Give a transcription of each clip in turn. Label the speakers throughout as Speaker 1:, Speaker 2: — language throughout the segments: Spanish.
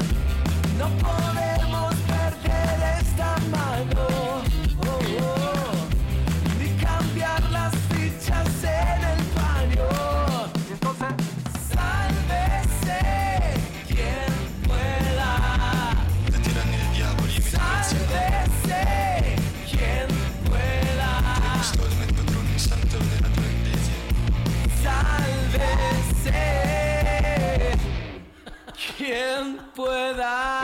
Speaker 1: Oh,
Speaker 2: bien pueda.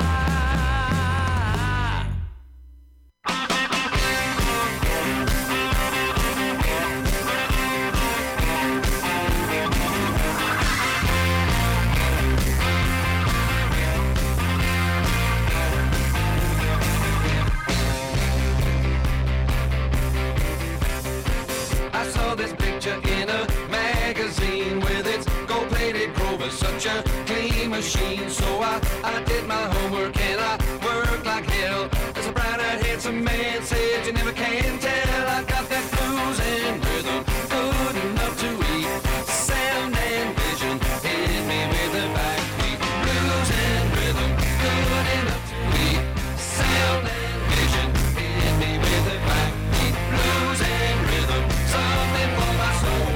Speaker 1: I saw this picture in a magazine with its gold plated Grover, such a clean machine. So I, I did my homework and I worked like hell. As a brown eyed handsome man said, you never can tell. I got that blues and rhythm, good enough to eat. Sound and vision hit me with a backbeat. Blues and rhythm, good enough to eat. Sound and vision hit me with a backbeat. Blues and rhythm, something for my soul.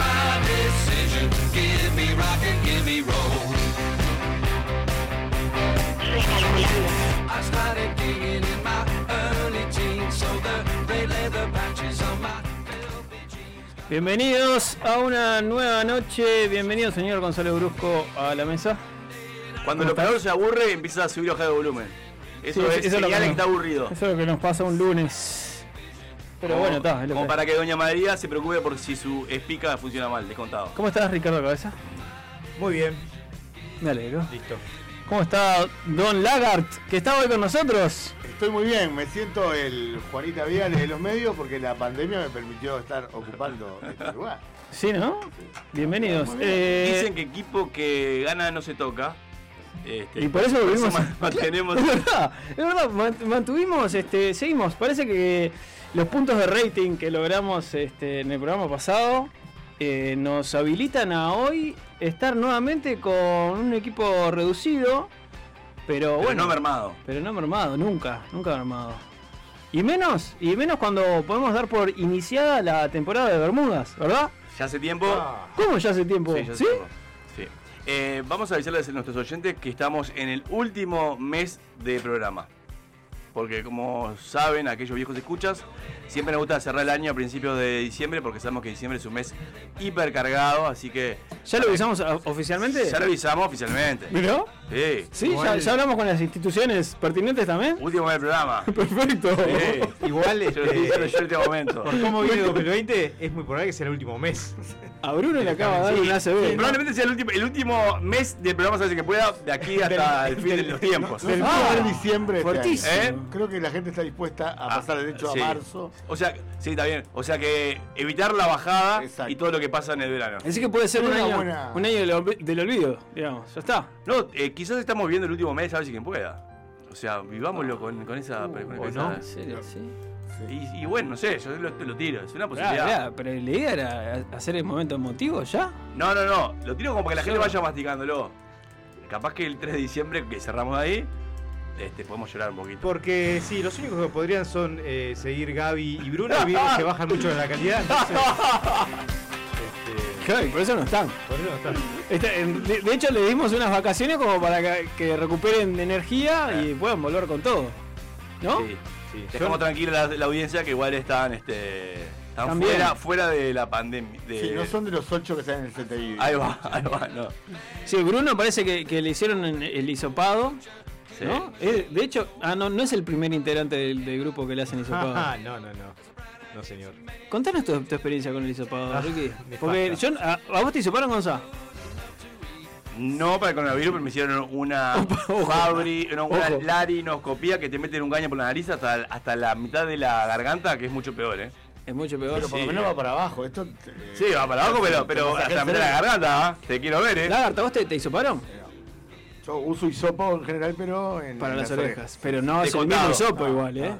Speaker 1: My decision, give me rock and give me roll. I started digging in my early teens, so the red leather patches on my filthy jeans.
Speaker 3: Bienvenidos a una nueva noche. Bienvenido, señor Gonzalo Brusco, a la mesa.
Speaker 4: Cuando el operador se aburre, empieza a subir hoja de volumen. Eso
Speaker 3: Sí,
Speaker 4: es
Speaker 3: sí, eso es lo
Speaker 4: señal
Speaker 3: que
Speaker 4: de que
Speaker 3: no.
Speaker 4: está aburrido.
Speaker 3: Eso es lo que nos pasa un lunes. Pero
Speaker 4: Como-
Speaker 3: bueno, está. es lo
Speaker 4: Como
Speaker 3: que-
Speaker 4: para que Doña María se preocupe por si su espica funciona mal, descontado.
Speaker 3: ¿Cómo estás, Ricardo Cabeza?
Speaker 5: Muy bien,
Speaker 3: Me alegro.
Speaker 5: listo.
Speaker 3: ¿Cómo está Don Lagart, que está hoy con nosotros?
Speaker 5: Estoy muy bien, me siento el Juanita Viales de los medios porque la pandemia me permitió estar ocupando este lugar.
Speaker 3: Sí, ¿no? Bienvenidos.
Speaker 5: Muy bien.
Speaker 3: Eh,
Speaker 4: Dicen que equipo que gana no se toca. Este,
Speaker 3: Y por eso volvimos a-
Speaker 4: man- mantenemos.
Speaker 3: Es verdad, es verdad, mant- mantuvimos, este, seguimos. Parece que los puntos de rating que logramos este, en el programa pasado eh, nos habilitan a hoy estar nuevamente con un equipo reducido, pero,
Speaker 4: Pero
Speaker 3: bueno,
Speaker 4: no mermado.
Speaker 3: pero no mermado, nunca, nunca mermado. Y menos, y menos cuando podemos dar por iniciada la temporada de Bermudas, ¿verdad?
Speaker 4: Ya hace tiempo.
Speaker 5: Ah,
Speaker 3: ¿Cómo ya hace tiempo?
Speaker 4: Sí, ya hace tiempo. Sí. Eh, vamos a avisarles a nuestros oyentes que estamos en el último mes de programa. Porque como saben, aquellos viejos escuchas, siempre nos gusta cerrar el año a principios de diciembre porque sabemos que diciembre es un mes hipercargado, así que
Speaker 3: ¿Ya lo avisamos ah, oficialmente?
Speaker 4: ya lo avisamos oficialmente.
Speaker 3: ¿Miró?
Speaker 4: Sí.
Speaker 3: Sí, ya, ya hablamos con las instituciones pertinentes también.
Speaker 4: Último mes del programa.
Speaker 3: Perfecto.
Speaker 4: Sí.
Speaker 5: Igual,
Speaker 4: Yo lo dije en el
Speaker 5: este,
Speaker 4: último momento.
Speaker 5: por cómo viene el 2020, es muy probable que sea el último mes.
Speaker 3: A Bruno le acaba de dar
Speaker 4: Sí.
Speaker 3: un ACB. ¿no?
Speaker 4: Probablemente sea el último, el último mes del programa, así que pueda, de aquí hasta el fin de los tiempos.
Speaker 5: Del
Speaker 3: Ah,
Speaker 5: ah, diciembre. este año.
Speaker 3: fuertísimo.
Speaker 4: ¿Eh?
Speaker 5: Creo que la gente está dispuesta a
Speaker 4: Ah,
Speaker 5: pasar el hecho
Speaker 4: sí.
Speaker 5: a marzo.
Speaker 4: O sea, sí, está bien. O sea que evitar la bajada
Speaker 5: Exacto.
Speaker 4: y todo lo que pasa en el verano.
Speaker 3: Así que puede ser un
Speaker 5: Una
Speaker 3: año,
Speaker 5: buena-
Speaker 3: un año del, olvi- del olvido, digamos. Ya está.
Speaker 4: No, eh, quizás estamos viendo el último mes, a ver si quien pueda. O sea, vivámoslo con, con esa. con
Speaker 3: Uh,
Speaker 4: esa-
Speaker 3: serio? Sí.
Speaker 4: Y, y bueno, no sé, yo lo, lo tiro, es una posibilidad.
Speaker 3: Pues, pero la idea era hacer el momento emotivo ya.
Speaker 4: No, no, no, lo tiro como para que la gente vaya masticándolo. Capaz que el 3 de diciembre, que cerramos ahí, este, podemos llorar un poquito.
Speaker 6: Porque sí, los únicos que podrían son eh, seguir Gaby y Bruno, y bien que se bajan mucho de la calidad. entonces, este,
Speaker 3: Claro, y por eso no están.
Speaker 6: por eso no están.
Speaker 3: Está- en- de, de hecho, le dimos unas vacaciones como para que, que recuperen energía y puedan volver con todo. ¿No?
Speaker 4: Sí, sí.
Speaker 6: Yo-
Speaker 4: Dejamos tranquila la, la audiencia que igual están, este, están
Speaker 3: También.
Speaker 4: fuera, fuera de la pandemia. de-
Speaker 5: Sí, no son de los ocho que están en el CTI.
Speaker 4: Ahí va, ahí va, no.
Speaker 3: Sí, Bruno parece que, que le hicieron en- el hisopado.
Speaker 4: Sí.
Speaker 3: ¿no? Eh, de hecho, ah, no, no es el primer integrante del, del grupo que le hacen hisopado.
Speaker 6: Ah, no, no, no. No, señor.
Speaker 3: Contanos tu, tu experiencia con el hisopado,
Speaker 6: Ah,
Speaker 3: Ricky.
Speaker 6: me
Speaker 3: Porque
Speaker 6: falta.
Speaker 3: yo, a, a vos te hisoparon, Gonza.
Speaker 4: No para el coronavirus, pero me hicieron una fabri, no, una
Speaker 3: Ojo.
Speaker 4: larinoscopía que te meten un gaño por la nariz hasta, hasta la mitad de la garganta, que es mucho peor, ¿eh?
Speaker 3: Es mucho peor.
Speaker 5: Pero por
Speaker 4: Sí.
Speaker 5: lo menos va para abajo. Esto, eh,
Speaker 4: Sí, va para abajo, pero, pero
Speaker 5: te
Speaker 4: hasta
Speaker 5: saca
Speaker 4: la
Speaker 5: el
Speaker 4: mitad de la
Speaker 5: cerebro.
Speaker 4: garganta, ¿ah? Te quiero ver, ¿eh?
Speaker 3: Lagarta, ¿vos te, te hisoparon?
Speaker 5: Yo uso hisopo en general, pero en,
Speaker 3: Para
Speaker 5: en
Speaker 3: las orejas. Pero no
Speaker 4: Te Ah,
Speaker 3: es el
Speaker 4: contado.
Speaker 3: mismo hisopo
Speaker 5: No,
Speaker 3: igual, ¿eh? No.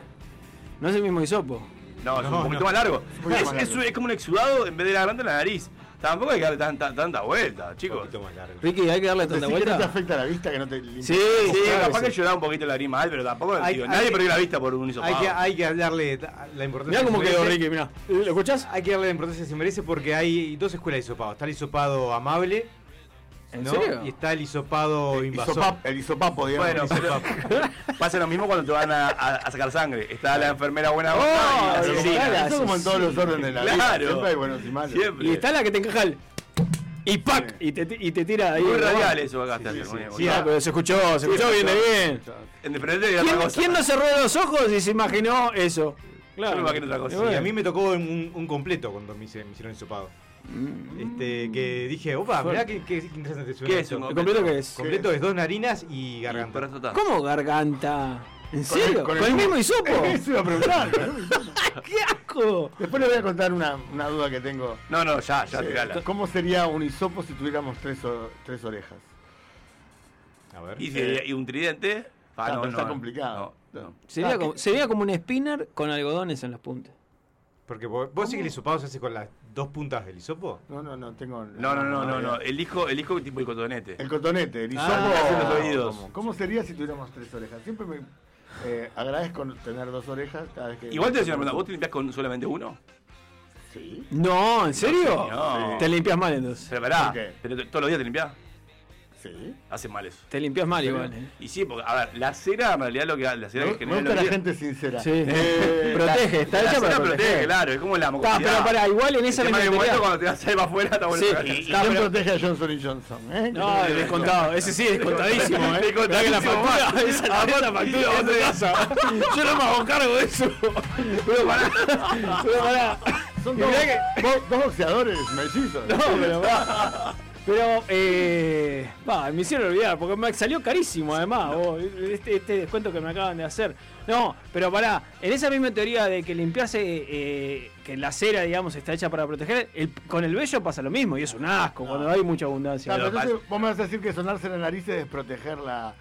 Speaker 5: no.
Speaker 3: es el mismo hisopo.
Speaker 4: No, es un
Speaker 6: No,
Speaker 4: poquito
Speaker 6: no.
Speaker 4: más largo.
Speaker 5: poquito
Speaker 4: Es,
Speaker 5: más largo.
Speaker 4: es- es como un exudado en vez de la garganta en la nariz. Tampoco hay que darle tan- tan- tanta vuelta,
Speaker 6: Un
Speaker 4: chicos.
Speaker 6: poquito más largo.
Speaker 3: Ricky, hay que darle tanta
Speaker 5: Decí que no te
Speaker 3: vuelta.
Speaker 5: afecta la vista, que no te limpia.
Speaker 4: Sí, sí,
Speaker 3: claro
Speaker 4: capaz
Speaker 3: que
Speaker 4: que
Speaker 3: sí.
Speaker 4: lloraba un poquito la nariz mal, pero tampoco.
Speaker 6: Hay-
Speaker 4: digo,
Speaker 6: hay
Speaker 4: nadie
Speaker 6: que-
Speaker 4: perdió la vista por un
Speaker 6: Hay
Speaker 4: hisopado.
Speaker 6: que, hay que darle da- la importancia.
Speaker 3: Mirá cómo
Speaker 6: que se
Speaker 3: quedó
Speaker 6: merece.
Speaker 3: Ricky, mirá. ¿Lo escuchás?
Speaker 6: Hay que darle la importancia que se merece porque hay dos escuelas de hisopado. Está el hisopado amable,
Speaker 3: ¿En
Speaker 6: ¿no?
Speaker 3: serio?
Speaker 6: Y está el
Speaker 4: Eh,
Speaker 6: hisopado invasor.
Speaker 5: Hisopap- el hisopapo, digamos.
Speaker 4: Bueno, pero pasa lo mismo cuando te van a, a- a sacar sangre. Está la enfermera buena onda y Oh, la
Speaker 3: Oh, pero
Speaker 4: asesina.
Speaker 3: claro.
Speaker 5: Eso como en todos los órdenes de la vida.
Speaker 4: Claro.
Speaker 5: Siempre hay buenos y malos.
Speaker 4: Siempre.
Speaker 3: Y está la que te encaja el... Y ¡pac! Y te, y te tira ahí.
Speaker 4: Muy
Speaker 3: ¿no?
Speaker 4: radial eso acá está.
Speaker 5: sí,
Speaker 4: Muy bien,
Speaker 5: sí.
Speaker 3: Sí,
Speaker 4: boludo.
Speaker 3: ah, pero se escuchó, se escuchó, viene bien.
Speaker 4: En Independiente era
Speaker 3: ¿Quién,
Speaker 4: otra cosa.
Speaker 3: quién no cerró los ojos y se imaginó eso? Claro.
Speaker 4: me imagino otra cosa.
Speaker 3: Y
Speaker 6: Y
Speaker 3: bueno,
Speaker 6: a mí me tocó un, un completo cuando me, hice- me hicieron hisopado.
Speaker 3: Mm.
Speaker 6: Este, que dije, opa, mirá que, que interesante suena
Speaker 4: ¿Qué es
Speaker 6: esto".
Speaker 4: un
Speaker 3: ¿El completo qué es?
Speaker 6: Completo es dos narinas y garganta.
Speaker 4: Pero total.
Speaker 3: ¿Cómo garganta? ¿En serio? ¿Con
Speaker 5: con
Speaker 3: el,
Speaker 5: el mismo-
Speaker 3: mismo hisopo?
Speaker 5: Eso iba a preguntar.
Speaker 3: ¡Qué asco!
Speaker 5: Después le voy a contar una, una duda que tengo.
Speaker 4: No, no, ya, ya, tirala.
Speaker 5: ¿Cómo sería un hisopo si tuviéramos tres, o- tres orejas?
Speaker 6: A ver.
Speaker 4: Y, si- y un tridente. Ah,
Speaker 5: Ah,
Speaker 4: no,
Speaker 5: pero
Speaker 4: no,
Speaker 5: está
Speaker 4: no.
Speaker 5: complicado.
Speaker 4: No, no.
Speaker 3: Sería,
Speaker 5: Ah,
Speaker 3: como,
Speaker 5: ¿qué?
Speaker 3: sería como un spinner con algodones en las puntas.
Speaker 6: Porque vos, vos sí que el hisopado se hace con las dos puntas del hisopo.
Speaker 5: No, no, no, tengo.
Speaker 4: No, no, no, no, Ah, no. Elijo, elijo tipo el cotonete.
Speaker 5: El cotonete, el hisopo.
Speaker 4: en los oídos.
Speaker 5: ¿Cómo, cómo sería si tuviéramos tres orejas? Siempre me eh, agradezco tener dos orejas cada vez que.
Speaker 4: Igual te voy a decir una pregunta, ¿vos te limpias con solamente uno?
Speaker 5: Sí.
Speaker 3: No, ¿en serio?
Speaker 4: señor.
Speaker 3: Te limpias mal entonces.
Speaker 4: Pero pará,
Speaker 5: ¿Por qué?
Speaker 4: pero t- todos los días te limpias.
Speaker 5: Sí.
Speaker 4: Hace mal eso.
Speaker 3: Te limpias mal igual. eh.
Speaker 4: Y sí, porque, a ver, la cera en realidad lo que la cera
Speaker 5: Me
Speaker 4: que
Speaker 5: me gusta
Speaker 4: genera
Speaker 5: la
Speaker 4: los
Speaker 5: gente sincera.
Speaker 3: Sí.
Speaker 5: Eh,
Speaker 3: protege,
Speaker 4: La
Speaker 3: está
Speaker 4: cera
Speaker 3: hecha para
Speaker 4: protege,
Speaker 3: proteger.
Speaker 4: claro, es como la
Speaker 3: Ta,
Speaker 4: mocosidad.
Speaker 3: pero pará, igual en esa
Speaker 4: El tema es que
Speaker 3: mentalidad-
Speaker 4: cuando te vas a ir para afuera, está bueno.
Speaker 3: Sí,
Speaker 4: para-
Speaker 3: y-
Speaker 5: ¿Quién protege a Johnson y Johnson? eh?
Speaker 3: No, descontado. Ese sí, descontadísimo. ¿eh? Mirá que la
Speaker 4: Descontadísimo,
Speaker 3: factura,
Speaker 4: más.
Speaker 3: esa la, la factura va a tu casa. Yo no me hago cargo de eso. Pero pará. Pero pará.
Speaker 5: Son
Speaker 3: Y
Speaker 5: dos,
Speaker 3: mirá que-
Speaker 5: dos- dos boxeadores mellizos.
Speaker 3: No, pero va. Pero, eh. Va, me hicieron olvidar, porque me salió carísimo además, vos, este, este descuento que me acaban de hacer. No, pero pará, en esa misma teoría de que limpiarse, eh, que la cera, digamos, está hecha para proteger, el- con el vello pasa lo mismo y es un asco cuando hay mucha abundancia.
Speaker 5: Claro,
Speaker 4: Pero
Speaker 5: entonces vos me vas a decir que sonarse la nariz es desproteger la,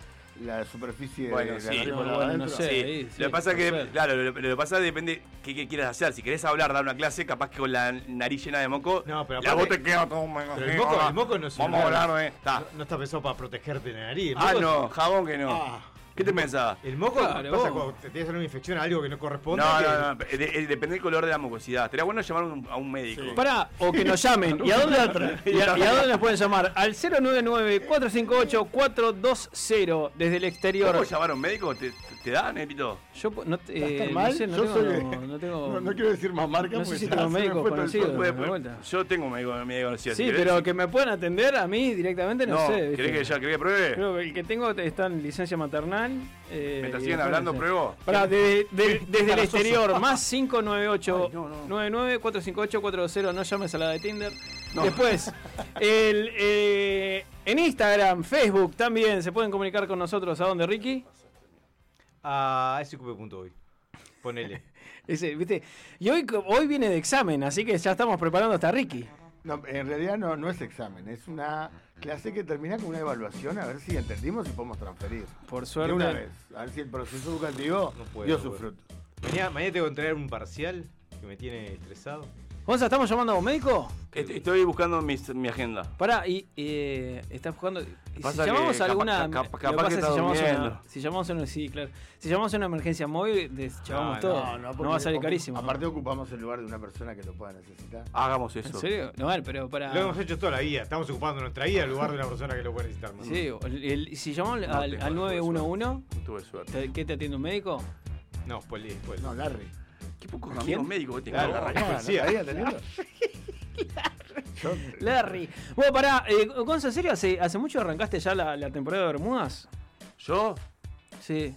Speaker 5: la superficie
Speaker 4: Bueno,
Speaker 5: de la
Speaker 4: sí.
Speaker 5: nariz por
Speaker 3: No,
Speaker 5: la
Speaker 3: bueno,
Speaker 5: adentro.
Speaker 3: no
Speaker 4: Sí,
Speaker 3: sé. ahí, sí,
Speaker 4: lo que pasa es que,
Speaker 3: puede ser.
Speaker 4: claro, lo, lo que pasa depende qué, qué quieras hacer. Si querés hablar, dar una clase, capaz que con la nariz llena de moco,
Speaker 6: No, pero
Speaker 4: la
Speaker 6: aparte-
Speaker 4: voz te queda todo
Speaker 6: Pero el moco, el moco no es
Speaker 4: Vamos a
Speaker 6: una-
Speaker 4: hablar, eh. Ta.
Speaker 6: No, no está pensado para protegerte la nariz. El
Speaker 4: Ah,
Speaker 6: moco- Ah,
Speaker 4: no, jabón que no.
Speaker 5: Ah.
Speaker 4: ¿Qué te pensabas?
Speaker 6: El moco
Speaker 3: Claro,
Speaker 6: pasa
Speaker 3: vos.
Speaker 6: cuando te tienes una infección, algo que no
Speaker 4: No,
Speaker 6: corresponde. que-
Speaker 4: no, no, de- de- depende del color de la mucosidad. Estaría bueno llamar a un- a un médico.
Speaker 3: Pará, o que nos llamen. ¿Y a dónde, y a- y a dónde nos pueden llamar? Al 099-458-420 desde el exterior.
Speaker 4: ¿Cómo llamar a un médico? ¿Te, te- te dan, eh, Epito?
Speaker 3: Yo po- no, te-
Speaker 5: ¿Va a estar
Speaker 3: eh, no
Speaker 5: mal?
Speaker 3: sé, no
Speaker 5: Yo
Speaker 3: tengo,
Speaker 5: soy-
Speaker 3: no tengo-
Speaker 5: No, no quiero decir más marcas
Speaker 3: No sé
Speaker 5: porque
Speaker 3: si
Speaker 5: ya
Speaker 3: tengo
Speaker 5: se me
Speaker 3: médicos
Speaker 5: fue todo el
Speaker 3: conocidos.
Speaker 5: foco.
Speaker 3: Bueno,
Speaker 4: Puede-
Speaker 3: de vuelta.
Speaker 4: yo tengo un médico, un médico conocido.
Speaker 3: Sí,
Speaker 4: Si querés-
Speaker 3: pero que me puedan atender a mí directamente, no,
Speaker 4: No,
Speaker 3: sé. ¿viste?
Speaker 4: ¿Querés que ya querés que pruebe?
Speaker 3: Creo que el que tengo está en licencia maternal. eh,
Speaker 4: Mientras
Speaker 3: y
Speaker 4: siguen
Speaker 3: después
Speaker 4: hablando,
Speaker 3: no sé.
Speaker 4: pruebo.
Speaker 3: Pará, de- de- desde el
Speaker 6: Embarazoso.
Speaker 3: exterior, más 598-99-458-420, no llames a la de Tinder. Después, el, eh, en Instagram, Facebook también se pueden comunicar con nosotros. ¿A dónde, Ricky?
Speaker 6: A hoy. Ponele.
Speaker 3: Ese, ¿viste? Y hoy, hoy viene de examen, así que ya estamos preparando hasta Ricky.
Speaker 5: No, en realidad no, no es examen, es una clase que termina con una evaluación a ver si entendimos y podemos transferir.
Speaker 3: Por
Speaker 5: De
Speaker 3: suerte.
Speaker 5: una vez, a ver si el proceso educativo
Speaker 6: No puedo,
Speaker 5: dio
Speaker 6: no
Speaker 5: su
Speaker 6: puedo.
Speaker 5: fruto.
Speaker 6: Mañana, mañana tengo que entregar un parcial que me tiene estresado.
Speaker 3: Gonza, ¿estamos llamando a un médico?
Speaker 4: Est- Estoy buscando mis- mi agenda.
Speaker 3: Pará, y eh, estás jugando. y Si
Speaker 4: Pasa que
Speaker 3: llamamos a
Speaker 4: capa-
Speaker 3: alguna.
Speaker 4: ca-
Speaker 3: lo
Speaker 4: capaz que
Speaker 3: pasa es
Speaker 4: está
Speaker 3: si llamamos a una,
Speaker 4: durmiendo.
Speaker 3: si llamamos a una. Sí, claro. Si llamamos a una emergencia móvil, deschavamos
Speaker 6: No,
Speaker 3: todo. No,
Speaker 5: porque
Speaker 3: va a salir
Speaker 5: ocu-
Speaker 3: carísimo.
Speaker 5: Aparte ocupamos el lugar de una persona que lo pueda necesitar.
Speaker 6: Ah,
Speaker 4: Hagamos
Speaker 3: ¿En
Speaker 4: eso.
Speaker 3: serio? No, bueno, pero para.
Speaker 6: Lo hemos hecho toda la vida. Estamos ocupando nuestra vida en lugar de una persona que lo puede necesitar más.
Speaker 3: Sí, el- el- si llamamos
Speaker 4: No
Speaker 3: al,
Speaker 4: tengo
Speaker 3: al
Speaker 4: la
Speaker 3: 911,
Speaker 4: No tuve suerte.
Speaker 3: ¿te- ¿qué te atiende un médico?
Speaker 6: No, pues, spoilé, spoilé.
Speaker 5: No, Larry.
Speaker 4: Qué pocos amigos médicos que tengo.
Speaker 6: Claro.
Speaker 4: la
Speaker 5: Ah,
Speaker 4: raíz.
Speaker 5: ¿no
Speaker 6: policía.
Speaker 5: te había tenido? Yo-
Speaker 3: Larry. Bueno, pará, eh, Gonza, ¿en serio? ¿Hace, hace mucho arrancaste ya la, la temporada de Bermudas?
Speaker 4: ¿Yo?
Speaker 3: Sí.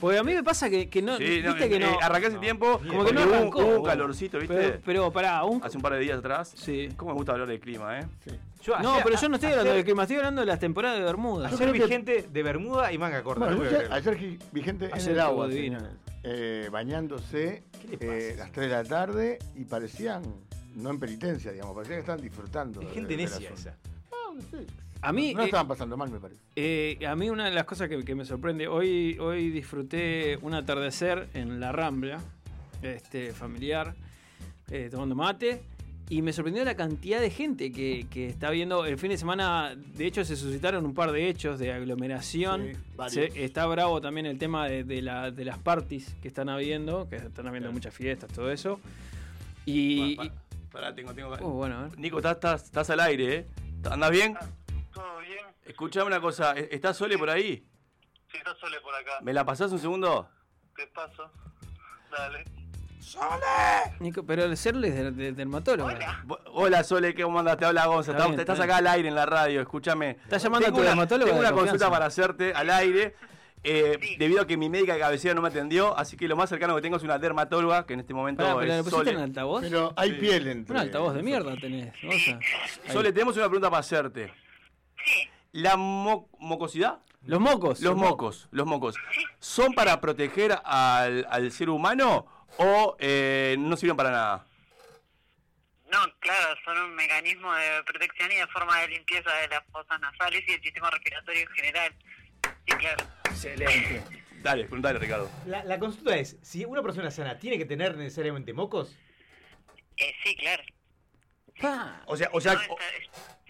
Speaker 3: Porque a mí me pasa que, que no.
Speaker 4: Sí,
Speaker 3: viste
Speaker 4: no,
Speaker 3: que
Speaker 4: eh,
Speaker 3: no.
Speaker 4: arranqué hace tiempo.
Speaker 3: Como que
Speaker 4: porque
Speaker 3: no
Speaker 4: hubo-
Speaker 3: arrancó.
Speaker 4: Hubo un calorcito, ¿viste?
Speaker 3: Pero, pero pará, un.
Speaker 4: Hace un par de días atrás.
Speaker 3: Sí.
Speaker 4: ¿Cómo me gusta hablar del clima, eh?
Speaker 6: Yo
Speaker 3: No,
Speaker 6: ayer-
Speaker 3: pero yo no estoy hablando
Speaker 6: ayer-
Speaker 3: del clima, estoy hablando de las temporadas de Bermuda.
Speaker 6: Ayer vi gente de bermuda y manga corta.
Speaker 5: Bueno,
Speaker 6: no puedo
Speaker 5: ayer,
Speaker 6: creerlo.
Speaker 5: ayer gi- vi gente
Speaker 3: Ayer
Speaker 5: en el
Speaker 3: estuvo
Speaker 5: agua,
Speaker 3: divino.
Speaker 5: señores, eh, bañándose
Speaker 6: ¿Qué le
Speaker 5: eh,
Speaker 6: pasa?
Speaker 5: las 3 de la tarde y parecían, no en penitencia, digamos, parecían que estaban disfrutando.
Speaker 6: Es
Speaker 5: de-
Speaker 6: gente
Speaker 5: del
Speaker 6: necia
Speaker 5: asunto.
Speaker 6: esa.
Speaker 5: No, no sé.
Speaker 3: A mí,
Speaker 5: No la
Speaker 3: eh,
Speaker 5: estaban pasando mal, me parece.
Speaker 3: eh, a mí una de las cosas que, que me sorprende, hoy, hoy disfruté un atardecer en la Rambla, este, familiar, eh, tomando mate. Y me sorprendió la cantidad de gente que, que está viendo. El fin de semana, de hecho, se suscitaron un par de hechos de aglomeración.
Speaker 5: Sí, varios.
Speaker 3: Se- está bravo también el tema de, de la- de las parties que están habiendo, que están habiendo muchas fiestas, todo eso. Y.
Speaker 4: Pa- pa- Pará, tengo, tengo.
Speaker 3: y- oh, bueno, a ver.
Speaker 4: Nico, estás, estás, estás al aire, ¿eh? ¿Andas bien?
Speaker 7: Ah, Todo bien,
Speaker 4: Escuchame una cosa, ¿e- ¿está Sole por ahí?
Speaker 7: si está Sole por acá,
Speaker 4: ¿Me la pasás un segundo?
Speaker 7: te paso. Dale.
Speaker 3: Nico, pero el serle es de, de- dermatólogo.
Speaker 4: Hola Sole, ¿cómo andas? Te habla Gonza.
Speaker 3: Está
Speaker 4: Estamos-
Speaker 3: bien,
Speaker 4: estás
Speaker 3: está
Speaker 4: acá al aire en la radio, escúchame.
Speaker 3: ¿Estás llamando
Speaker 4: tengo
Speaker 3: a tu
Speaker 4: una,
Speaker 3: dermatólogo
Speaker 4: tengo
Speaker 3: de
Speaker 4: una consulta
Speaker 3: confianza?
Speaker 4: para hacerte al aire. eh, Debido a que mi médica de cabecera no me atendió, así que lo más cercano que tengo es una dermatóloga, que en este momento
Speaker 3: Pará, pero
Speaker 4: es
Speaker 3: ¿lo pusiste
Speaker 4: Sole.
Speaker 3: en altavoz?
Speaker 5: Pero hay piel entre.
Speaker 3: Un altavoz de mierda tenés. Gonza. Ahí.
Speaker 4: Sole, tenemos una pregunta para hacerte. ¿La mo- mocosidad?
Speaker 3: Los mocos.
Speaker 4: Los mocos, los mocos. ¿Son para proteger al, al ser humano o eh, no sirven para nada?
Speaker 7: No, claro, son un mecanismo de protección y de forma de limpieza de las fosas nasales y el sistema respiratorio en general. Sí, claro.
Speaker 3: Excelente.
Speaker 4: Dale, preguntale, Ricardo.
Speaker 6: La, la consulta es, si una persona sana tiene que tener necesariamente mocos,
Speaker 7: Eh, sí, claro.
Speaker 3: Pa.
Speaker 4: O sea, o sea,
Speaker 7: No, está-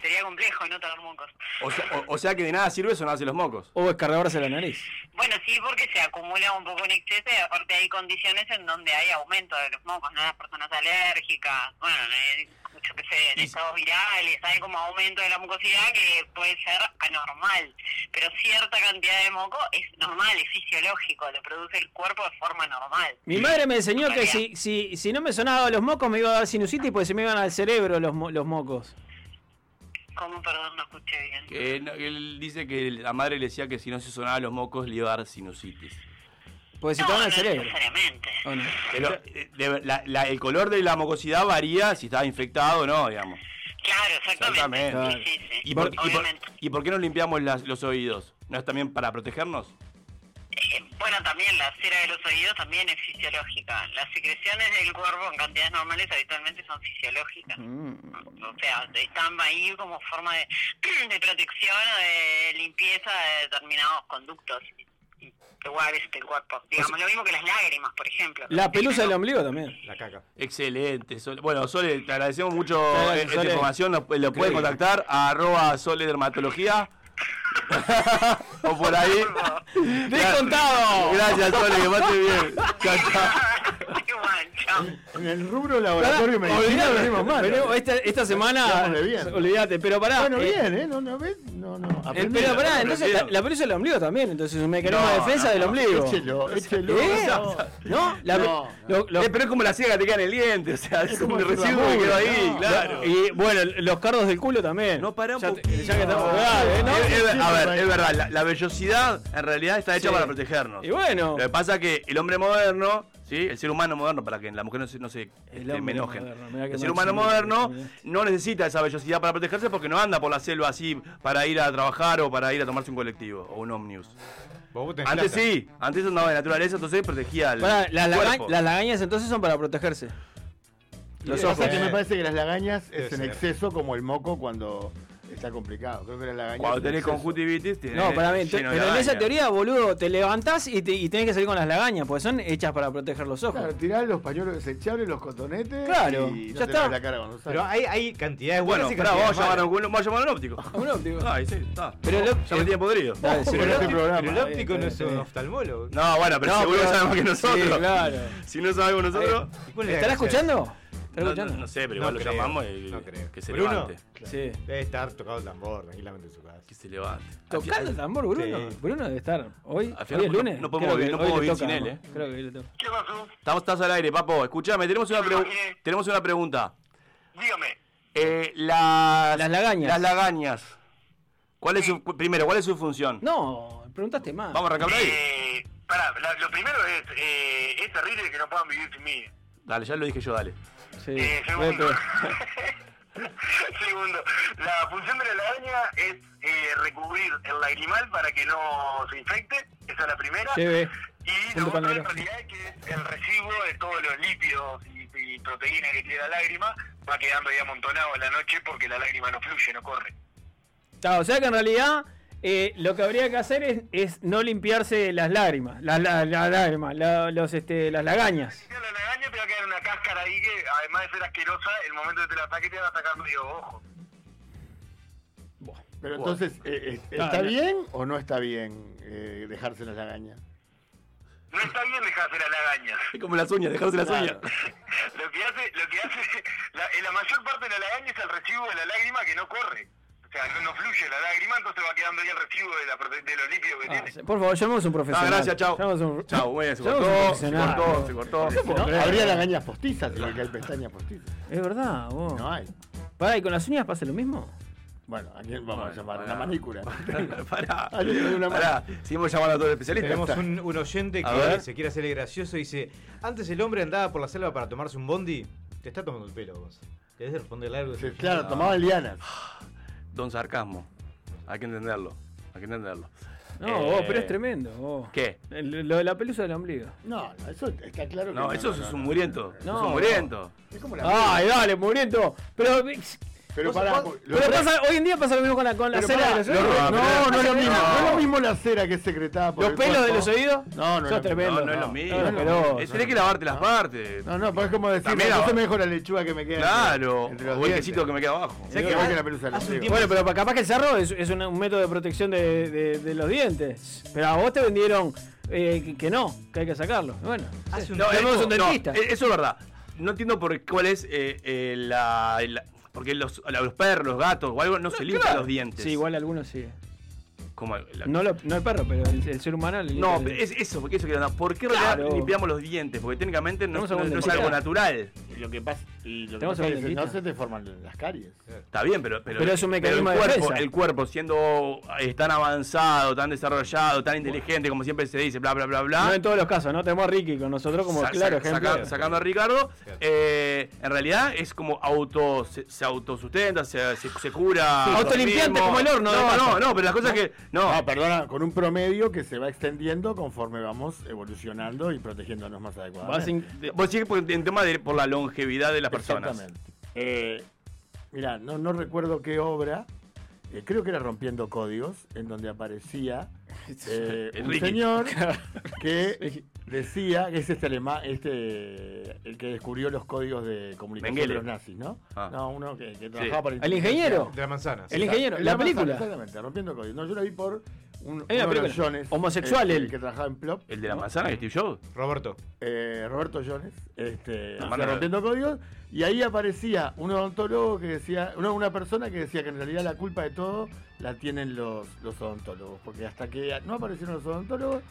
Speaker 7: sería complejo no tener mocos.
Speaker 4: o, o sea, o- o sea que de nada sirve sonarse los mocos.
Speaker 3: O descargarse la nariz.
Speaker 7: Bueno, sí, porque se acumula un poco en exceso y aparte hay condiciones en donde hay aumento de los mocos, ¿no? Las personas alérgicas, bueno, eh, yo qué sé, en
Speaker 4: Y-
Speaker 7: estados virales, hay como aumento de la mucosidad que puede ser anormal, pero cierta cantidad de moco es normal, es fisiológico, lo produce el cuerpo de forma normal.
Speaker 3: Mi madre me enseñó que si, si, si no me sonaba los mocos me iba a dar sinusitis porque se me iban al cerebro los, mo- los mocos.
Speaker 7: ¿Cómo, perdón, no escuché bien?
Speaker 4: Que no- él dice que la madre le decía que si no se sonaba los mocos le iba a dar sinusitis.
Speaker 3: Porque se
Speaker 7: no,
Speaker 3: te van
Speaker 7: no
Speaker 3: al cerebro.
Speaker 7: necesariamente.
Speaker 3: ¿O no?
Speaker 4: Pero eh, de- la- la- el color de la mocosidad varía si está infectado o no, digamos.
Speaker 7: Claro, exactamente.
Speaker 4: Exactamente.
Speaker 7: Sí, sí, sí.
Speaker 4: ¿Y por, y por-
Speaker 7: Obviamente.
Speaker 4: y por qué no limpiamos las- los oídos? ¿No es también para protegernos?
Speaker 7: Eh, Bueno, también la cera de los oídos también es fisiológica. Las secreciones del cuerpo en cantidades normales habitualmente son fisiológicas.
Speaker 8: Mm.
Speaker 7: O sea, están ahí como forma de, de protección o de limpieza de determinados conductos y lugares del cuerpo.
Speaker 9: Pues
Speaker 7: Digamos, lo mismo que las lágrimas, por ejemplo.
Speaker 3: La pelusa del ombligo también.
Speaker 6: la caca.
Speaker 4: Excelente, Sole. Bueno, Sole, te agradecemos mucho
Speaker 3: Claro,
Speaker 4: esta
Speaker 3: Sole.
Speaker 4: información. Nos, lo puedes contactar a arroba Sole Dermatología. o por ahí.
Speaker 3: ¡Descontado!
Speaker 4: Gracias, Sole, que pase bien. Chao, chao.
Speaker 7: Igual, chao.
Speaker 5: En el rubro laboratorio y
Speaker 3: Pará,
Speaker 5: medicina
Speaker 3: olvidate,
Speaker 5: venimos mal.
Speaker 3: venimos- esta, esta semana.
Speaker 5: Veámosle bien.
Speaker 3: Olvídate, pero pará.
Speaker 5: Bueno,
Speaker 3: eh,
Speaker 5: bien, ¿eh? No, no, ¿ves? No, no.
Speaker 3: el-
Speaker 5: aprendí.
Speaker 3: pero pará,
Speaker 4: Aprendieron.
Speaker 3: entonces la, la pelusa del ombligo también. Entonces es un mecanismo
Speaker 4: No,
Speaker 3: de defensa
Speaker 4: no,
Speaker 3: del
Speaker 4: no,
Speaker 3: ombligo.
Speaker 5: Échelo, échelo.
Speaker 3: ¿Eh?
Speaker 5: No.
Speaker 3: ¿No? La pe-
Speaker 5: No, no.
Speaker 3: lo- lo-
Speaker 4: Eh, pero es como la ciega que te queda en el diente, o sea, es,
Speaker 5: como
Speaker 4: un
Speaker 5: el
Speaker 4: residuo que
Speaker 5: flamur,
Speaker 4: quedó ahí,
Speaker 5: no.
Speaker 4: claro.
Speaker 3: Y bueno, los cardos del culo también.
Speaker 4: No, pará un
Speaker 3: ya, te-
Speaker 4: poquito.
Speaker 3: ya que estamos.
Speaker 5: No.
Speaker 3: Dale, ¿no?
Speaker 4: Eh, Es- es- a ver,
Speaker 5: Sí,
Speaker 4: es verdad, la, la vellosidad en realidad está hecha
Speaker 3: Sí.
Speaker 4: para protegernos.
Speaker 3: Y bueno.
Speaker 4: Lo que pasa es que el hombre moderno, ¿sí? el ser humano moderno, para que la mujer no se, no se, este,
Speaker 3: hombre
Speaker 4: me enojen,
Speaker 3: moderno, mirá que
Speaker 4: el ser humano
Speaker 3: mal sonido que
Speaker 4: moderno
Speaker 3: terminaste.
Speaker 4: no necesita esa vellosidad para protegerse porque no anda por la selva así para ir a trabajar o para ir a tomarse un colectivo o un ómnibus.
Speaker 6: Vos tenés
Speaker 4: Antes
Speaker 6: plata.
Speaker 4: sí, antes andaba de naturaleza, entonces protegía al
Speaker 3: Pará, las, laga-
Speaker 4: cuerpo.
Speaker 3: las lagañas entonces son para protegerse.
Speaker 5: Lo
Speaker 3: Los
Speaker 5: que pasa
Speaker 3: ojos.
Speaker 5: es que me parece que las lagañas
Speaker 6: Debe
Speaker 5: es en
Speaker 6: ser.
Speaker 5: exceso como el moco cuando está complicado. Creo que las lagañas. es
Speaker 4: Cuando
Speaker 5: en
Speaker 4: tenés
Speaker 5: exceso.
Speaker 4: conjuntivitis, tenés
Speaker 3: No, para mí. te-
Speaker 4: lleno de
Speaker 3: Pero en esa
Speaker 4: araña.
Speaker 3: teoría, boludo, te levantás y, te- y tenés que salir con las lagañas, porque son hechas para proteger los ojos.
Speaker 5: Claro, tirás los pañuelos desechables, los cotonetes.
Speaker 3: Claro,
Speaker 5: Y no
Speaker 3: ya
Speaker 5: te
Speaker 3: está.
Speaker 5: ves la cara cuando
Speaker 6: Pero
Speaker 5: sales.
Speaker 6: hay, hay cantidades buenas
Speaker 4: Bueno,
Speaker 6: y
Speaker 4: pará, vamos
Speaker 6: cantidades
Speaker 4: a llamar a
Speaker 6: malas.
Speaker 4: un, vamos a llamar a un óptico.
Speaker 3: A un óptico.
Speaker 4: Ay, sí, está.
Speaker 3: Pero el óptico-
Speaker 4: ya me tiene podrido.
Speaker 3: Dale, sí, eh.
Speaker 5: Pero
Speaker 3: pero-
Speaker 5: este programa.
Speaker 6: Pero el
Speaker 3: Está bien,
Speaker 6: óptico no
Speaker 3: está
Speaker 6: es
Speaker 3: bien,
Speaker 6: un
Speaker 3: está bien.
Speaker 6: oftalmólogo.
Speaker 4: No, bueno, pero
Speaker 3: No,
Speaker 4: seguro
Speaker 3: pero-
Speaker 4: que sabe más que nosotros.
Speaker 3: Sí, claro.
Speaker 4: Si no sabemos nosotros. Eh,
Speaker 6: ¿Y cuál es la
Speaker 3: ¿Estará
Speaker 6: gracia?
Speaker 3: escuchando? ¿Estará
Speaker 4: No,
Speaker 3: escuchando?
Speaker 4: no- no sé, pero
Speaker 6: No
Speaker 4: igual lo
Speaker 6: creo,
Speaker 4: llamamos y
Speaker 6: no creo.
Speaker 4: que se
Speaker 6: Bruno.
Speaker 4: levante.
Speaker 3: Sí.
Speaker 6: Debe estar tocado el tambor tranquilamente en su casa.
Speaker 4: Que se levante.
Speaker 3: Tocando el tambor, Bruno.
Speaker 6: Sí.
Speaker 3: Bruno debe estar. Hoy,
Speaker 4: Al final
Speaker 3: hoy es
Speaker 4: no-
Speaker 3: lunes.
Speaker 4: no podemos
Speaker 3: Creo
Speaker 4: vivir-
Speaker 3: que
Speaker 4: no
Speaker 3: hoy le
Speaker 4: podemos vivir
Speaker 3: toca,
Speaker 4: sin él,
Speaker 3: además.
Speaker 4: eh.
Speaker 3: Creo que hoy le toca.
Speaker 7: ¿Qué pasó?
Speaker 4: Estamos, estás al aire, papo. Escúchame, tenemos una, pregu-
Speaker 7: Sí.
Speaker 4: tenemos una pregunta.
Speaker 7: Dígame.
Speaker 4: Eh, las,
Speaker 3: Las lagañas.
Speaker 4: Las lagañas. ¿Cuál es su, cu- primero, ¿cuál es su función?
Speaker 3: No, preguntaste más.
Speaker 4: Vamos a arrancar por ahí.
Speaker 10: Eh, pará, la- lo primero es, eh, es terrible que no puedan vivir sin mí.
Speaker 4: Dale, ya lo dije yo, dale.
Speaker 3: Sí.
Speaker 10: Eh,
Speaker 3: Voy a
Speaker 10: segundo,
Speaker 3: pegar.
Speaker 10: segundo, la función de la lagaña es eh, recubrir el lagrimal para que no se infecte, esa es la primera.
Speaker 3: Lleve.
Speaker 10: Y
Speaker 3: Punto
Speaker 10: lo otro en
Speaker 3: palmero.
Speaker 10: realidad es que es el residuo de todos los lípidos y, y proteínas que tiene la lágrima va quedando ahí amontonado a la noche porque la lágrima no fluye, no corre.
Speaker 3: Claro, o sea que en realidad eh, lo que habría que hacer es, es no limpiarse las lágrimas, las la, la- lágrimas, la- los, este, las lagañas.
Speaker 10: Si la lagaña te va a quedar una cáscara ahí que además de ser asquerosa, el momento que te la saques te va a sacar medio ojo.
Speaker 5: Pero entonces, eh, eh, ¿está
Speaker 3: Claro.
Speaker 5: bien o no está bien eh, dejarse las lagañas?
Speaker 10: No está bien dejarse la lagaña.
Speaker 4: Es como las uñas, dejarse las
Speaker 5: Claro.
Speaker 4: uñas.
Speaker 10: Lo que hace, lo que hace, la, en la mayor parte de la lagaña es el residuo de la lágrima que no corre. sea, no, no fluye la lágrima, entonces va quedando ahí el residuo de, la, prote- de los lípidos
Speaker 3: Ah,
Speaker 10: que tiene.
Speaker 3: Por favor, llamemos a un profesional.
Speaker 4: Ah, gracias, chao.
Speaker 3: Llamemos a un-
Speaker 4: Chao, bueno, se
Speaker 3: Llamemos a un
Speaker 4: cortó, se
Speaker 3: profesional.
Speaker 4: cortó, se cortó.
Speaker 3: No,
Speaker 5: Habría las gañas postizas, porque hay pestañas postizas.
Speaker 3: Es verdad, vos.
Speaker 5: No hay.
Speaker 3: Pará, ¿y con las uñas pasa lo mismo?
Speaker 5: Bueno, ¿a quién vamos a
Speaker 4: Bueno,
Speaker 5: llamar?
Speaker 4: pará.
Speaker 5: Una manícula.
Speaker 4: Pará,
Speaker 5: Hay Ah, una
Speaker 4: pará. Seguimos llamando a todos los especialistas.
Speaker 6: Tenemos un, un oyente
Speaker 4: A ver.
Speaker 6: que se quiere hacerle gracioso y dice: Antes el hombre andaba por la selva para tomarse un bondi. Te está tomando el pelo vos. ¿Querés responderle algo?
Speaker 5: Sí, Claro, tomaban lianas.
Speaker 4: Don Sarcasmo. Hay que entenderlo. Hay que entenderlo.
Speaker 3: No,
Speaker 4: Eh,
Speaker 3: vos, pero es tremendo. vos.
Speaker 4: ¿Qué?
Speaker 3: El- lo de la pelusa del ombligo.
Speaker 5: No, eso está claro que
Speaker 4: No, eso
Speaker 5: no,
Speaker 4: es
Speaker 5: no.
Speaker 4: un muriento.
Speaker 3: No,
Speaker 4: es
Speaker 3: no.
Speaker 4: un muriento.
Speaker 5: Es como la
Speaker 3: Ay, dale, muriento. Pero, eh,
Speaker 5: Pero
Speaker 3: vos-
Speaker 5: pará,
Speaker 3: vos-
Speaker 5: lo-
Speaker 3: pero pasa- hoy en día pasa lo mismo con la, con la
Speaker 5: Pero
Speaker 3: cera
Speaker 5: pará,
Speaker 3: de los
Speaker 5: lo- no,
Speaker 3: oídos.
Speaker 5: no, es lo mismo.
Speaker 3: pasa
Speaker 5: No es lo
Speaker 3: nada.
Speaker 5: mismo la cera que es secretada por
Speaker 3: Los
Speaker 5: el
Speaker 3: pelos de
Speaker 5: cuerpo.
Speaker 3: los oídos.
Speaker 5: No, no,
Speaker 3: Sos
Speaker 5: no.
Speaker 3: tremendo.
Speaker 4: No, no es lo mismo.
Speaker 3: No, pero-
Speaker 4: Eh, Tenés que lavarte las partes.
Speaker 5: No, no, pues es como decir,
Speaker 4: También la-
Speaker 5: no se me dejo la lechuga que me queda.
Speaker 4: Claro.
Speaker 5: entre los
Speaker 4: O el
Speaker 5: dientes.
Speaker 4: quesito que me queda abajo.
Speaker 5: Sé que
Speaker 6: Igual
Speaker 5: que la pelusa del
Speaker 6: hace un
Speaker 5: ombligo.
Speaker 6: tiempo-
Speaker 3: Bueno, pero pa- capaz que el cerro es, es un, un método de protección de, de- de los dientes. Pero a vos te vendieron eh, que, que no, que hay que sacarlo. Bueno,
Speaker 6: Hace un
Speaker 4: No,
Speaker 6: tiempo-
Speaker 3: Llamemos a
Speaker 4: eso,
Speaker 3: un
Speaker 4: no,
Speaker 3: dentista.
Speaker 4: eh, eso es verdad. No entiendo por cuál es eh, eh, la, la- Porque los, a los perros, los gatos o algo no, se limpian los dientes.
Speaker 3: sí, igual algunos sí.
Speaker 4: Como la-
Speaker 3: No, lo- no el perro, pero el, el ser humano. le-
Speaker 4: No,
Speaker 3: le-
Speaker 4: pero es eso, porque eso que onda. ¿Por qué en
Speaker 3: Claro.
Speaker 4: realidad limpiamos los dientes? Porque técnicamente no,
Speaker 3: Tenemos algún
Speaker 4: no- no es
Speaker 3: dentista.
Speaker 4: algo natural.
Speaker 11: Lo que pasa. Y lo que
Speaker 3: Tenemos
Speaker 11: pasa
Speaker 3: a
Speaker 11: es
Speaker 3: un
Speaker 5: Pero
Speaker 3: dentista.
Speaker 5: No se te forman las caries.
Speaker 4: Está bien, pero, pero,
Speaker 3: Pero es un mecanismo
Speaker 4: el
Speaker 3: de
Speaker 4: cuerpo,
Speaker 3: defensa.
Speaker 4: El cuerpo siendo eh, tan avanzado, tan desarrollado, tan inteligente, como siempre se dice, bla, bla, bla, bla.
Speaker 3: No en todos los casos, ¿no? Tenemos a Ricky con nosotros como
Speaker 4: sa-
Speaker 3: claro
Speaker 4: sa-
Speaker 3: ejemplo.
Speaker 4: saca- sacando a Ricardo, eh, en realidad es como auto, se, se autosustenta, se, se, se cura.
Speaker 3: Sí,
Speaker 4: a
Speaker 3: autolimpiante
Speaker 4: mismo.
Speaker 3: como el horno de
Speaker 4: No,
Speaker 3: masa.
Speaker 4: no, no, pero las cosas que. No,
Speaker 5: Ah, perdona, con un promedio que se va extendiendo conforme vamos evolucionando y protegiéndonos más
Speaker 3: Vas
Speaker 5: adecuadamente.
Speaker 3: in-
Speaker 4: vos decís que por- en tema de por la longevidad de las personas.
Speaker 5: Exactamente. Eh, mirá, no, no recuerdo qué obra, eh, creo que era Rompiendo Códigos, en donde aparecía eh, un
Speaker 4: Enrique.
Speaker 5: señor que decía, que es este alemán, este, el que descubrió los códigos de comunicación
Speaker 4: Mengele.
Speaker 5: de los nazis, ¿no?
Speaker 4: Ah.
Speaker 5: No, uno que, que trabajaba para
Speaker 3: ¿El ingeniero?
Speaker 6: De la manzana. sí.
Speaker 3: El ingeniero, la,
Speaker 5: manzana,
Speaker 3: película.
Speaker 5: Exactamente, Rompiendo Códigos. No, yo la vi por un, uno
Speaker 3: Hay una
Speaker 5: de los
Speaker 3: película.
Speaker 5: Jones,
Speaker 3: Homosexual,
Speaker 5: eh,
Speaker 3: él.
Speaker 5: que trabajaba en Plop.
Speaker 4: El de la
Speaker 5: ¿no?
Speaker 4: manzana, que Steve Jobs.
Speaker 6: Roberto.
Speaker 5: eh, Roberto Jones, este,
Speaker 4: Ah,
Speaker 5: hacía
Speaker 4: Manuel.
Speaker 5: rompiendo códigos, y ahí aparecía un odontólogo que decía, no, una persona que decía que en realidad la culpa de todo la tienen los, los odontólogos, porque hasta que no aparecieron los odontólogos,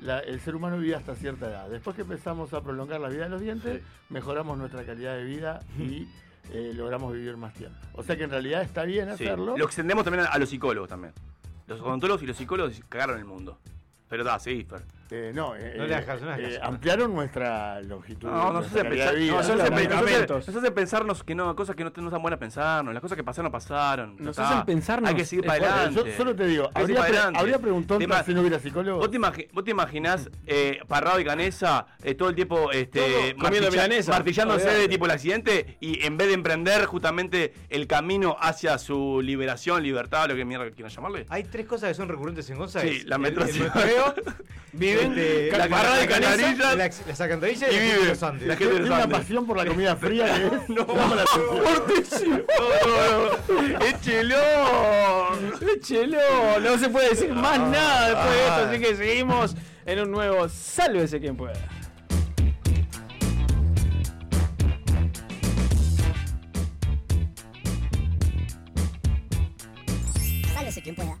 Speaker 5: la- el ser humano vivía hasta cierta edad. Después que empezamos a prolongar la vida de los dientes, mejoramos nuestra calidad de vida y eh, logramos vivir más tiempo. O sea que en realidad está bien
Speaker 4: Sí.
Speaker 5: hacerlo.
Speaker 4: Lo extendemos también a, a los psicólogos también. Los odontólogos y los psicólogos cagaron el mundo. Pero da, sí, Fer.
Speaker 5: Eh, no, eh,
Speaker 6: No le hagas caso, no le hagas
Speaker 5: eh,
Speaker 6: caso.
Speaker 5: ampliaron nuestra longitud.
Speaker 4: No, nos
Speaker 5: nuestra
Speaker 4: hace
Speaker 5: calidad
Speaker 4: pensar,
Speaker 5: de vida.
Speaker 4: no, nos hace-
Speaker 5: Claro.
Speaker 4: nos hace-
Speaker 3: Medicamentos.
Speaker 4: nos hace pensarnos que no, cosas que no, no están buenas pensarnos, las cosas que pasaron, pasaron. ya
Speaker 3: Nos
Speaker 4: está.
Speaker 3: hacen pensarnos.
Speaker 4: Hay que seguir
Speaker 3: Eh,
Speaker 4: para
Speaker 5: Bueno,
Speaker 4: adelante.
Speaker 5: yo solo te digo,
Speaker 4: Hay que
Speaker 5: habría,
Speaker 4: seguir para
Speaker 5: pre-
Speaker 4: adelante.
Speaker 5: habría preguntado
Speaker 4: Te ima-
Speaker 5: si no hubiera psicólogo.
Speaker 4: ¿Vos te, imagi- vos te imaginás eh, Parrado y Canesa eh, todo el tiempo este,
Speaker 3: Todo comiendo milanesa.
Speaker 4: martillándose de
Speaker 3: Olvidate.
Speaker 4: tipo el accidente y en vez de emprender justamente el camino hacia su liberación, libertad, lo que mierda quieran llamarle?
Speaker 6: Hay tres cosas que son recurrentes en González.
Speaker 4: Sí, la
Speaker 6: El- el
Speaker 4: menstruación.
Speaker 6: menstrueo,
Speaker 3: Viven
Speaker 6: este,
Speaker 4: la parrada de
Speaker 6: canariz-
Speaker 4: canillas.
Speaker 6: las- Las alcantarillas
Speaker 4: Y
Speaker 6: y la gente
Speaker 4: vive.
Speaker 6: de los Andes.
Speaker 4: La gente-
Speaker 5: Tiene una
Speaker 4: Andes.
Speaker 5: pasión por la comida fría que es.
Speaker 4: No, Fortísimo. No, no, no. Échelo.
Speaker 3: Chelo, no se puede decir más
Speaker 4: Ah,
Speaker 3: nada después de esto, así que seguimos en un nuevo Sálvese quien pueda.
Speaker 8: Sálvese quien pueda.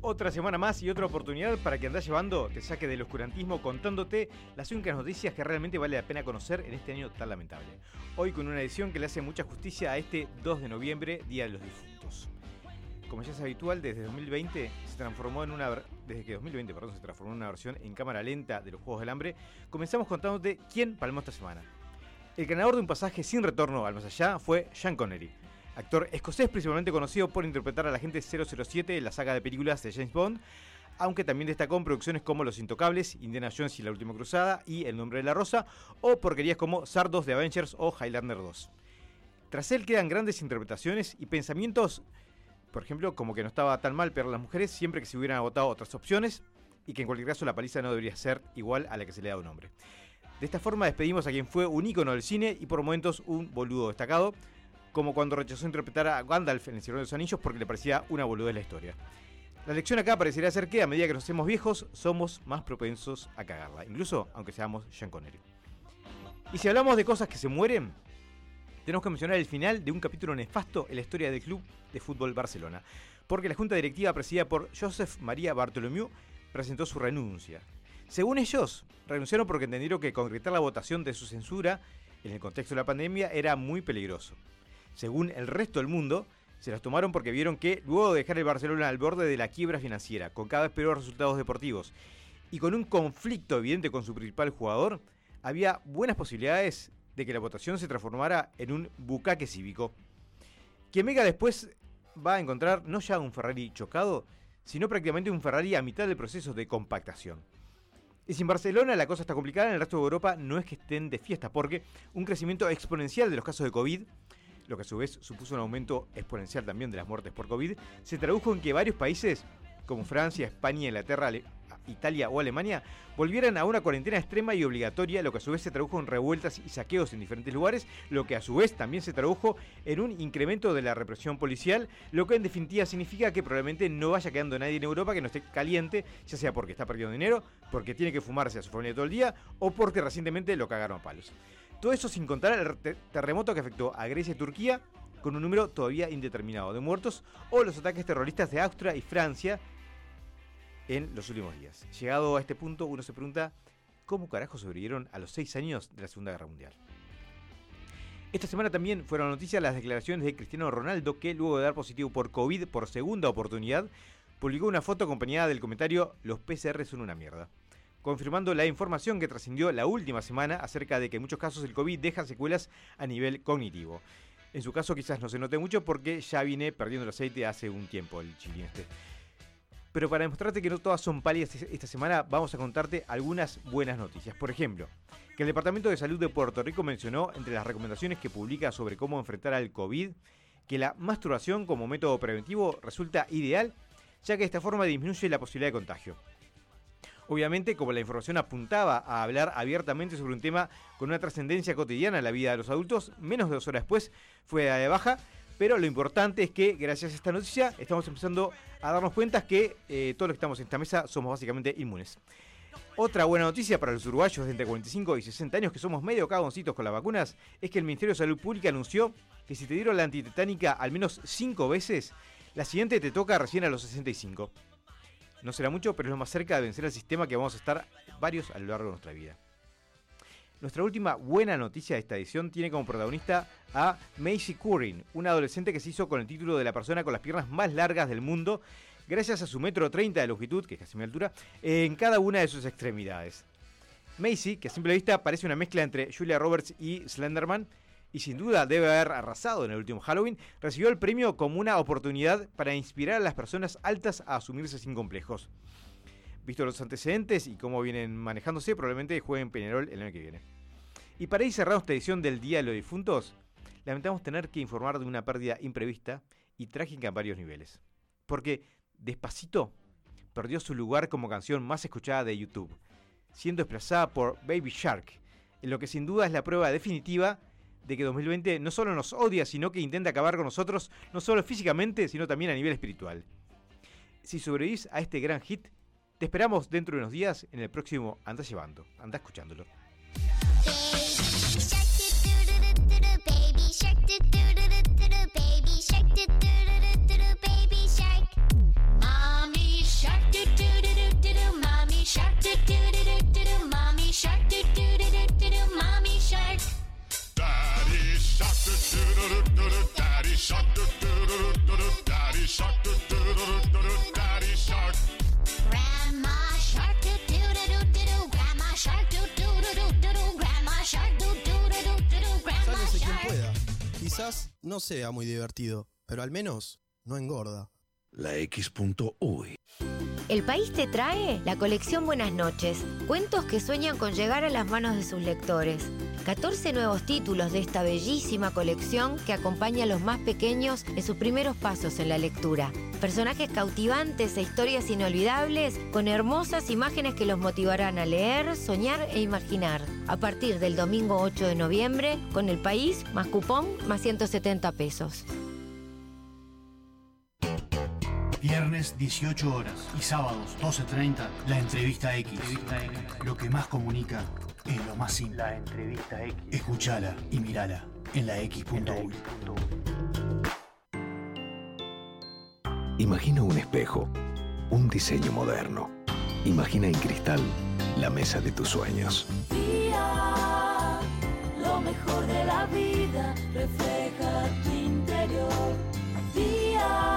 Speaker 6: Otra semana más y otra oportunidad para que andás llevando, te saque del oscurantismo contándote las únicas noticias que realmente vale la pena conocer en este año tan lamentable. Hoy con una edición que le hace mucha justicia a este 2 de noviembre, Día de los Difuntos. Como ya es habitual, desde 2020 se transformó en una ver- desde que 2020, perdón, se transformó en una versión en cámara lenta de los Juegos del Hambre, comenzamos contándote quién palmó esta semana. El ganador de un pasaje sin retorno al más allá fue Sean Connery. Actor escocés principalmente conocido por interpretar al agente 007 en la saga de películas de James Bond, aunque también destacó en producciones como Los Intocables, Indiana Jones y la Última Cruzada y El Nombre de la Rosa, o porquerías como Sardos de Avengers o Highlander 2. Tras él quedan grandes interpretaciones y pensamientos por ejemplo, como que no estaba tan mal pero las mujeres siempre que se hubieran agotado otras opciones y que en cualquier caso la paliza no debería ser igual a la que se le da a un hombre. De esta forma despedimos a quien fue un ícono del cine y por momentos un boludo destacado, como cuando rechazó interpretar a Gandalf en El Señor de los Anillos porque le parecía una boludez la historia. La lección acá parecería ser que a medida que nos hacemos viejos, somos más propensos a cagarla, incluso aunque seamos Sean Connery. Y si hablamos de cosas que se mueren, tenemos que mencionar el final de un capítulo nefasto en la historia del Club de Fútbol Barcelona, porque la junta directiva presidida por Joseph María Bartolomeu presentó su renuncia. Según ellos, renunciaron porque entendieron que concretar la votación de su censura en el contexto de la pandemia era muy peligroso. Según el resto del mundo, se las tomaron porque vieron que, luego de dejar el Barcelona al borde de la quiebra financiera, con cada vez peores resultados deportivos y con un conflicto evidente con su principal jugador, había buenas posibilidades de que la votación se transformara en un bucaque cívico. Que Mega después va a encontrar no ya un Ferrari chocado, sino prácticamente un Ferrari a mitad del proceso de compactación. Y si en Barcelona la cosa está complicada, en el resto de Europa no es que estén de fiesta, porque un crecimiento exponencial de los casos de COVID, lo que a su vez supuso un aumento exponencial también de las muertes por COVID, se tradujo en que varios países, como Francia, España, Inglaterra, Ale- Italia o Alemania, volvieran a una cuarentena extrema y obligatoria, lo que a su vez se tradujo en revueltas y saqueos en diferentes lugares, lo que a su vez también se tradujo en un incremento de la represión policial, lo que en definitiva significa que probablemente no vaya quedando nadie en Europa que no esté caliente, ya sea porque está perdiendo dinero, porque tiene que fumarse a su familia todo el día o porque recientemente lo cagaron a palos. Todo eso sin contar el te- terremoto que afectó a Grecia y Turquía con un número todavía indeterminado de muertos o los ataques terroristas de Austria y Francia en los últimos días. Llegado a este punto, uno se pregunta, ¿cómo carajo sobrevivieron a los seis años de la Segunda Guerra Mundial? Esta semana también fueron noticias las declaraciones de Cristiano Ronaldo, que luego de dar positivo por COVID por segunda oportunidad, publicó una foto acompañada del comentario Los PCR son una mierda, confirmando la información que trascendió la última semana acerca de que en muchos casos el COVID deja secuelas a nivel cognitivo. En su caso quizás no se note mucho porque ya vine perdiendo el aceite hace un tiempo el chilín este. Pero para demostrarte que no todas son pálidas es- esta semana, vamos a contarte algunas buenas noticias. Por ejemplo, que el Departamento de Salud de Puerto Rico mencionó entre las recomendaciones que publica sobre cómo enfrentar al COVID, que la masturbación como método preventivo resulta ideal, ya que de esta forma disminuye la posibilidad de contagio. Obviamente, como la información apuntaba a hablar abiertamente sobre un tema con una trascendencia cotidiana en la vida de los adultos, menos de dos horas después fue dada de baja. Pero lo importante es que, gracias a esta noticia, estamos empezando a darnos cuenta que eh, todos los que estamos en esta mesa somos básicamente inmunes. Otra buena noticia para los uruguayos de entre 45 y 60 años que somos medio cagoncitos con las vacunas es que el Ministerio de Salud Pública anunció que si te dieron la antitetánica al menos 5 veces, la siguiente te toca recién a los 65. No será mucho, pero es lo más cerca de vencer al sistema que vamos a estar varios a lo largo de nuestra vida. Nuestra última buena noticia de esta edición tiene como protagonista a Macy Currin, una adolescente que se hizo con el título de la persona con las piernas más largas del mundo, gracias a su metro 30 de longitud, que es casi mi altura, en cada una de sus extremidades. Macy, que a simple vista parece una mezcla entre Julia Roberts y Slenderman, y sin duda debe haber arrasado en el último Halloween, recibió el premio como una oportunidad para inspirar a las personas altas a asumirse sin complejos. Visto los antecedentes y cómo vienen manejándose, probablemente jueguen Peñarol el año que viene. Y para ir cerrando esta edición del Día de los Difuntos, lamentamos tener que informar de una pérdida imprevista y trágica en varios niveles. Porque Despacito perdió su lugar como canción más escuchada de YouTube, siendo desplazada por Baby Shark, en lo que sin duda es la prueba definitiva de que 2020 no solo nos odia, sino que intenta acabar con nosotros, no solo físicamente, sino también a nivel espiritual. Si sobrevivís a este gran hit, te esperamos dentro de unos días en el próximo Anda Llevando, Anda Escuchándolo.
Speaker 11: Baby shark, do do do do do do. Baby shark, do do do do do do. Baby shark. Mommy shark, do do do do do do. Mommy shark, do do do do do do. Mommy shark, do do do do do do. Mommy shark.
Speaker 8: Daddy shark do do do do do do. Daddy shark do do do do do do. Daddy shark do do do do do do. Daddy shark.
Speaker 11: Grandma shark, do do do do do do. Grandma shark, do do do do do do. Grandma shark, do do do do do do. Grandma
Speaker 12: Sálvese quien
Speaker 11: shark.
Speaker 12: pueda. Quizás no sea muy divertido, pero al menos no engorda.
Speaker 13: La X.UI. El país te trae la colección Buenas noches, cuentos que sueñan con llegar a las manos de sus lectores. 14 nuevos títulos de esta bellísima colección que acompaña a los más pequeños en sus primeros pasos en la lectura. Personajes cautivantes e historias inolvidables con hermosas imágenes que los motivarán a leer, soñar e imaginar. A partir del domingo 8 de noviembre, con el país, más cupón, más 170 pesos.
Speaker 14: Viernes 18 horas y sábados 12.30, la entrevista X. Lo que más comunica es lo más simple. La entrevista X. Escuchala y mirala en la X.U.
Speaker 15: Imagina un espejo, un diseño moderno. Imagina en cristal la mesa de tus sueños.
Speaker 16: Día, lo mejor de la vida refleja tu interior. Día,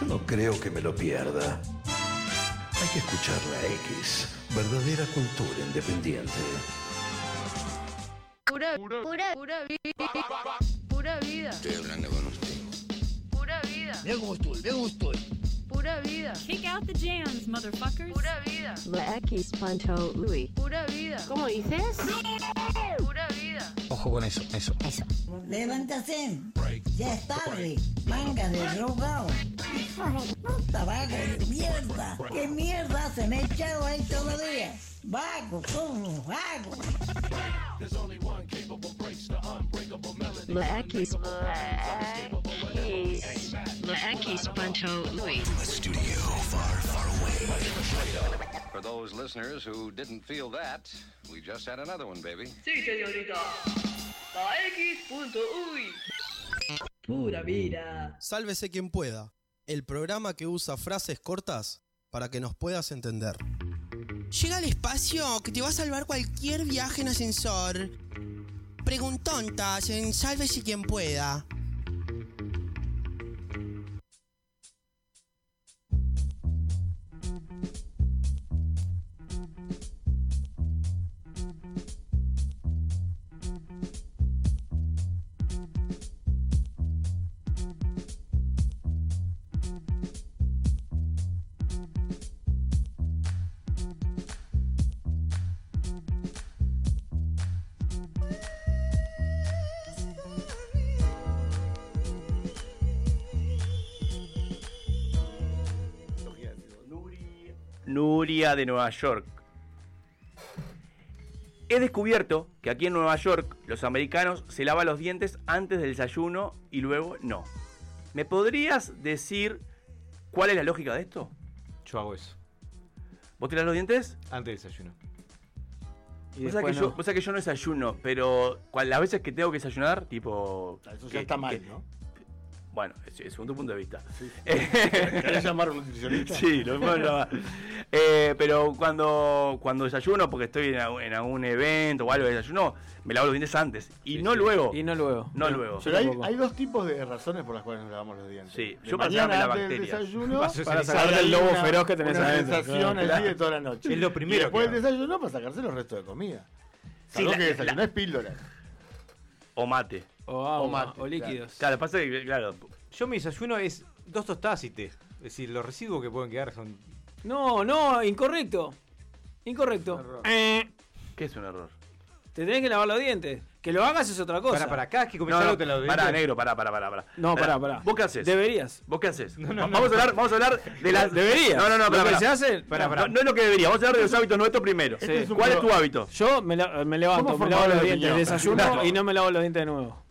Speaker 17: Yo no creo que me lo pierda. Hay que escuchar la X. Verdadera cultura independiente.
Speaker 18: Pura, pura, pura vida. Pura vida.
Speaker 19: Estoy hablando con usted.
Speaker 18: Pura vida.
Speaker 19: Me gustó, me gustó.
Speaker 18: Pura vida. Kick out the jams, motherfuckers. Pura vida.
Speaker 20: La X Panto Louis.
Speaker 18: Pura vida. ¿Cómo dices? Pura vida.
Speaker 19: Ojo con eso, eso. Eso.
Speaker 9: Levántate. Ya es tarde. Manga de drogado. Hijo de puta, vago de mierda. ¿Qué mierda se me ha echado ahí todavía? Vago, como vago.
Speaker 20: La X. La X Panto Louis.
Speaker 1: For those listeners who didn't feel that, we just had another one, baby.
Speaker 16: Sí, señorita. La X.uy.
Speaker 12: Pura vida. Sálvese quien pueda. El programa que usa frases cortas para que nos puedas entender.
Speaker 21: Llega al espacio que te va a salvar cualquier viaje en ascensor. Preguntontas en Sálvese quien pueda.
Speaker 4: Nuria de Nueva York. He descubierto que aquí en Nueva York los americanos se lavan los dientes antes del desayuno y luego no. ¿Me podrías decir cuál es la lógica de esto?
Speaker 6: Yo hago eso.
Speaker 4: ¿Vos te lavas los dientes?
Speaker 6: Antes del desayuno.
Speaker 4: Vos sabés que,
Speaker 6: después
Speaker 4: yo-
Speaker 6: no.
Speaker 4: vos sabés que yo no desayuno, pero cual- las veces que tengo que desayunar, tipo...
Speaker 5: Ah, Eso
Speaker 4: que-
Speaker 5: ya está mal,
Speaker 4: que-
Speaker 5: ¿no?
Speaker 4: Bueno, es, es un tu punto de vista.
Speaker 5: ¿Querés llamar a un nutricionista?
Speaker 4: Sí, lo podemos llamar. Eh, pero cuando, cuando desayuno, porque estoy en, algún- en algún evento o algo de desayuno, me lavo los dientes antes. Y no luego. Y
Speaker 3: no luego.
Speaker 4: No luego.
Speaker 5: Pero hay, hay dos tipos de razones por las cuales nos lavamos los dientes.
Speaker 4: Sí,
Speaker 5: De
Speaker 4: yo para
Speaker 5: mañana
Speaker 4: sacarme la
Speaker 5: antes del
Speaker 4: bacteria.
Speaker 5: desayuno,
Speaker 4: Para
Speaker 5: para
Speaker 4: sacar
Speaker 5: sacar
Speaker 4: el lobo
Speaker 5: una-
Speaker 4: feroz que tenés
Speaker 5: una
Speaker 4: adentro.
Speaker 5: sensación
Speaker 4: Claro.
Speaker 5: así de toda la noche.
Speaker 4: Es lo
Speaker 5: Y
Speaker 4: primero que
Speaker 5: después
Speaker 4: hago.
Speaker 5: del desayuno para sacarse los restos de comida.
Speaker 4: Sí,
Speaker 5: Salvo
Speaker 4: la-
Speaker 5: que
Speaker 4: la-
Speaker 5: desayunás píldoras.
Speaker 4: O mate.
Speaker 3: O
Speaker 5: agua,
Speaker 3: o líquidos.
Speaker 4: Claro, pasa que, claro.
Speaker 6: Yo mi desayuno es dos tostadas y té. Es decir, los residuos que pueden quedar son.
Speaker 3: No, no, incorrecto. Incorrecto. Eh,
Speaker 4: ¿Qué es un error?
Speaker 3: te tenés que lavar los dientes. Que lo hagas es otra cosa.
Speaker 4: Para, para,
Speaker 6: cada vez que
Speaker 4: No, no, pará, negro, pará, pará, pará, pará.
Speaker 3: No, pará, pará.
Speaker 4: ¿Vos qué haces?
Speaker 3: Deberías.
Speaker 4: ¿Vos qué haces?
Speaker 3: no,
Speaker 4: vamos,
Speaker 3: no.
Speaker 4: A hablar, vamos a hablar de las.
Speaker 3: Deberías.
Speaker 4: No, no, no,
Speaker 3: Lo
Speaker 4: pará,
Speaker 3: que
Speaker 4: pará.
Speaker 3: se hace-
Speaker 4: Pará,
Speaker 3: pará.
Speaker 4: No, no es lo que debería. Vamos a hablar de los hábitos nuestros primero.
Speaker 3: Este es un
Speaker 4: ¿Cuál es
Speaker 3: pro-
Speaker 4: tu hábito?
Speaker 3: Yo me, la- me levanto,
Speaker 4: ¿Cómo
Speaker 3: me lavo
Speaker 4: formar
Speaker 3: los
Speaker 4: la
Speaker 3: dientes,
Speaker 4: opinión?
Speaker 3: desayuno
Speaker 4: Claro.
Speaker 3: y no me lavo los dientes de nuevo.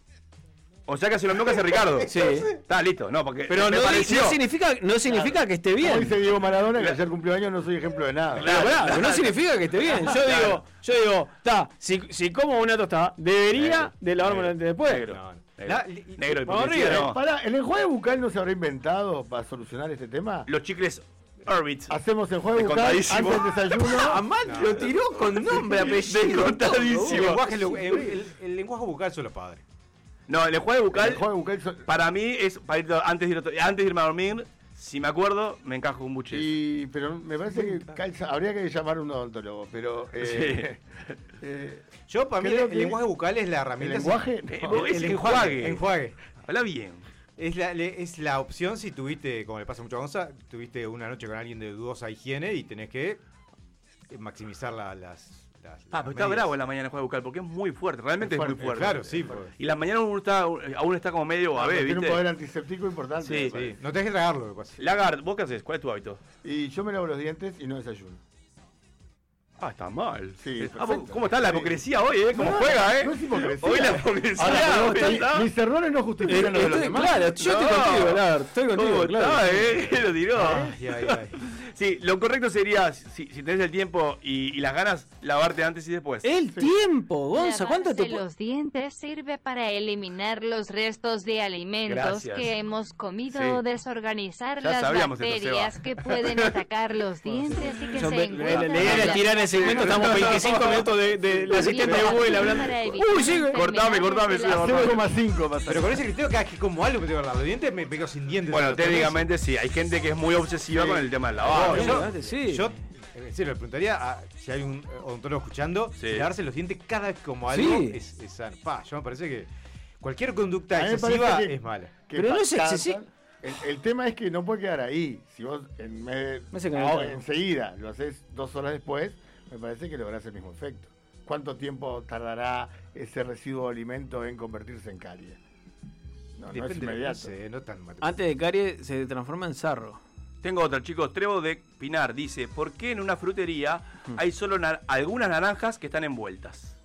Speaker 4: O sea que hace lo mismo que hace Ricardo.
Speaker 3: Sí.
Speaker 4: Está listo. No, porque.
Speaker 3: Pero
Speaker 4: me
Speaker 3: no, di-
Speaker 4: pareció.
Speaker 3: no significa, no significa que esté bien.
Speaker 5: Como dice Diego Maradona que ayer cumplió años no soy ejemplo de nada.
Speaker 3: Pero pará, no significa que esté bien. Yo
Speaker 5: Claro.
Speaker 3: digo, yo digo, ta, si, si como una tostada, debería de lavarme los dientes después.
Speaker 4: La- y- Negro,
Speaker 3: Horrible.
Speaker 4: hipocresía, no.
Speaker 5: Pará, ¿el enjuague bucal no se habrá inventado para solucionar este tema?
Speaker 4: Los chicles Orbit.
Speaker 5: Hacemos el juego bucal antes
Speaker 4: Descontadísimo.
Speaker 5: del desayuno.
Speaker 4: lo tiró con nombre, apellido,
Speaker 6: El
Speaker 4: Descontadísimo.
Speaker 6: lenguaje, lo- eh, el, el lenguaje bucal son los padres.
Speaker 4: No, el enjuague bucal. Para mí es. Para ir- antes, de ir, antes de irme a dormir, si me acuerdo, me encajo un buche.
Speaker 5: Y, pero me parece que calza- habría que llamar a un odontólogo, pero... eh, eh,
Speaker 6: Yo, para mí,
Speaker 5: creo
Speaker 6: el
Speaker 5: que-
Speaker 6: lenguaje bucal es la herramienta.
Speaker 5: ¿El lenguaje?
Speaker 6: El, eh,
Speaker 5: No.
Speaker 6: el
Speaker 5: Es
Speaker 6: enjuague.
Speaker 5: enjuague.
Speaker 6: enjuague.
Speaker 4: Habla bien.
Speaker 6: Es la, le- es la opción si tuviste, como le pasa mucho a Gonza, tuviste una noche con alguien de dudosa higiene y tenés que maximizar la- las,
Speaker 4: Ah,
Speaker 6: las.
Speaker 4: pero
Speaker 6: las
Speaker 4: está
Speaker 6: medidas.
Speaker 4: bravo en la mañana el enjuague bucal porque es muy fuerte, realmente es,
Speaker 6: Es
Speaker 4: muy
Speaker 6: fuerte,
Speaker 4: fuerte.
Speaker 6: claro, sí, pues.
Speaker 4: Y la mañana uno está, aún está como medio a ver,
Speaker 5: Ah, tiene un
Speaker 4: ¿viste?
Speaker 5: poder antiséptico importante.
Speaker 4: Sí,
Speaker 5: me
Speaker 4: sí.
Speaker 5: parece.
Speaker 6: No tenés que tragarlo, lo que pasa.
Speaker 4: Lagarde, ¿vos qué haces? ¿Cuál es tu hábito?
Speaker 5: Y yo me lavo los dientes y no desayuno.
Speaker 4: Ah, está mal.
Speaker 5: Sí,
Speaker 4: Ah,
Speaker 5: perfecto.
Speaker 4: ¿Cómo está la
Speaker 5: Sí.
Speaker 4: hipocresía hoy, eh? ¿Cómo
Speaker 5: No,
Speaker 4: juega, eh?
Speaker 5: No es hipocresía.
Speaker 4: Hoy la hipocresía.
Speaker 5: Ahora,
Speaker 4: hoy
Speaker 5: estoy-
Speaker 4: está-
Speaker 5: mis errores no justifican
Speaker 6: Eh,
Speaker 5: los de los
Speaker 4: Estoy-
Speaker 5: demás.
Speaker 4: claro, yo estoy
Speaker 5: No.
Speaker 4: contigo, Lagarde, estoy contigo,
Speaker 5: ¿Cómo
Speaker 4: claro.
Speaker 5: está,
Speaker 4: eh? Lo tiró.
Speaker 6: Ay, ay, ay.
Speaker 4: Sí, lo correcto sería, si, si tenés el tiempo y, y las ganas, lavarte antes y después.
Speaker 3: El tiempo, Gonza,
Speaker 2: Lavarse
Speaker 3: ¿cuánto te pu-
Speaker 2: los dientes sirve para eliminar los restos de alimentos
Speaker 4: Gracias.
Speaker 2: que hemos comido
Speaker 4: Sí.
Speaker 2: o desorganizar
Speaker 4: Ya
Speaker 2: las
Speaker 4: sabíamos esto, Seba. Pues
Speaker 2: bacterias que pueden atacar los dientes y que
Speaker 3: Yo
Speaker 2: se
Speaker 3: me- le- le-
Speaker 2: encuentran
Speaker 3: le iba a tirar el segmento, este estamos 25 minutos de, de la asistente de Google hablando. Uy, sí,
Speaker 4: cortame, cortame, sí, cortame.
Speaker 5: 0,5 pasa.
Speaker 6: Pero con ese criterio, cada vez que como algo me tengo que lavar los dientes, me pego sin dientes.
Speaker 4: Bueno,
Speaker 6: Otro mes.
Speaker 4: técnicamente sí, hay gente que es muy obsesiva
Speaker 6: Sí.
Speaker 4: con el tema del
Speaker 6: No,
Speaker 4: lavado.
Speaker 6: yo, yo, en serio, le preguntaría a- si hay un eh, odontólogo escuchando, lavarse los dientes cada vez como algo
Speaker 3: Sí.
Speaker 6: es, es sano. Pa, yo me parece que cualquier conducta
Speaker 5: A mí me
Speaker 6: excesiva
Speaker 5: parece que-
Speaker 6: es mala.
Speaker 5: que pa- El, el tema es que no puede quedar ahí. Si vos en me-
Speaker 3: Me hace
Speaker 5: ahora,
Speaker 3: calentar.
Speaker 5: enseguida lo haces dos horas después, me parece que lográs el mismo efecto. ¿Cuánto tiempo tardará ese residuo de alimento en convertirse en carie? No, no es
Speaker 6: Depende, no
Speaker 5: inmediato.
Speaker 6: sé, no tan mal.
Speaker 3: Antes de carie se transforma en sarro.
Speaker 4: Tengo otra, chicos. Trevo de Pinar dice: ¿Por qué en una frutería
Speaker 3: Hmm.
Speaker 4: hay solo na- algunas naranjas que están envueltas?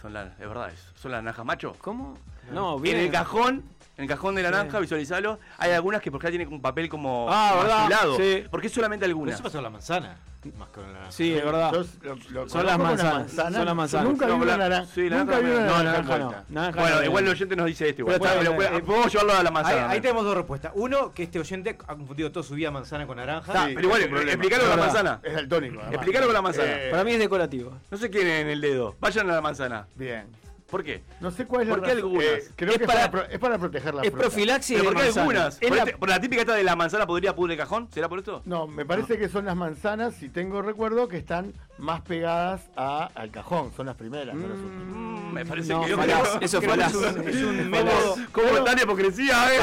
Speaker 4: Son las, es verdad, eso. son las naranjas macho.
Speaker 3: ¿Cómo? No,
Speaker 4: bien. En
Speaker 3: vienen-
Speaker 4: el cajón, en el cajón de naranja,
Speaker 3: Sí.
Speaker 4: visualizalo, hay algunas que por acá tienen un papel como
Speaker 3: Ah,
Speaker 4: como
Speaker 3: ¿verdad?
Speaker 4: azulado.
Speaker 3: Sí.
Speaker 4: ¿Por qué solamente algunas?
Speaker 6: Pero eso pasó con la manzana, más que con la
Speaker 3: Sí, es verdad.
Speaker 5: Yo lo- lo
Speaker 3: son las
Speaker 5: conozco con las
Speaker 3: manzanas.
Speaker 5: manzanas.
Speaker 3: Son las manzanas.
Speaker 5: Nunca vi
Speaker 3: No,
Speaker 5: una
Speaker 3: la-
Speaker 5: naran-
Speaker 3: sí, la
Speaker 5: nunca
Speaker 3: naranja
Speaker 5: vi una
Speaker 3: no,
Speaker 5: naranja
Speaker 3: naranja no.
Speaker 5: envuelta.
Speaker 3: Naranja
Speaker 4: bueno,
Speaker 3: no,
Speaker 4: igual el
Speaker 3: no.
Speaker 4: oyente nos dice este igual.
Speaker 3: Pero está
Speaker 4: Bueno,
Speaker 3: bien,
Speaker 4: pero
Speaker 3: eh,
Speaker 4: podemos llevarlo a la manzana.
Speaker 6: Ahí, ahí tenemos dos respuestas. Uno, que este oyente ha confundido toda su vida manzana con naranja.
Speaker 4: Está, pero igual, explícalo con la manzana.
Speaker 5: Es daltónico. además.
Speaker 4: Explícalo con la manzana.
Speaker 5: Eh,
Speaker 3: Para mí es decorativo.
Speaker 4: No se quieren en el dedo. Vayan a la manzana.
Speaker 5: Bien.
Speaker 4: ¿Por qué?
Speaker 5: No sé cuál es la
Speaker 4: ¿Por qué
Speaker 5: razón.
Speaker 4: algunas?
Speaker 5: Eh, creo
Speaker 4: Es
Speaker 5: que
Speaker 4: para-
Speaker 5: es, para, pro- es para proteger la
Speaker 4: Es
Speaker 5: fruta.
Speaker 4: profilaxis ¿Pero por qué algunas? Por, este- por la típica esta de la manzana podría pudrir el cajón? ¿Será por esto?
Speaker 5: No, me parece que son las manzanas, si tengo recuerdo, que están más pegadas a- al cajón. Son las primeras, no las últimas.
Speaker 4: Mm, Me parece
Speaker 5: No,
Speaker 4: que yo
Speaker 5: falaz,
Speaker 4: creo-
Speaker 5: eso
Speaker 4: creo que
Speaker 5: falaz.
Speaker 4: Es un, es un
Speaker 5: Falaz.
Speaker 4: método. ¿Cómo
Speaker 5: Falaz.
Speaker 4: está la hipocresía, eh?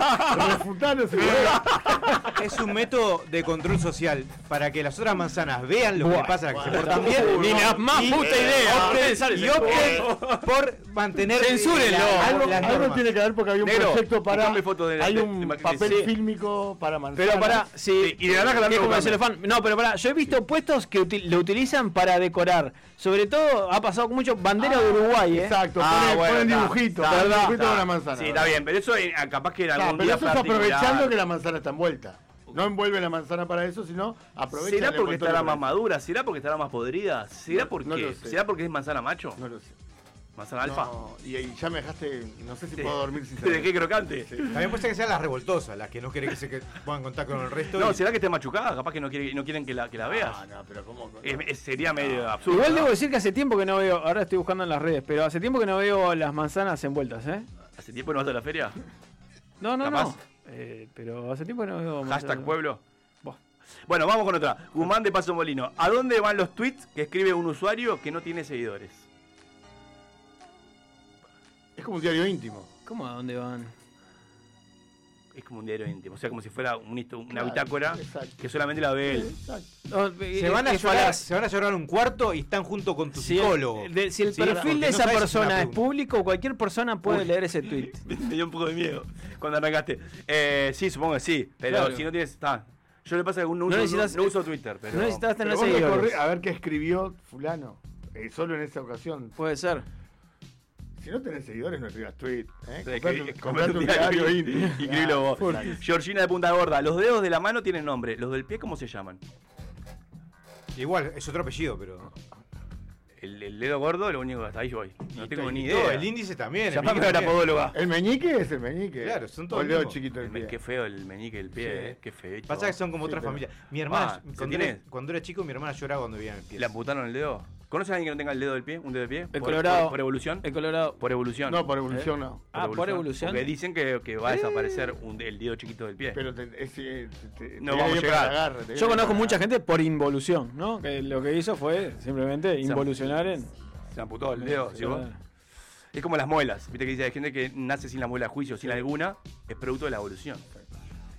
Speaker 5: Refutanos,
Speaker 6: Es un método de control social para que las otras manzanas vean lo que le pasa a las que se portan bien.
Speaker 3: Ni la más
Speaker 6: y-
Speaker 5: eh,
Speaker 3: puta idea.
Speaker 6: opten- y opten por mantener
Speaker 5: Censúrenlo.
Speaker 6: la-
Speaker 5: Algo,
Speaker 6: las
Speaker 5: algo
Speaker 6: normas.
Speaker 5: tiene que haber porque había un
Speaker 6: Negro,
Speaker 5: proyecto para.
Speaker 6: buscame foto de la-
Speaker 5: hay
Speaker 6: de-
Speaker 5: un
Speaker 6: de Macri.
Speaker 5: papel
Speaker 6: Sí.
Speaker 5: fílmico para manzanas.
Speaker 3: Pero pará, sí.
Speaker 5: y de naranja también
Speaker 3: que es como el
Speaker 5: buscame.
Speaker 3: celofán. No, pero pará, yo he visto puestos que util- lo utilizan para decorar. Sobre todo ha pasado con mucho bandera de Uruguay, ¿eh?
Speaker 5: Exacto,
Speaker 4: Ah, bueno, está, está,
Speaker 3: ¿verdad?
Speaker 4: está,
Speaker 5: dibujito
Speaker 4: está.
Speaker 5: de una manzana,
Speaker 4: Sí,
Speaker 5: ¿verdad?
Speaker 4: está bien, pero eso eh, capaz que era
Speaker 5: Ah,
Speaker 4: algún
Speaker 5: pero
Speaker 4: día
Speaker 5: eso es
Speaker 4: particular.
Speaker 5: aprovechando que la manzana está envuelta. No envuelve la manzana para eso, sino aprovecha
Speaker 4: ¿Será
Speaker 5: el
Speaker 4: porque
Speaker 5: envoltorio
Speaker 4: estará
Speaker 5: para
Speaker 4: más madura? ¿Será porque estará más podrida? ¿Será por
Speaker 5: no
Speaker 4: qué?
Speaker 5: lo sé.
Speaker 4: ¿Será porque es manzana macho?
Speaker 5: No lo sé.
Speaker 4: ¿Manzana alfa?
Speaker 5: No, Oh, y, y ya me dejaste, no sé si
Speaker 4: Sí.
Speaker 5: puedo dormir sin
Speaker 4: Te
Speaker 5: saber.
Speaker 4: dejé crocante.
Speaker 6: También puede ser que sean las revoltosas, las que no quieren que se que- pongan en contacto con el resto.
Speaker 4: No,
Speaker 6: y-
Speaker 4: ¿será que esté machucada? Capaz que no, quiere- no quieren que la, que la veas.
Speaker 5: Ah, No, no, pero ¿cómo? Ah.
Speaker 4: Es- es- sería medio absurdo.
Speaker 3: Igual
Speaker 4: ¿no?
Speaker 3: debo decir que hace tiempo que no veo, ahora estoy buscando en las redes, pero hace tiempo que no veo las manzanas envueltas, ¿eh?
Speaker 4: ¿Hace tiempo no vas a la feria?
Speaker 3: No, no,
Speaker 4: Capaz.
Speaker 3: no. Eh, pero hace tiempo que no veo manzanas.
Speaker 4: Hashtag pueblo. Bueno, vamos con otra. Guzmán de Paso Molino. ¿A dónde van los tweets que escribe un usuario que no tiene seguidores?
Speaker 5: Es como un diario íntimo.
Speaker 3: ¿Cómo a dónde van?
Speaker 4: Es como un diario íntimo. O sea, como si fuera un histo- una
Speaker 5: Claro,
Speaker 4: bitácora
Speaker 5: exacto.
Speaker 4: que solamente la ve él.
Speaker 6: se, van a
Speaker 3: Es
Speaker 6: llorar,
Speaker 3: falaz.
Speaker 6: se van a llorar un cuarto y están junto con tu
Speaker 3: Si
Speaker 6: psicólogo.
Speaker 3: el, de- si el
Speaker 6: Sí,
Speaker 3: perfil
Speaker 6: porque
Speaker 3: de
Speaker 6: no
Speaker 3: esa
Speaker 6: sabes si es una
Speaker 3: persona es
Speaker 6: pregunta.
Speaker 3: público, cualquier persona puede
Speaker 4: Uy.
Speaker 3: leer ese tweet.
Speaker 4: Me dio un poco de miedo cuando arrancaste. Eh, sí, supongo que sí. Pero
Speaker 3: Claro.
Speaker 4: si no tienes. Está. Yo le pasa que no, uso,
Speaker 3: necesitas- eh,
Speaker 4: no uso Twitter. Pero...
Speaker 3: no necesitas
Speaker 5: Pero
Speaker 3: tener
Speaker 5: vos recorré
Speaker 3: seguidores.
Speaker 5: a ver qué escribió fulano. eh, solo en esa ocasión.
Speaker 3: Puede ser.
Speaker 5: Si no tenés seguidores, no escribas tweet. ¿eh?
Speaker 4: Sí,
Speaker 5: Comprate
Speaker 4: escribí-
Speaker 5: un- comprate un
Speaker 4: escribí-
Speaker 5: diario íntimo.
Speaker 4: Increíble
Speaker 5: Ah,
Speaker 4: vos.
Speaker 5: por-
Speaker 4: Georgina de Punta Gorda. Los dedos de la mano tienen nombre. ¿Los del pie cómo se llaman?
Speaker 6: Igual, es otro apellido, pero.
Speaker 4: el, el dedo gordo, lo único que hasta ahí yo voy. No tengo ni
Speaker 6: y
Speaker 4: idea.
Speaker 6: todo, el índice también, el
Speaker 4: Llamame a
Speaker 6: meñique
Speaker 4: la
Speaker 6: también.
Speaker 4: podóloga.
Speaker 5: El meñique es el meñique.
Speaker 6: Claro, son todos
Speaker 5: O el dedo
Speaker 6: mismos.
Speaker 5: chiquito del
Speaker 4: El me-
Speaker 5: pie.
Speaker 4: Qué feo el meñique del pie,
Speaker 6: Sí.
Speaker 4: eh, qué feo. Ah,
Speaker 6: Pasa que son como otra familia. Mi hermana, cuando, era, cuando era chico, mi hermana lloraba cuando veía el pie.
Speaker 4: ¿Le amputaron el dedo? ¿Conoces a alguien que no tenga el dedo del pie? ¿Un dedo del pie?
Speaker 6: El colorado.
Speaker 4: Por, evolución?
Speaker 3: El colorado.
Speaker 4: Por evolución.
Speaker 5: No, por evolución
Speaker 3: ¿Eh?
Speaker 5: no.
Speaker 4: Por
Speaker 5: Ah, por evolución.
Speaker 4: Porque dicen que, que va a
Speaker 5: Eh.
Speaker 4: desaparecer un- el dedo chiquito del pie.
Speaker 5: Pero te, es- eh, te- te-
Speaker 4: No
Speaker 5: te
Speaker 4: vamos a
Speaker 5: viene
Speaker 4: llegar.
Speaker 5: para agarre, te viene
Speaker 3: Yo conozco
Speaker 5: para-
Speaker 3: mucha gente por involución, ¿no? Que lo que hizo fue simplemente involucionar en.
Speaker 4: Se amputó el dedo,
Speaker 3: Sí,
Speaker 4: ¿sí vos?
Speaker 3: claro.
Speaker 4: Es como las muelas. Viste que dice, hay gente que nace sin la muela a juicio, sin alguna, es producto de la evolución.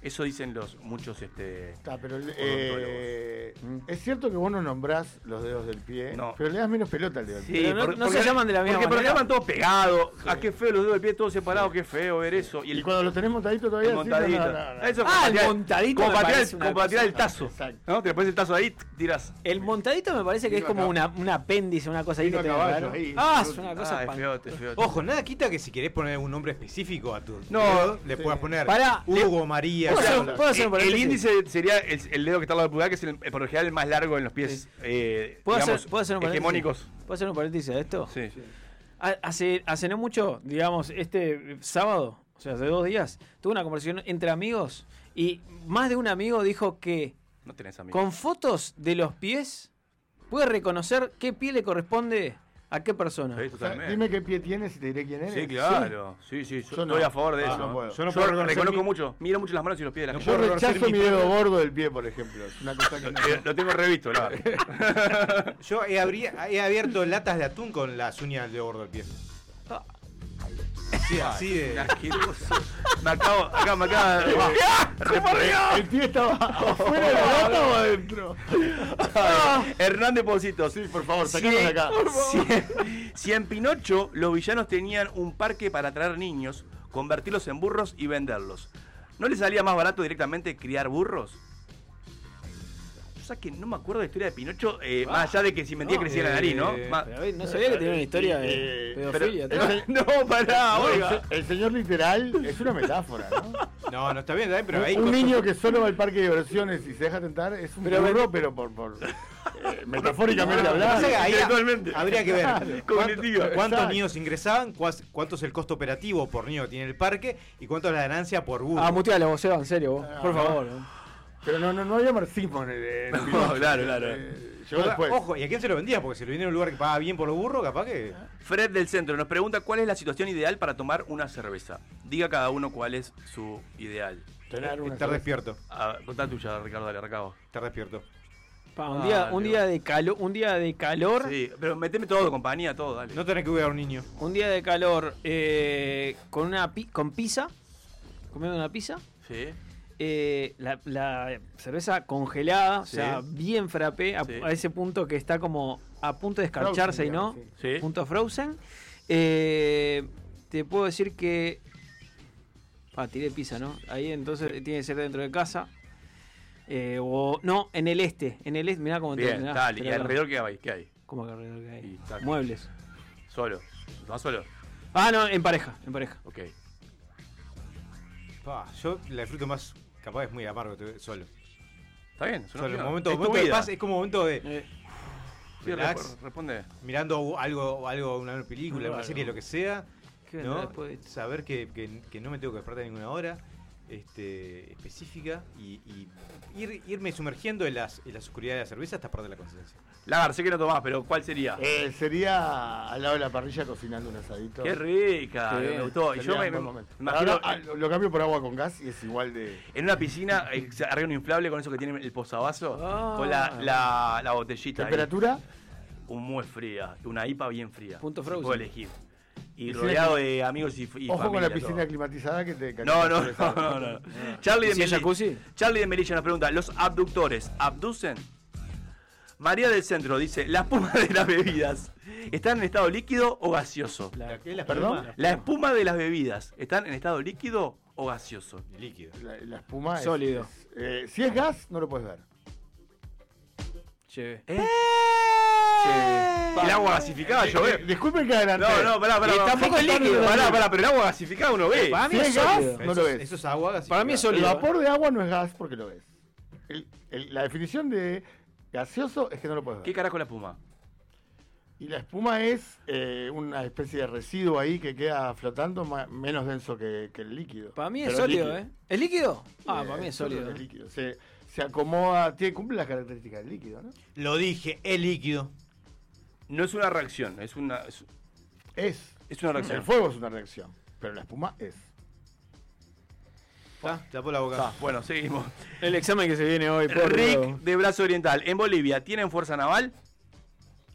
Speaker 4: Eso dicen los muchos este.
Speaker 5: Está, pero,
Speaker 4: odontólogos.
Speaker 5: eh, es cierto que vos no nombrás los dedos del pie, pero le das menos pelota al dedo del
Speaker 4: Sí,
Speaker 5: pie.
Speaker 4: por- porque- porque Porque llaman todos pegados. A qué feo los dedos del pie todos separados, qué feo ver eso. Y, el,
Speaker 5: Cuando los tenés montaditos todavía. sí, no, no,
Speaker 4: montadito.
Speaker 5: no, no, no.
Speaker 4: Eso es como
Speaker 3: Ah, el
Speaker 4: patear-
Speaker 3: montadito
Speaker 4: Como
Speaker 3: me
Speaker 4: patear,
Speaker 3: parece
Speaker 4: el-
Speaker 3: una
Speaker 4: como patear
Speaker 3: cosa-
Speaker 4: el tazo. ¿no? Te pones el tazo ahí, tic, tirás.
Speaker 3: El montadito me parece que es
Speaker 4: Iba
Speaker 3: como
Speaker 4: acá.
Speaker 3: una, un apéndice, una cosa ahí que
Speaker 4: Iba
Speaker 3: te
Speaker 4: a caballo
Speaker 3: agarraron.
Speaker 4: ahí,
Speaker 3: Ah,
Speaker 4: fruta.
Speaker 3: es una cosa.
Speaker 4: Ah, es
Speaker 3: pan-
Speaker 4: feote, es feote.
Speaker 6: Ojo, nada quita que si querés poner un nombre específico a tu.
Speaker 4: No,
Speaker 6: le
Speaker 4: sí.
Speaker 6: puedas poner
Speaker 4: Pará,
Speaker 6: Hugo, María.
Speaker 4: O sea,
Speaker 6: Carlos.
Speaker 4: eh, el índice sería el, el dedo que está al lado del pulgar, que es el, por lo general el más largo en los pies. Eh,
Speaker 3: ¿Puedo,
Speaker 4: digamos,
Speaker 3: hacer, ¿Puedo hacer un
Speaker 4: hegemónicos.
Speaker 3: paréntesis? ¿Puedo hacer un paréntesis a esto?
Speaker 4: Sí.
Speaker 3: Ha- Hace, hace no mucho, digamos, este eh, sábado, o sea, hace dos días, tuve una conversación entre amigos y más de un amigo dijo que
Speaker 4: No tenés amigos.
Speaker 3: con fotos de los pies puede reconocer qué pie le corresponde a qué persona.
Speaker 4: Sí,
Speaker 5: O sea, dime qué pie tienes y te diré quién eres.
Speaker 4: Sí, claro. Sí, sí, yo, estoy a favor de
Speaker 5: Ah,
Speaker 4: eso.
Speaker 5: no
Speaker 4: ¿eh?
Speaker 5: puedo.
Speaker 4: Yo,
Speaker 5: Yo puedo reconocer
Speaker 4: reconozco
Speaker 5: mi-
Speaker 4: mucho. Miro mucho las manos y los pies de la gente.
Speaker 5: Yo rechazo mi dedo gordo del pie, por ejemplo. Es una cosa que no-
Speaker 4: Eh, Lo tengo revisto, la verdad.
Speaker 6: Yo he, abri- he abierto latas de atún con las uñas de gordo del pie. Sí, así de.
Speaker 4: Me acabo, acá, me acaba.
Speaker 5: El pie estaba afuera de la lata o adentro.
Speaker 3: Ah.
Speaker 4: Hernández Positos. Sí,
Speaker 5: por favor, sacanos de acá. Por
Speaker 4: Si, si en Pinocho los villanos tenían un parque para atraer niños, convertirlos en burros y venderlos, ¿no les salía más barato directamente criar burros? O sea que no me acuerdo de la historia de Pinocho, eh, más allá de que si mentía
Speaker 3: Ah. No,
Speaker 4: crecía la
Speaker 3: eh,
Speaker 4: nariz, ¿no? Más-
Speaker 3: pero, a ver, no sabía que tenía una historia de
Speaker 5: Eh,
Speaker 3: pedofilia.
Speaker 5: pero-
Speaker 3: ¿no?
Speaker 4: No, pará,
Speaker 5: No, el
Speaker 4: oiga.
Speaker 5: se- El señor literal es una metáfora, ¿no?
Speaker 6: No, no está bien, está bien, pero ahí.
Speaker 5: un niño que solo va al parque de diversiones y se deja tentar es un
Speaker 6: Pero
Speaker 5: burro,
Speaker 6: ven-
Speaker 5: pero por, por eh, metafóricamente
Speaker 6: No,
Speaker 5: hablando.
Speaker 6: pasa que ahí Habría que ver
Speaker 5: Claro,
Speaker 6: cuánto-
Speaker 5: cognitivo,
Speaker 6: cuántos
Speaker 5: exacto.
Speaker 6: niños ingresaban, cuás- cuánto es el costo operativo por niño que tiene el parque y cuánto es la ganancia por burro.
Speaker 3: Ah, mutealo vos, Seba, en serio, vos. por
Speaker 6: Ah, no.
Speaker 3: favor.
Speaker 5: eh. Pero no, no, no había marxismo en el. en el
Speaker 4: No,
Speaker 5: Pinocho.
Speaker 4: claro, claro.
Speaker 5: Este, Llegó después.
Speaker 6: Ojo, ¿y a quién se lo vendía? Porque si lo viene a un lugar que paga bien por los burros, capaz que.
Speaker 4: Fred del Centro nos pregunta cuál es la situación ideal para tomar una cerveza. Diga cada uno cuál es su ideal.
Speaker 5: Tener una
Speaker 6: Estar cerveza. despierto.
Speaker 4: Ah, contá tuya, Ricardo, dale, recabo.
Speaker 6: Estar despierto.
Speaker 3: Pa, un, día, un, día de calo- un día de calor.
Speaker 4: Sí, pero meteme todo, compañía, todo, dale.
Speaker 6: No tenés que cuidar a un niño.
Speaker 3: Un día de calor eh, con una pi- con pizza, comiendo una pizza,
Speaker 4: Sí.
Speaker 3: eh, la, la cerveza congelada,
Speaker 4: Sí.
Speaker 3: o sea, bien frappé, a,
Speaker 4: Sí.
Speaker 3: a ese punto que está como a punto de escarcharse y
Speaker 4: Frozen,
Speaker 3: no,
Speaker 4: digamos, sí. Sí.
Speaker 3: punto frozen. Eh, te puedo decir que... Ah, tiré pizza, ¿no? Ahí entonces tiene que ser dentro de casa. Eh, o, no, en el este, en el este, mirá cómo
Speaker 4: Bien,
Speaker 3: mirá,
Speaker 4: dale. ¿Y
Speaker 3: mirá,
Speaker 4: alrededor qué hay? ¿Qué hay?
Speaker 3: ¿Cómo que alrededor qué hay?
Speaker 4: Y tal.
Speaker 3: Muebles.
Speaker 4: Solo. ¿Tomás solo?
Speaker 3: Ah, no, en pareja, en pareja.
Speaker 4: Ok.
Speaker 6: Pa, yo la disfruto más. Capaz es muy amargo, te- solo.
Speaker 4: Está bien, es una
Speaker 6: Solo,
Speaker 4: opción.
Speaker 6: momento,
Speaker 4: Es tu
Speaker 6: momento de
Speaker 4: vida.
Speaker 6: paz, es como momento de.
Speaker 3: Eh,
Speaker 4: Sí,
Speaker 6: relax.
Speaker 4: resp- responde.
Speaker 6: Mirando algo, algo una película, una
Speaker 4: Claro.
Speaker 6: serie, lo que sea.
Speaker 3: ¿Qué vendrá
Speaker 6: ¿no?
Speaker 3: después de
Speaker 6: Saber que, que- que no me tengo que despertar a ninguna hora este, específica y, y ir- irme sumergiendo en, las, en la oscuridad de la cerveza hasta perder la conciencia.
Speaker 4: Lagar, sé que no tomás, pero ¿cuál sería?
Speaker 5: Eh, sería al lado de la parrilla cocinando un asadito.
Speaker 4: Qué rica,
Speaker 5: Sí,
Speaker 4: me gustó. Y yo
Speaker 5: sería
Speaker 4: me,
Speaker 5: un buen
Speaker 4: me-
Speaker 5: momento.
Speaker 4: me
Speaker 5: Ahora,
Speaker 4: imagino
Speaker 5: ah, lo, lo cambio por agua con gas y es igual de.
Speaker 4: en una piscina, eh, se arriba un inflable con eso que tiene el posavasos, con la, la, la botellita. ahí.
Speaker 5: Ah. ¿Temperatura?
Speaker 4: Un muy fría, una IPA bien fría.
Speaker 3: Punto
Speaker 4: Si
Speaker 3: frozen.
Speaker 4: Puedo elegir. Y
Speaker 5: Piscina
Speaker 4: rodeado
Speaker 5: cli-
Speaker 4: de amigos y, y familia.
Speaker 5: Ojo con la piscina
Speaker 4: todo.
Speaker 5: climatizada que te
Speaker 4: No, no,
Speaker 5: calienta.
Speaker 4: no, no, no.
Speaker 5: Ah.
Speaker 4: Charlie, de
Speaker 3: ¿Y si es
Speaker 4: Meli- Charlie de Melilla nos pregunta, ¿los abductores abducen? María del Centro dice, ¿la espuma de las bebidas están en estado líquido o gaseoso?
Speaker 6: ¿La, qué, la
Speaker 4: ¿Perdón?
Speaker 6: espuma?
Speaker 4: La espuma de las bebidas, ¿están en estado líquido o gaseoso?
Speaker 6: Líquido.
Speaker 5: La, la espuma es-
Speaker 3: Sólido.
Speaker 5: es- eh, si es gas, no lo puedes ver.
Speaker 3: Che.
Speaker 5: Eh,
Speaker 4: El agua
Speaker 3: Eh,
Speaker 4: gasificada, yo veo.
Speaker 5: Disculpen que adelante.
Speaker 4: No, no, pará, pará.
Speaker 5: Eh,
Speaker 4: pará.
Speaker 5: tampoco es líquido.
Speaker 4: Pará, pará, pero el agua gasificada uno ve.
Speaker 5: Para mí Si es es gas, sólido. no
Speaker 6: Eso
Speaker 5: lo
Speaker 6: es-
Speaker 5: ves.
Speaker 6: Eso es agua.
Speaker 5: Para
Speaker 6: gasificada.
Speaker 5: mí es El vapor de agua no es gas porque lo ves. El- el- la definición de gaseoso es que no lo puedes ver.
Speaker 4: ¿Qué carajo es la espuma?
Speaker 5: Y la espuma es eh, una especie de residuo ahí que queda flotando ma- menos denso que, que el líquido.
Speaker 3: Para mí es sólido, ¿eh? ¿Es líquido? Ah, para mí es sólido.
Speaker 5: Es líquido. Se, se acomoda, tiene, cumple las características del líquido, ¿no?
Speaker 4: Lo dije, el líquido. No es una reacción, es una. Es,
Speaker 5: es.
Speaker 4: una reacción.
Speaker 5: El fuego es una reacción, pero la espuma es.
Speaker 4: Tapó la boca. Ah, bueno, seguimos.
Speaker 3: El examen que se viene hoy, por
Speaker 4: Rick de Brazo Oriental, en Bolivia, ¿tienen fuerza naval?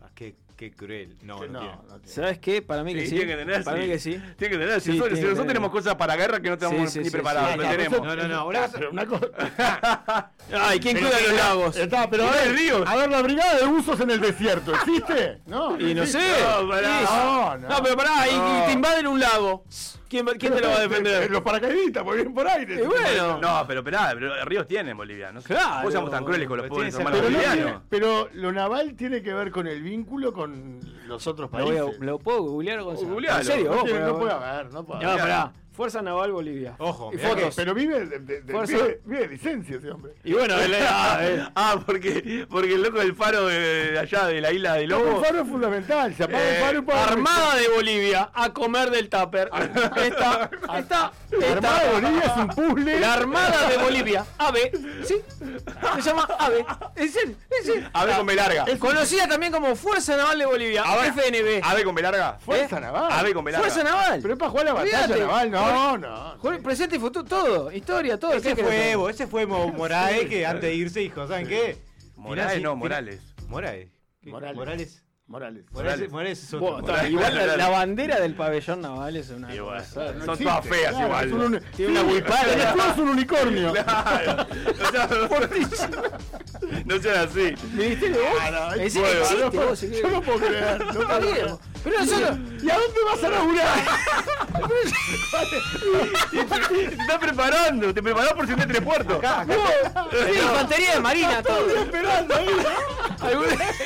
Speaker 6: Ah, Qué, qué cruel. No,
Speaker 4: No,
Speaker 6: no, tiene.
Speaker 3: ¿Sabes qué? Para mí que sí.
Speaker 4: Tiene que tener,
Speaker 3: para
Speaker 4: sí.
Speaker 3: mí que sí.
Speaker 4: Tiene que tener. Si
Speaker 3: Sí,
Speaker 4: nosotros, si
Speaker 3: tiene que
Speaker 4: nosotros
Speaker 3: tener.
Speaker 4: tenemos cosas para guerra que no estamos
Speaker 3: Sí, sí,
Speaker 4: ni
Speaker 3: sí,
Speaker 4: preparados.
Speaker 3: sí.
Speaker 4: no
Speaker 3: Ah,
Speaker 4: tenemos.
Speaker 3: no, no, no,
Speaker 5: ahora- pero una cosa.
Speaker 3: Ay, ¿quién cuida los lagos?
Speaker 5: Está, pero a
Speaker 3: Cuida
Speaker 5: ver,
Speaker 3: el río.
Speaker 5: a ver, la brigada de usos en el desierto, ¿existe? No.
Speaker 3: Y no sé.
Speaker 5: No, pará.
Speaker 3: Sí.
Speaker 5: no, no.
Speaker 3: pero pará, y- y,
Speaker 5: No.
Speaker 3: te invaden un lago. ¿Quién, va- quién te lo va a defender?
Speaker 5: Los paracaidistas, porque vienen por aire.
Speaker 3: Y bueno.
Speaker 4: No, pero esperá, pero ríos tienen Bolivia. No sé.
Speaker 5: Claro.
Speaker 4: Vos somos tan crueles con los
Speaker 5: Pero
Speaker 4: pobres
Speaker 5: tiene
Speaker 4: hermanos
Speaker 5: esa- pero no
Speaker 4: bolivianos.
Speaker 5: tiene- Pero lo naval tiene que ver con el vínculo con los otros
Speaker 3: Lo, voy
Speaker 5: países.
Speaker 3: a- lo puedo googlear,
Speaker 4: Oh,
Speaker 3: Gonzalo.
Speaker 5: Googlealo.
Speaker 3: ¿En serio?
Speaker 5: No
Speaker 3: Vos,
Speaker 5: tiene-
Speaker 3: pero-
Speaker 5: no puede haber, no puede
Speaker 3: No,
Speaker 5: haber.
Speaker 3: pará. Fuerza Naval Bolivia.
Speaker 6: Ojo.
Speaker 3: Y
Speaker 5: Mirá que-
Speaker 3: fotos.
Speaker 5: Pero vive de, de- de-
Speaker 3: Fuerza-
Speaker 5: vive- vive de licencia ese hombre.
Speaker 3: Y bueno, él era- eh. él-
Speaker 4: Ah, porque, porque el loco del faro de, de allá, de la isla de
Speaker 5: No,
Speaker 4: Lobo.
Speaker 5: el faro es fundamental. Se apaga el faro y para-
Speaker 3: Eh, Armada de Bolivia a comer del tupper. Esta, esta,
Speaker 5: La Armada de Bolivia es un puzzle.
Speaker 3: La Armada de Bolivia. AVE. Sí. Se llama AVE. Es él. Es él.
Speaker 4: AVE con B larga.
Speaker 3: Es- Conocida también como Fuerza Naval de Bolivia.
Speaker 4: A ver,
Speaker 3: FNB.
Speaker 4: ¿Ave con B larga?
Speaker 5: Fuerza
Speaker 4: ¿Eh?
Speaker 5: naval.
Speaker 4: Ave con B larga.
Speaker 3: Fuerza Naval.
Speaker 5: Pero es para jugar la batalla
Speaker 3: Olvídate.
Speaker 5: naval. No, no.
Speaker 3: Jue- Presente y futuro. Todo. Historia, todo.
Speaker 6: Ese
Speaker 3: ¿Qué
Speaker 6: fue,
Speaker 3: querés?
Speaker 6: vos, ese fue Mo- Moraes
Speaker 3: Sí.
Speaker 6: que antes de irse dijo, ¿saben qué?
Speaker 4: Morales,
Speaker 6: Mirá,
Speaker 4: no,
Speaker 6: si-
Speaker 4: Morales.
Speaker 6: Moraes. ¿Qué?
Speaker 5: Morales.
Speaker 6: Morales.
Speaker 5: Morales.
Speaker 6: Morales. Morales es otro.
Speaker 3: Bueno, está,
Speaker 6: Morales.
Speaker 3: igual la,
Speaker 6: Morales.
Speaker 3: la bandera del pabellón naval es una.
Speaker 4: Igual.
Speaker 3: cosa-
Speaker 4: Son todas feas
Speaker 3: Claro,
Speaker 4: igual.
Speaker 3: es un- Tiene una
Speaker 4: Sí,
Speaker 3: huipala.
Speaker 4: la flor es
Speaker 5: un unicornio.
Speaker 4: Claro. O sea, no sean así.
Speaker 3: Ministerio de Vos? Me decís que
Speaker 4: bueno,
Speaker 3: existe,
Speaker 4: no,
Speaker 3: vos, si querés.
Speaker 5: Yo no puedo creer. No
Speaker 3: Está
Speaker 5: puedo
Speaker 3: bien,
Speaker 5: creer.
Speaker 3: pero nosotros-
Speaker 5: ¿Y a dónde vas a laburar?
Speaker 4: Te estás preparando, te preparás por si te tres puertos.
Speaker 3: Sí, infantería de marina, todo.
Speaker 5: esperando ahí.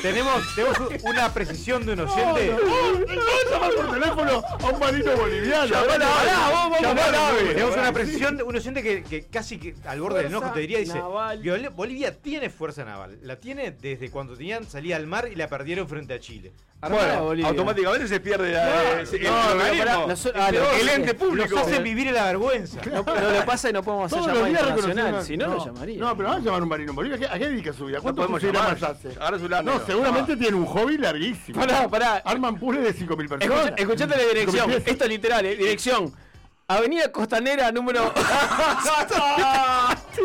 Speaker 6: Tenemos, tenemos u- una precisión de un oyente.
Speaker 5: Vamos a llamar por teléfono a un marino boliviano.
Speaker 6: Llamá a la-
Speaker 5: Pará, vos,
Speaker 6: Llamá
Speaker 5: vamos
Speaker 6: a la-
Speaker 5: a la-
Speaker 6: Tenemos una precisión, de un oyente que, que casi que al borde del enojo
Speaker 5: Fuerza
Speaker 6: te diría, dice,
Speaker 5: naval.
Speaker 6: "Viol- Bolivia tiene fuerza naval. La tiene desde cuando tenían salida al mar y la perdieron frente a Chile.
Speaker 3: Armada Bolivia.
Speaker 4: automáticamente se pierde la, eh, se- el,
Speaker 3: no, pero
Speaker 4: organismo.
Speaker 3: pará, nos- ah,
Speaker 4: el,
Speaker 3: no,
Speaker 4: el
Speaker 3: sí.
Speaker 4: ente público.
Speaker 6: Nos hacen vivir en la vergüenza.
Speaker 3: No, no le pasa y no podemos hacer
Speaker 5: Todos
Speaker 3: llamada
Speaker 5: los días reconociendo-
Speaker 3: internacional. Si no, lo llamaría.
Speaker 5: No, pero vamos a llamar a un marino boliviano. ¿A qué- ¿A qué dedica su vida? ¿Cuánto
Speaker 4: podemos
Speaker 5: fusilera
Speaker 4: llamar.
Speaker 5: más hace?
Speaker 4: Ahora es un largo.
Speaker 5: No, seguramente tiene un hobby larguísimo.
Speaker 3: Pará, pará.
Speaker 5: Arman puzzles de 5.000 personas.
Speaker 3: Escucha- escuchate la dirección.
Speaker 5: 5.000 piezas.
Speaker 3: Esto es literal, eh, dirección. Avenida Costanera número.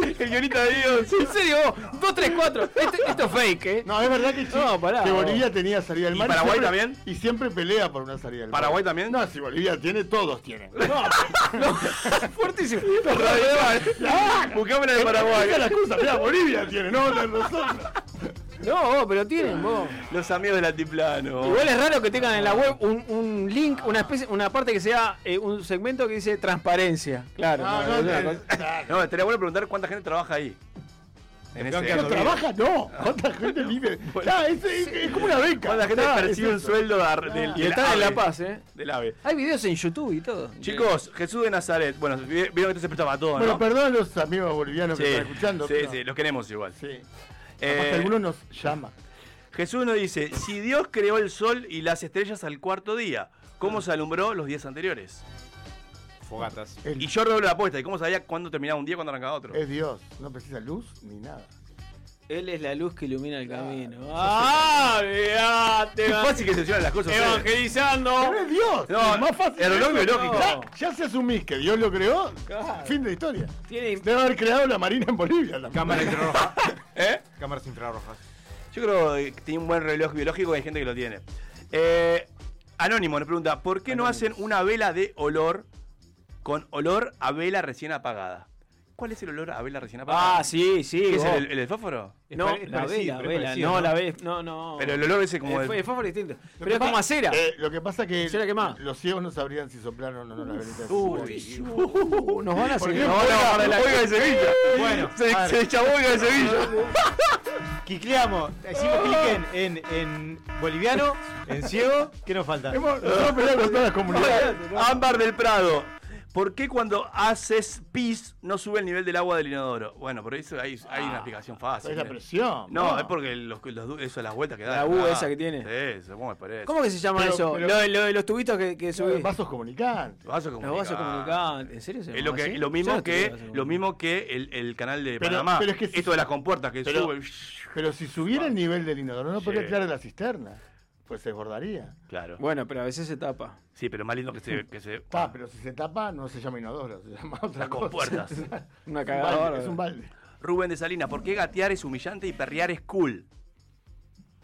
Speaker 4: el guionista de Dios.
Speaker 3: en serio, vos, 234. Este- esto es fake, ¿eh?
Speaker 5: No, es verdad que, sí,
Speaker 3: No, pará,
Speaker 5: que
Speaker 3: vos.
Speaker 5: Bolivia tenía salida del
Speaker 4: ¿Y
Speaker 5: mar.
Speaker 4: Paraguay
Speaker 5: siempre-
Speaker 4: también?
Speaker 5: Y siempre pelea por una salida del mar.
Speaker 4: ¿Paraguay también?
Speaker 5: No, si Bolivia tiene, todos tienen.
Speaker 3: Fuertísimo.
Speaker 4: Radical. Buscame la eh. de Paraguay.
Speaker 5: Esa es la excusa. Mirá, Bolivia tiene, no la nosotros.
Speaker 3: No, vos, pero tienen, vos.
Speaker 4: Los amigos del altiplano.
Speaker 3: Igual es raro que tengan en la web un, un link, una especie, una parte que sea eh, un segmento que dice transparencia. Claro.
Speaker 5: No,
Speaker 3: no,
Speaker 5: Ah, no,
Speaker 3: es una
Speaker 5: no,
Speaker 3: cosa-
Speaker 4: No, estaría bueno preguntar cuánta gente trabaja ahí. En
Speaker 6: Creo que
Speaker 4: ese-
Speaker 6: ando bien.
Speaker 5: Trabaja, no. ¿Cuánta gente vive? Ya, es, es- es como una beca.
Speaker 4: ¿Cuánta gente
Speaker 5: Ya,
Speaker 4: percibe
Speaker 5: es
Speaker 4: un
Speaker 5: eso.
Speaker 4: sueldo de- del,
Speaker 3: Y
Speaker 4: del
Speaker 3: están en
Speaker 4: AVE?
Speaker 3: La Paz, ¿eh?
Speaker 4: Del AVE.
Speaker 3: Hay videos en YouTube y todo.
Speaker 4: Chicos, Jesús de Nazaret. Bueno, vi- vieron que esto se presta para todo,
Speaker 5: Bueno,
Speaker 4: ¿no?
Speaker 5: perdón a los amigos bolivianos que
Speaker 4: Sí,
Speaker 5: están escuchando.
Speaker 4: sí,
Speaker 5: pero-
Speaker 4: sí, los queremos igual.
Speaker 5: sí.
Speaker 4: Eh,
Speaker 5: Hasta algunos nos llaman.
Speaker 4: Jesús nos dice, si Dios creó el sol y las estrellas al cuarto día,
Speaker 5: Ah.
Speaker 4: ¿cómo se alumbró los días anteriores?
Speaker 6: Fogatas.
Speaker 4: Y yo redoblo la apuesta, ¿y cómo sabía cuándo terminaba un día y cuándo arrancaba otro?
Speaker 5: Es Dios, no precisa luz ni nada.
Speaker 3: Él es la luz que ilumina el camino. ¡Ah!
Speaker 4: Qué
Speaker 3: ¡Te
Speaker 4: fácil que se llevan las cosas. ustedes.
Speaker 3: Evangelizando.
Speaker 5: Pero es Dios,
Speaker 4: No,
Speaker 5: es más fácil.
Speaker 4: el
Speaker 5: que
Speaker 4: reloj
Speaker 5: eso.
Speaker 4: biológico.
Speaker 5: Ya, ya se asumís que Dios lo creó,
Speaker 3: Claro.
Speaker 5: fin de historia.
Speaker 3: Tiene
Speaker 5: Debe haber creado la marina en Bolivia. la-
Speaker 6: Cámara infrarroja.
Speaker 4: ¿Eh?
Speaker 6: Cámaras infrarrojas.
Speaker 4: Yo creo que tiene un buen reloj biológico y hay gente que lo tiene. Eh, Anónimo nos pregunta, ¿por qué no hacen una vela de olor con olor a vela recién apagada? ¿Cuál es el olor a vela recién apagada?
Speaker 3: Ah, sí, sí.
Speaker 4: ¿Qué es
Speaker 3: vos.
Speaker 4: el, el, el fósforo?
Speaker 3: No,
Speaker 6: Es pare- es
Speaker 3: la
Speaker 6: parecido,
Speaker 3: vela,
Speaker 6: pero es
Speaker 3: vela.
Speaker 6: parecido,
Speaker 3: No,
Speaker 6: ¿no?
Speaker 3: la vela. No, no.
Speaker 4: Pero el olor ese como...
Speaker 3: El, fue-
Speaker 4: de-
Speaker 3: el fósforo es distinto.
Speaker 5: Lo
Speaker 3: Pero es
Speaker 5: que
Speaker 3: como
Speaker 5: pa-
Speaker 3: acera.
Speaker 5: eh, lo que pasa es que
Speaker 3: ¿Cera quemada?
Speaker 5: los ciegos no sabrían si soplaron o no las velitas.
Speaker 4: Uy,
Speaker 3: Uh, nos van a hacer.
Speaker 5: qué?
Speaker 3: nos van a bajar de la-
Speaker 4: Oiga de Sevilla.
Speaker 6: Bueno,
Speaker 4: se,
Speaker 6: a ver.
Speaker 4: se echabó Oiga de Sevilla.
Speaker 6: Quicleamos. Hicimos clic en, en, en boliviano, en ciego. ¿Qué nos falta?
Speaker 5: Hemos, nosotros peleamos con todas las comunidades.
Speaker 4: Ámbar del Prado. ¿Por qué cuando haces pis no sube el nivel del agua del inodoro? Bueno, por eso hay, hay una explicación fácil.
Speaker 5: es la
Speaker 4: ¿eh?
Speaker 5: presión,
Speaker 4: No,
Speaker 5: ¿no?
Speaker 4: es porque los, los du- eso, las vueltas que da.
Speaker 3: La U esa que tiene.
Speaker 4: Sí, eso, ¿cómo me parece?
Speaker 3: ¿Cómo que se llama
Speaker 4: Pero-
Speaker 3: eso?
Speaker 4: pero-
Speaker 3: lo, de- lo de los tubitos que, que subís.
Speaker 5: vasos comunicantes.
Speaker 4: Vasos
Speaker 3: Los vasos comunicantes. ¿En serio se
Speaker 4: Es lo,
Speaker 3: llama
Speaker 4: que,
Speaker 3: así?
Speaker 4: lo
Speaker 3: Yo
Speaker 4: mismo
Speaker 3: no
Speaker 4: que,
Speaker 3: estudié vasos
Speaker 4: lo mismo que el, el canal de
Speaker 5: Pero-
Speaker 4: Panamá.
Speaker 5: pero es que si-
Speaker 4: Esto de las compuertas que
Speaker 5: pero-
Speaker 4: sube.
Speaker 5: Pero si subiera el nivel del inodoro, no podría
Speaker 4: Sí.
Speaker 5: tirar de la cisterna. Pues se desbordaría.
Speaker 4: Claro.
Speaker 3: Bueno, pero a veces se tapa.
Speaker 4: Sí, pero más lindo que se. Que se
Speaker 5: Está, pero si se tapa, no se llama inodoro, se llama otra
Speaker 4: Las compuertas.
Speaker 5: cosa.
Speaker 3: Una
Speaker 4: cagada
Speaker 5: Es un
Speaker 4: bárbara.
Speaker 5: balde. Es un balde.
Speaker 4: Rubén de Salina, ¿por qué gatear es humillante y perrear es cool?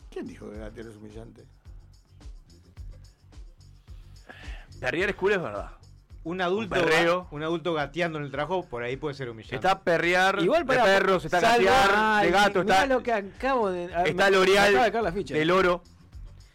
Speaker 5: ¿Quién dijo que gatear es humillante?
Speaker 4: Perrear es cool es verdad.
Speaker 6: Un adulto,
Speaker 4: perreo.
Speaker 6: ga- un adulto gateando en el trabajo, por ahí puede ser humillante.
Speaker 4: Está perrear
Speaker 6: Igual
Speaker 4: de
Speaker 6: para-
Speaker 4: perros, está
Speaker 6: salvo-
Speaker 4: gatear de
Speaker 6: Ay,
Speaker 4: gato,
Speaker 3: mirá
Speaker 4: está,
Speaker 3: lo que acabo de. a-
Speaker 4: está
Speaker 3: Ah, me-
Speaker 4: L'Oreal
Speaker 3: Me acaba de caer la ficha.
Speaker 4: del oro.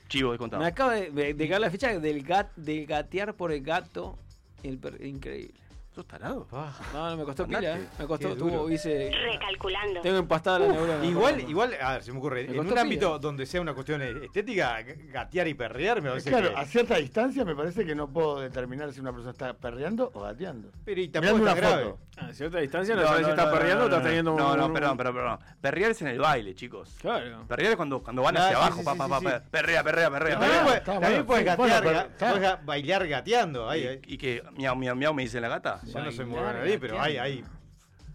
Speaker 4: Chivo, he contado.
Speaker 3: Me acaba de, de- de caer la ficha del, gat, del gatear por el gato. el per- increíble.
Speaker 4: ¿Sos tarado?
Speaker 3: No, no, me costó
Speaker 6: Andate.
Speaker 3: pila, eh. Me costó.
Speaker 6: Qué duro.
Speaker 3: tuvo- hice.
Speaker 7: Recalculando.
Speaker 3: Tengo empastada la
Speaker 6: Uf,
Speaker 3: neurona.
Speaker 6: Igual,
Speaker 3: perdón.
Speaker 6: igual, a ver, se me ocurre, en
Speaker 3: costó
Speaker 6: un
Speaker 3: pila.
Speaker 6: ámbito donde sea una cuestión estética, g- gatear y perrear me parece
Speaker 5: Claro,
Speaker 6: que-
Speaker 5: a cierta distancia me parece que no puedo determinar si una persona está perreando o gateando.
Speaker 6: Pero y
Speaker 5: Mirando
Speaker 6: tampoco
Speaker 5: una
Speaker 6: es grave.
Speaker 5: foto.
Speaker 3: A cierta distancia no, sabes si estás perreando o estás teniendo
Speaker 4: No,
Speaker 3: un.
Speaker 4: no,
Speaker 3: un-
Speaker 4: perdón, perdón, perdón. Perrear es en el baile, chicos.
Speaker 3: Claro.
Speaker 4: Perrear es cuando, cuando van
Speaker 6: Ah,
Speaker 4: hacia
Speaker 6: sí,
Speaker 4: abajo,
Speaker 6: sí,
Speaker 4: pa,
Speaker 6: sí,
Speaker 4: pa,
Speaker 6: sí,
Speaker 4: pa,
Speaker 6: sí.
Speaker 4: pa, perrea, perrea,
Speaker 5: Ah,
Speaker 4: perrea.
Speaker 6: También,
Speaker 4: perrea.
Speaker 6: puede- también puedes gatear,
Speaker 4: pero-
Speaker 6: ga- puedes ga- bailar gateando. Ahí, ahí.
Speaker 4: Y, y que miau, miau, miau me dice la gata.
Speaker 6: Yo no soy muy bueno ahí, pero hay, hay,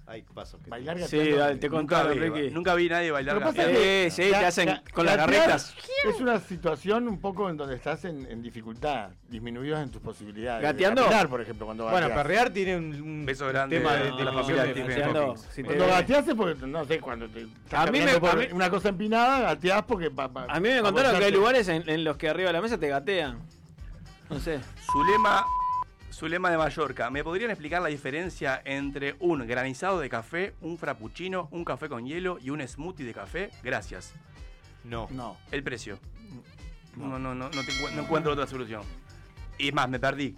Speaker 6: hay pasos. que-
Speaker 5: Bailar
Speaker 3: Sí, dale, te
Speaker 4: Nunca
Speaker 3: contaron,
Speaker 4: vi,
Speaker 3: Ricky.
Speaker 4: nunca vi nadie bailar
Speaker 5: Lo que pasa
Speaker 4: gateando.
Speaker 5: es que ga- ga- gatear
Speaker 3: garretas.
Speaker 5: Es una situación un poco en donde estás en, en dificultad, disminuidos en tus posibilidades. de
Speaker 6: ¿Gateando?
Speaker 5: caminar, por ejemplo, cuando
Speaker 6: Bueno,
Speaker 5: gateas.
Speaker 6: perrear tiene un, un
Speaker 4: Beso grande
Speaker 6: tema
Speaker 4: a
Speaker 6: de, de
Speaker 4: la
Speaker 6: la
Speaker 4: familia
Speaker 6: familia de
Speaker 4: Stephen
Speaker 6: Stephen
Speaker 4: Hawking.
Speaker 6: Hawking.
Speaker 5: Cuando gateás es porque, no sé, cuando te estás
Speaker 3: A mí me-
Speaker 5: caminando por
Speaker 3: a mí-
Speaker 5: una cosa empinada, gateás porque... pa- pa-
Speaker 3: A mí me
Speaker 5: pa
Speaker 3: contaron que hay
Speaker 5: apoyarte.
Speaker 3: lugares en, en los que arriba de la mesa te gatean. No sé.
Speaker 4: Zulema, Zulema de Mallorca, ¿me podrían explicar la diferencia entre un granizado de café, un frappuccino, un café con hielo y un smoothie de café? Gracias.
Speaker 6: No.
Speaker 5: No.
Speaker 4: El precio. No, no, no, no, te encu- no encuentro otra solución. Y es más, me perdí.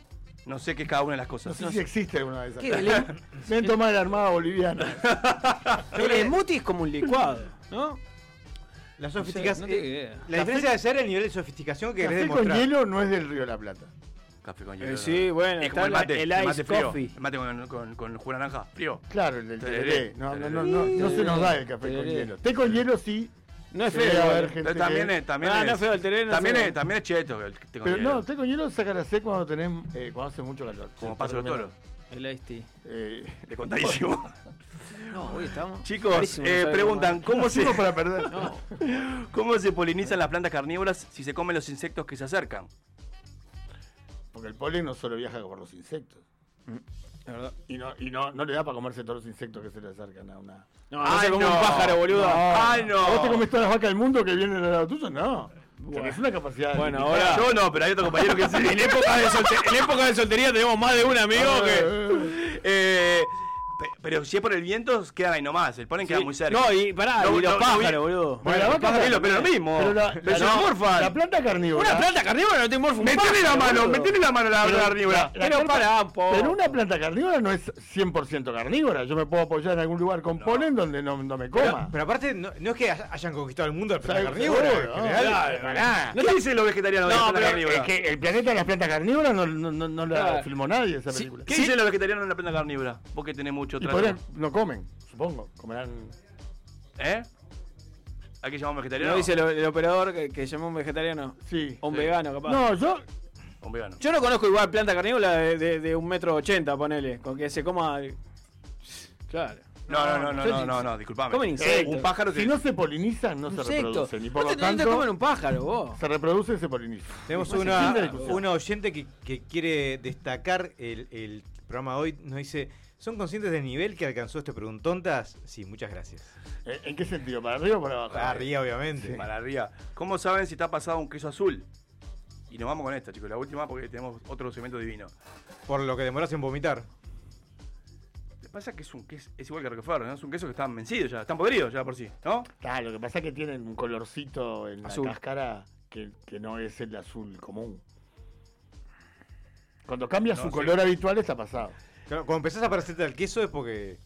Speaker 4: No sé qué es cada una de las
Speaker 5: No
Speaker 4: cosas.
Speaker 5: sé si existe alguna de esas.
Speaker 3: ¿Qué? em- Le-
Speaker 5: Me han tomado la armada boliviana.
Speaker 3: El smoothie es como un licuado, ¿no?
Speaker 6: La
Speaker 3: sofisticación- No
Speaker 6: sofisticación.
Speaker 3: tengo idea.
Speaker 6: la diferencia de ser el nivel de sofisticación que querés
Speaker 5: Café con
Speaker 6: demostrar.
Speaker 5: hielo no es del Río de la Plata.
Speaker 4: Café con
Speaker 3: Eh,
Speaker 4: hielo.
Speaker 3: sí, bueno,
Speaker 4: es
Speaker 3: está
Speaker 4: como el
Speaker 3: la-
Speaker 4: mate,
Speaker 3: el
Speaker 4: el
Speaker 3: ice
Speaker 4: mate frío.
Speaker 3: coffee.
Speaker 4: El mate con, con, con jugo de naranja, frío.
Speaker 5: Claro, el del
Speaker 4: Tereré,
Speaker 5: tereré. No, no, no,
Speaker 4: tereré.
Speaker 5: no, no se nos da el café con
Speaker 3: Tereré.
Speaker 5: hielo. Té con hielo sí.
Speaker 3: No es
Speaker 5: Debe
Speaker 3: feo,
Speaker 5: haber
Speaker 3: igual.
Speaker 5: gente
Speaker 4: eh. también
Speaker 5: que-
Speaker 4: es, también
Speaker 3: Ah,
Speaker 4: es.
Speaker 3: no es feo el terreno, no es
Speaker 4: también,
Speaker 3: feo.
Speaker 4: es, también es cheto el té con
Speaker 5: Pero
Speaker 4: hielo.
Speaker 5: no, té con hielo saca la sed cuando tenés, eh, cuando hace mucho calor.
Speaker 4: Como
Speaker 5: Sí,
Speaker 4: paso
Speaker 5: por
Speaker 4: de
Speaker 5: lo
Speaker 4: toro.
Speaker 5: menos.
Speaker 3: El ice tea.
Speaker 5: Eh,
Speaker 4: De contadísimo.
Speaker 3: No, hoy estamos.
Speaker 4: Chicos,
Speaker 3: Clarísimo,
Speaker 4: eh,
Speaker 3: no sabe
Speaker 4: preguntan,
Speaker 3: cómo
Speaker 4: ¿cómo
Speaker 3: es.
Speaker 4: se,
Speaker 3: No,
Speaker 5: para perder.
Speaker 4: ¿cómo se polinizan las plantas carnívoras si se comen los insectos que se acercan?
Speaker 5: Porque el polen no solo viaja por los insectos.
Speaker 4: Mm,
Speaker 3: La verdad.
Speaker 5: Y no, y no, no le da para comerse todos los insectos que se le acercan a una.
Speaker 3: No, no se come un pájaro, boludo.
Speaker 4: ¡Ay, no!
Speaker 5: ¿Vos te comes todas las vacas del mundo que vienen al lado tuyo? No. Tenés una capacidad de
Speaker 3: Bueno,
Speaker 5: limitar.
Speaker 3: ahora-
Speaker 4: Yo no, pero hay otro compañero que sí.
Speaker 3: En época, de solte- en época de soltería tenemos más de un amigo que.
Speaker 4: Ah. Eh, pe- pero si es por el viento, quedan ahí nomás. El polen queda
Speaker 3: Sí.
Speaker 4: muy cerca.
Speaker 3: No, y pará, y los pájaros,
Speaker 4: vi-
Speaker 3: boludo.
Speaker 4: Bueno,
Speaker 5: la
Speaker 4: los
Speaker 5: vaca-
Speaker 4: pájaros, es lo- pero lo mismo.
Speaker 5: Pero la,
Speaker 4: Pero se
Speaker 5: la-
Speaker 4: morfan.
Speaker 5: la planta carnívora.
Speaker 3: Una planta carnívora no te morfa un
Speaker 4: Metele la
Speaker 3: pájaro,
Speaker 4: mano,
Speaker 3: boludo.
Speaker 4: metele la mano a la
Speaker 5: Pero-
Speaker 4: carnívora.
Speaker 5: la- la
Speaker 3: Pero
Speaker 5: planta-
Speaker 3: pará un poco.
Speaker 5: Pero una planta carnívora no es 100% carnívora. Yo me puedo apoyar en algún lugar con polen donde no, no me
Speaker 6: Pero,
Speaker 5: coma.
Speaker 6: pero aparte, no, no es que hay- hayan conquistado el mundo al planeta
Speaker 5: Claro,
Speaker 6: carnívoro.
Speaker 5: seguro,
Speaker 6: en
Speaker 5: no,
Speaker 6: general.
Speaker 5: claro, pará.
Speaker 4: No te dicen los vegetarianos de la
Speaker 5: No,
Speaker 4: planta
Speaker 5: pero
Speaker 4: carnívora.
Speaker 5: es que el planeta de las plantas carnívoras no, no, no, no la
Speaker 3: Claro.
Speaker 5: filmó nadie esa película.
Speaker 4: ¿Qué dicen los vegetarianos de la planta carnívora? Vos que tenés mucho
Speaker 5: Y
Speaker 4: trato.
Speaker 5: podrían- no comen, supongo. Comerán.
Speaker 4: ¿Eh? ¿A qué llamamos vegetariano?
Speaker 3: No dice el, el operador que, que llamó un vegetariano.
Speaker 5: Sí.
Speaker 3: O un
Speaker 4: Sí.
Speaker 3: vegano, capaz.
Speaker 5: No, yo.
Speaker 4: Un vegano.
Speaker 3: Yo no conozco igual planta carnívora de, de, de un metro ochenta, ponele. Con que se coma. Claro.
Speaker 4: No, no, no, no,
Speaker 3: Yo-
Speaker 4: no, no, no, disculpame.
Speaker 3: Comen insectos.
Speaker 4: Un pájaro que.
Speaker 5: Si no se polinizan, no se
Speaker 3: Insectos.
Speaker 5: reproducen. Y por
Speaker 3: No
Speaker 5: lo
Speaker 3: te, no te comen
Speaker 5: tanto,
Speaker 3: un pájaro, vos.
Speaker 5: se reproducen y se polinizan.
Speaker 6: Tenemos
Speaker 5: Después,
Speaker 6: una,
Speaker 5: fin de discusión.
Speaker 6: una oyente que, que quiere destacar el, el programa de hoy. Nos dice: ¿Son conscientes del nivel que alcanzó este preguntontas? Sí, muchas gracias.
Speaker 5: ¿Eh, ¿En qué sentido? ¿Para arriba o para abajo?
Speaker 6: Para arriba, obviamente.
Speaker 4: Para arriba. ¿Cómo saben si está pasado un queso azul? Y nos vamos con esta, chicos, la última porque tenemos otro segmento divino.
Speaker 6: Por lo que demoras en vomitar.
Speaker 4: Lo que pasa es que es un queso, es igual que Roquefort, ¿no? Es un queso que están vencidos ya, están podridos ya por sí, ¿no?
Speaker 5: Ah, lo que pasa es que tienen un colorcito en
Speaker 4: Azul.
Speaker 5: la cáscara que, que no es el azul común. Cuando cambia
Speaker 4: No,
Speaker 5: su
Speaker 4: sí.
Speaker 5: color habitual está pasado.
Speaker 6: Claro, cuando empezás a parecerte al queso es porque.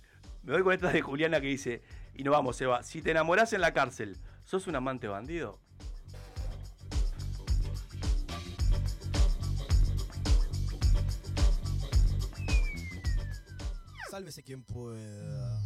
Speaker 4: Me doy con esta de Juliana que dice, y nos vamos, Eva, si te enamorás en la cárcel, ¿sos un amante bandido?
Speaker 1: Sálvese quien pueda.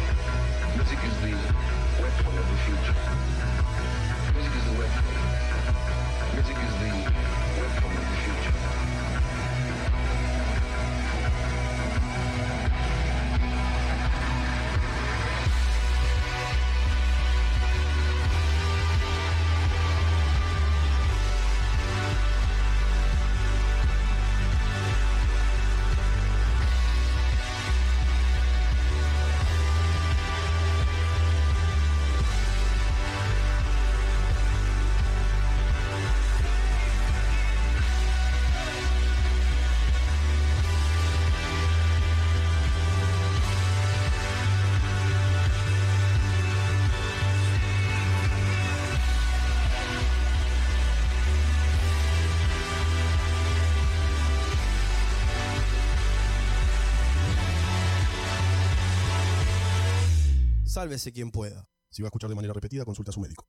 Speaker 1: um assim,
Speaker 12: Sálvese quien pueda.
Speaker 7: Si va a escuchar de manera repetida, consulta a su médico.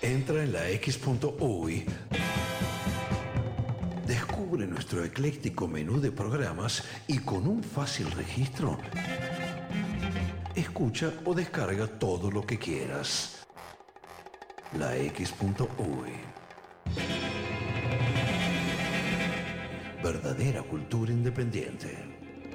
Speaker 17: Entra en la X.UI. Descubre nuestro ecléctico menú de programas y con un fácil registro, escucha o descarga todo lo que quieras. La X.UI. Verdadera cultura independiente.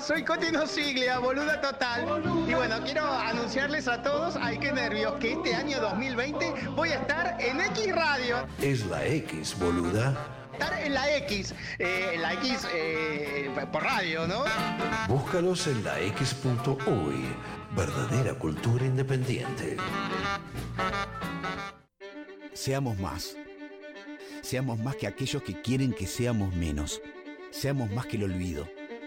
Speaker 22: soy Cotino Siglia, boluda total. Y bueno, quiero anunciarles a todos, ay que nervios, que este año 2020 voy a estar en X Radio.
Speaker 17: Es la X, boluda.
Speaker 22: Estar en la X, eh, en la X eh, por radio, ¿no?
Speaker 17: Búscalos en la X.uy. Verdadera cultura independiente.
Speaker 23: Seamos más. Seamos más que aquellos que quieren que seamos menos. Seamos más que el olvido,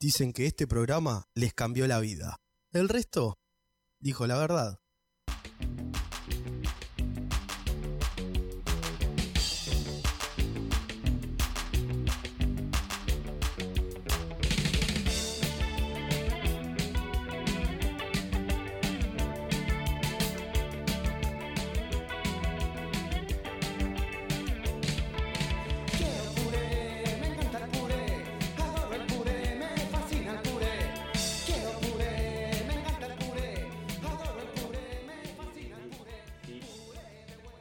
Speaker 12: dicen que este programa les cambió la vida. El resto dijo la verdad.
Speaker 16: Quiero puré, me encanta el puré, adoro el puré, me fascina el puré. Quiero puré, me encanta el puré, adoro el puré, me fascina el puré.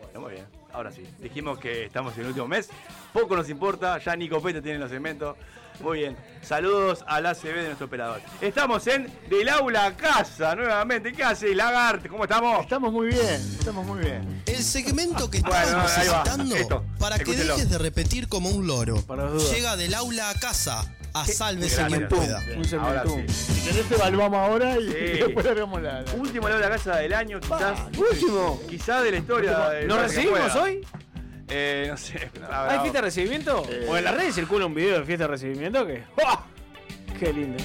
Speaker 4: Bueno, muy bien. Ahora sí. Dijimos que estamos en el último mes. Poco nos importa. Ya ni copete tiene los segmentos. Muy bien. Saludos al ACB de nuestro operador. Estamos en Del Aula a Casa nuevamente. ¿Qué hace Lagarte? ¿Cómo estamos?
Speaker 5: Estamos muy bien. Estamos muy bien.
Speaker 12: El segmento que
Speaker 4: Bueno,
Speaker 12: estamos
Speaker 4: ahí va.
Speaker 12: necesitando
Speaker 4: Esto,
Speaker 12: para que
Speaker 4: escúchelo.
Speaker 12: dejes de repetir como un loro.
Speaker 5: dudas.
Speaker 12: Llega del aula a casa. A sálvese
Speaker 4: Gracias.
Speaker 12: quien pueda.
Speaker 4: Un segmento. Ahora sí.
Speaker 5: Si querés evaluamos ahora y
Speaker 4: Sí.
Speaker 5: después hagamos la...
Speaker 4: Último Del Aula a Casa del año, quizás.
Speaker 3: Último.
Speaker 4: Quizás de la historia.
Speaker 3: Último.
Speaker 4: de
Speaker 3: ¿Lo
Speaker 4: Barca
Speaker 3: recibimos
Speaker 4: Cueva.
Speaker 3: hoy?
Speaker 4: Eh, no sé.
Speaker 5: Ah,
Speaker 3: ¿Hay fiesta de recibimiento? O en las redes circula un video de fiesta de recibimiento que. ¡Ah! ¡Qué lindo!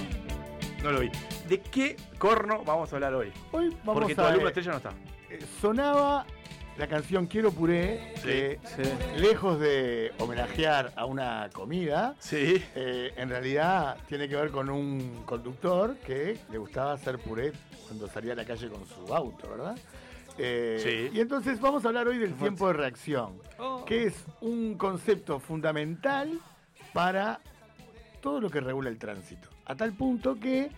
Speaker 4: No lo vi. ¿De qué corno vamos a hablar hoy?
Speaker 5: Hoy vamos
Speaker 4: Porque tu
Speaker 5: a-
Speaker 4: alumno estrella no está.
Speaker 5: Eh, Sonaba la canción Quiero Puré, que lejos de homenajear a una comida, eh, en realidad tiene que ver con un conductor que le gustaba hacer puré cuando salía a la calle con su auto, ¿verdad? Eh, Y entonces vamos a hablar hoy del tiempo de reacción,
Speaker 4: Oh.
Speaker 5: que es un concepto fundamental para todo lo que regula el tránsito. A tal punto que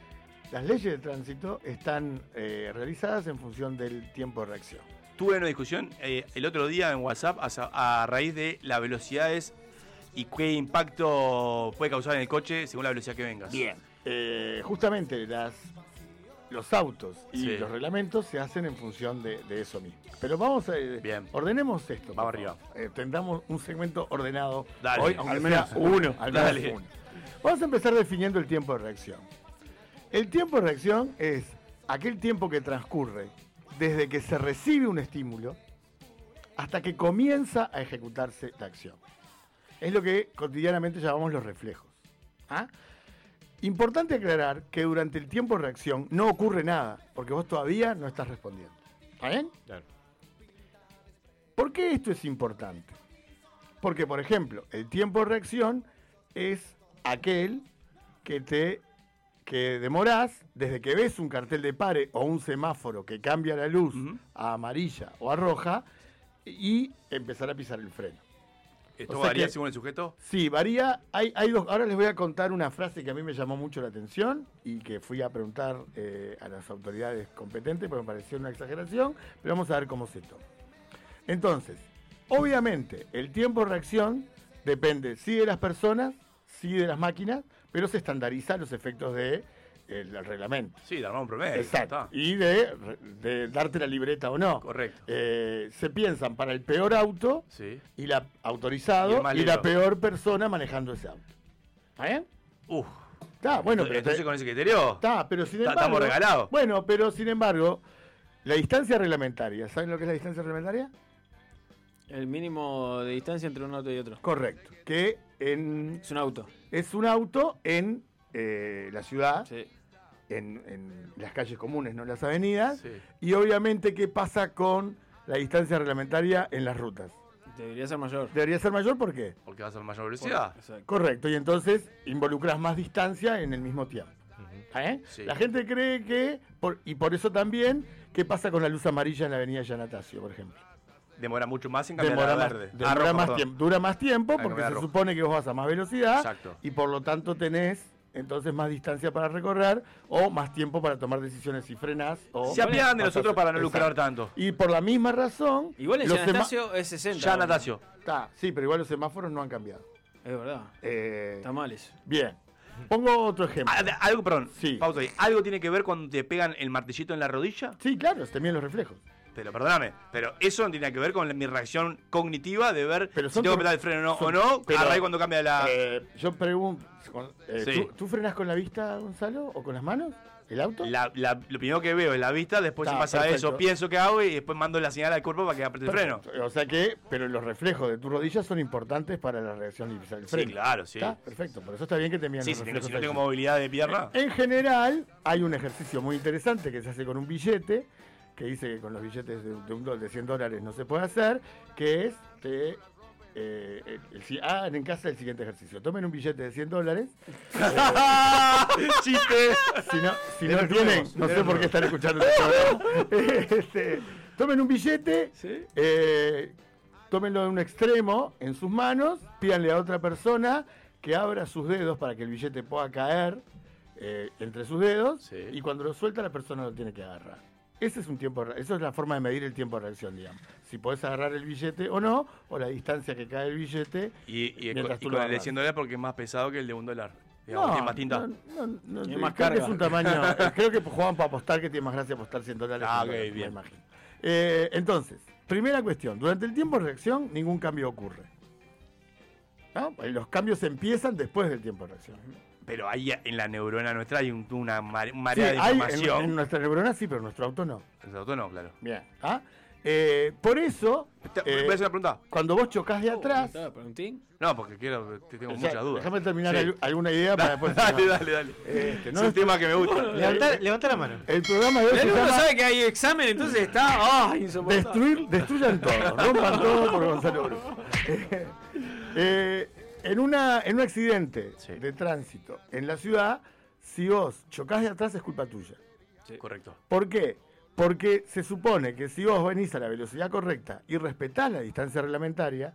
Speaker 5: las leyes de tránsito están eh, realizadas en función del tiempo de reacción.
Speaker 4: Tuve una discusión eh, el otro día en WhatsApp a, sa- a raíz de las velocidades y qué impacto puede causar en el coche según la velocidad que vengas.
Speaker 5: Bien. Eh, justamente las los autos y
Speaker 4: Sí.
Speaker 5: los reglamentos se hacen en función de, de eso mismo. Pero vamos a. Bien. Ordenemos esto. Vamos arriba. tendremos un segmento ordenado.
Speaker 4: Dale.
Speaker 5: Hoy, aunque
Speaker 4: Al menos
Speaker 5: sea uno. Al menos
Speaker 4: Dale.
Speaker 5: uno. Vamos a empezar definiendo el tiempo de reacción. El tiempo de reacción es aquel tiempo que transcurre desde que se recibe un estímulo hasta que comienza a ejecutarse la acción. Es lo que cotidianamente llamamos los reflejos. ¿ah? Importante aclarar que durante el tiempo de reacción no ocurre nada, porque vos todavía no estás respondiendo. ¿Está bien?
Speaker 6: Claro.
Speaker 5: ¿Por qué esto es importante? Porque, por ejemplo, el tiempo de reacción es aquel que te que demorás desde que ves un cartel de pare o un semáforo que cambia la luz a amarilla o a roja y empezar a pisar el freno.
Speaker 4: ¿Esto
Speaker 5: O sea
Speaker 4: varía
Speaker 5: que-
Speaker 4: según el sujeto?
Speaker 5: Sí, varía. Hay, hay dos. Ahora les voy a contar una frase que a mí me llamó mucho la atención y que fui a preguntar eh, a las autoridades competentes, porque me pareció una exageración, pero vamos a ver cómo se toma. Entonces, obviamente, el tiempo de reacción depende sí de las personas, sí de las máquinas, pero se estandariza los efectos del de, el- el reglamento.
Speaker 4: Sí, de un promedio.
Speaker 5: Exacto.
Speaker 4: está.
Speaker 5: Y de, de darte la libreta o no. Correcto. se piensan para el peor auto
Speaker 4: Sí.
Speaker 5: y la autorizado
Speaker 4: Y el
Speaker 5: y,
Speaker 4: más
Speaker 5: la
Speaker 4: lento.
Speaker 5: peor persona manejando ese auto. ¿Está bien?
Speaker 4: Uf.
Speaker 5: Está, bueno, pero.
Speaker 4: Entonces con ese criterio.
Speaker 5: Está, pero sin
Speaker 4: Ta-
Speaker 5: embargo.
Speaker 4: estamos regalados.
Speaker 5: Bueno, pero sin embargo, la distancia reglamentaria, ¿saben lo que es la distancia reglamentaria?
Speaker 3: El mínimo de distancia entre un auto y otro.
Speaker 5: Correcto. Que en.
Speaker 3: Es un auto.
Speaker 5: Es un auto en eh, la ciudad, en, en las calles comunes, no las avenidas. Y obviamente, ¿qué pasa con la distancia reglamentaria en las rutas?
Speaker 3: Debería ser mayor.
Speaker 5: Debería ser mayor, ¿por qué?
Speaker 4: Porque va a ser mayor velocidad.
Speaker 5: Correcto, y entonces involucras más distancia en el mismo tiempo. ¿Eh?
Speaker 4: Sí.
Speaker 5: La gente cree que, por- y por eso también, ¿qué pasa con la luz amarilla en la avenida Yanatacio, por ejemplo?
Speaker 4: Demora mucho más en cambiar
Speaker 5: Demora
Speaker 4: a
Speaker 5: más,
Speaker 4: verde.
Speaker 5: demora
Speaker 4: Ah, rojo,
Speaker 5: más
Speaker 4: perdón.
Speaker 5: tiempo, dura más tiempo
Speaker 4: Ah,
Speaker 5: porque
Speaker 4: cambiar a
Speaker 5: se
Speaker 4: rojo.
Speaker 5: supone que vos vas a más velocidad
Speaker 4: Exacto.
Speaker 5: y por lo tanto tenés entonces más distancia para recorrer o más tiempo para tomar decisiones si frenás o...
Speaker 4: Se apiadan de
Speaker 5: pasás-
Speaker 4: nosotros para no
Speaker 5: Exacto.
Speaker 4: lucrar tanto.
Speaker 5: Y por la misma razón...
Speaker 4: Igual en
Speaker 5: los
Speaker 4: San
Speaker 5: sema-
Speaker 4: Anastasio es 60. San Anastasio.
Speaker 5: Está, sí, pero igual los semáforos no han cambiado.
Speaker 3: Es verdad.
Speaker 4: Eh,
Speaker 5: Está
Speaker 3: mal eso.
Speaker 5: Bien. Pongo otro ejemplo.
Speaker 4: Ah, Algo, perdón,
Speaker 5: Sí.
Speaker 4: pausa ahí. ¿Algo tiene que ver cuando te pegan el martillito en la rodilla?
Speaker 5: Sí, claro, también los reflejos.
Speaker 4: Pero perdóname, pero eso no tiene que ver con la- mi reacción cognitiva de ver si
Speaker 5: son
Speaker 4: tengo que
Speaker 5: tus-
Speaker 4: apretar el freno o no,
Speaker 5: son-
Speaker 4: o no
Speaker 5: pero,
Speaker 4: a raíz cuando cambia la...
Speaker 5: eh, yo pregunto, con- eh,
Speaker 4: Sí.
Speaker 5: ¿tú, tú frenas con la vista, Gonzalo, o con las manos? ¿El auto?
Speaker 4: la- la- lo primero que veo es la vista, después
Speaker 5: Está,
Speaker 4: se pasa
Speaker 5: perfecto.
Speaker 4: eso, pienso que hago y después mando la señal al cuerpo para que apriete el freno.
Speaker 5: Perfecto. O sea que, pero los reflejos de tus rodillas son importantes para la reacción del freno.
Speaker 4: Sí, claro, sí.
Speaker 5: Está, perfecto, por eso está bien que te midan
Speaker 4: Sí,
Speaker 5: los
Speaker 4: si, tengo, si no
Speaker 5: reflejos
Speaker 4: tengo
Speaker 5: ahí. Eh,
Speaker 4: movilidad de pierna.
Speaker 5: En general, hay un ejercicio muy interesante que se hace con un billete, que dice que con los billetes de, de un dólar, de 100 dólares no se puede hacer, que es, te, eh, el- el si- hagan en casa el siguiente ejercicio. Tomen un billete de 100 dólares. eh, Si no, si
Speaker 4: De
Speaker 5: no
Speaker 4: los
Speaker 5: tienen,
Speaker 4: nuevos,
Speaker 5: no
Speaker 4: de
Speaker 5: sé
Speaker 4: los
Speaker 5: por qué
Speaker 4: nuevos.
Speaker 5: están escuchando este programa. Este, tomen un billete, eh, tómenlo de un extremo en sus manos, pídanle a otra persona que abra sus dedos para que el billete pueda caer eh, entre sus dedos y cuando lo suelta la persona lo tiene que agarrar. Ese es un tiempo, de re- eso es la forma de medir el tiempo de reacción, digamos. Si podés agarrar el billete o no, o la distancia que cae el billete.
Speaker 4: Y, y-
Speaker 5: Mientras
Speaker 4: y
Speaker 5: tú lo
Speaker 4: con el de
Speaker 5: agarras.
Speaker 4: 100 dólares porque es más pesado que el de 1 dólar. Digamos, tiene más tinta.
Speaker 5: no, no, no,
Speaker 4: Tiene
Speaker 5: eh,
Speaker 4: más
Speaker 5: creo que
Speaker 4: carga.
Speaker 5: es un tamaño. eh, creo que jugaban para apostar que tiene más gracia apostar 100 dólares.
Speaker 4: Ah,
Speaker 5: que
Speaker 4: ok,
Speaker 5: dólares, me
Speaker 4: bien.
Speaker 5: imagino. Eh, entonces, primera cuestión. Durante el tiempo de reacción, ningún cambio ocurre. ¿No? Eh, Los cambios empiezan después del tiempo de reacción.
Speaker 4: Pero ahí en la neurona nuestra hay un- una mare- un
Speaker 5: Sí,
Speaker 4: marea de
Speaker 5: hay en-
Speaker 4: información.
Speaker 5: en, nuestra neurona sí, pero en nuestro auto no.
Speaker 4: El auto no, claro.
Speaker 5: Bien. ¿ah? Eh, por eso.
Speaker 4: ¿puedo hacer una pregunta?
Speaker 5: Cuando vos chocás de atrás.
Speaker 4: No, porque quiero, te tengo
Speaker 5: O sea,
Speaker 4: muchas dudas.
Speaker 5: Déjame terminar
Speaker 4: Sí.
Speaker 5: al- alguna idea para después.
Speaker 4: Dale, dale, dale.
Speaker 5: Este, no
Speaker 4: es un
Speaker 5: es-
Speaker 4: tema que me gusta.
Speaker 5: Levantá-
Speaker 6: levanta la mano.
Speaker 5: El programa de hoy se
Speaker 3: Pero uno
Speaker 5: llama-
Speaker 3: sabe que hay examen, entonces está. ah, insoportable.
Speaker 5: Destruir, destruyan todo, rompan todo por Gonzalo Bruno. Eh, eh, en, una, en un accidente de tránsito en la ciudad, si vos chocás de atrás es culpa tuya.
Speaker 4: Correcto.
Speaker 5: ¿Por qué? Porque se supone que si vos venís a la velocidad correcta y respetás la distancia reglamentaria,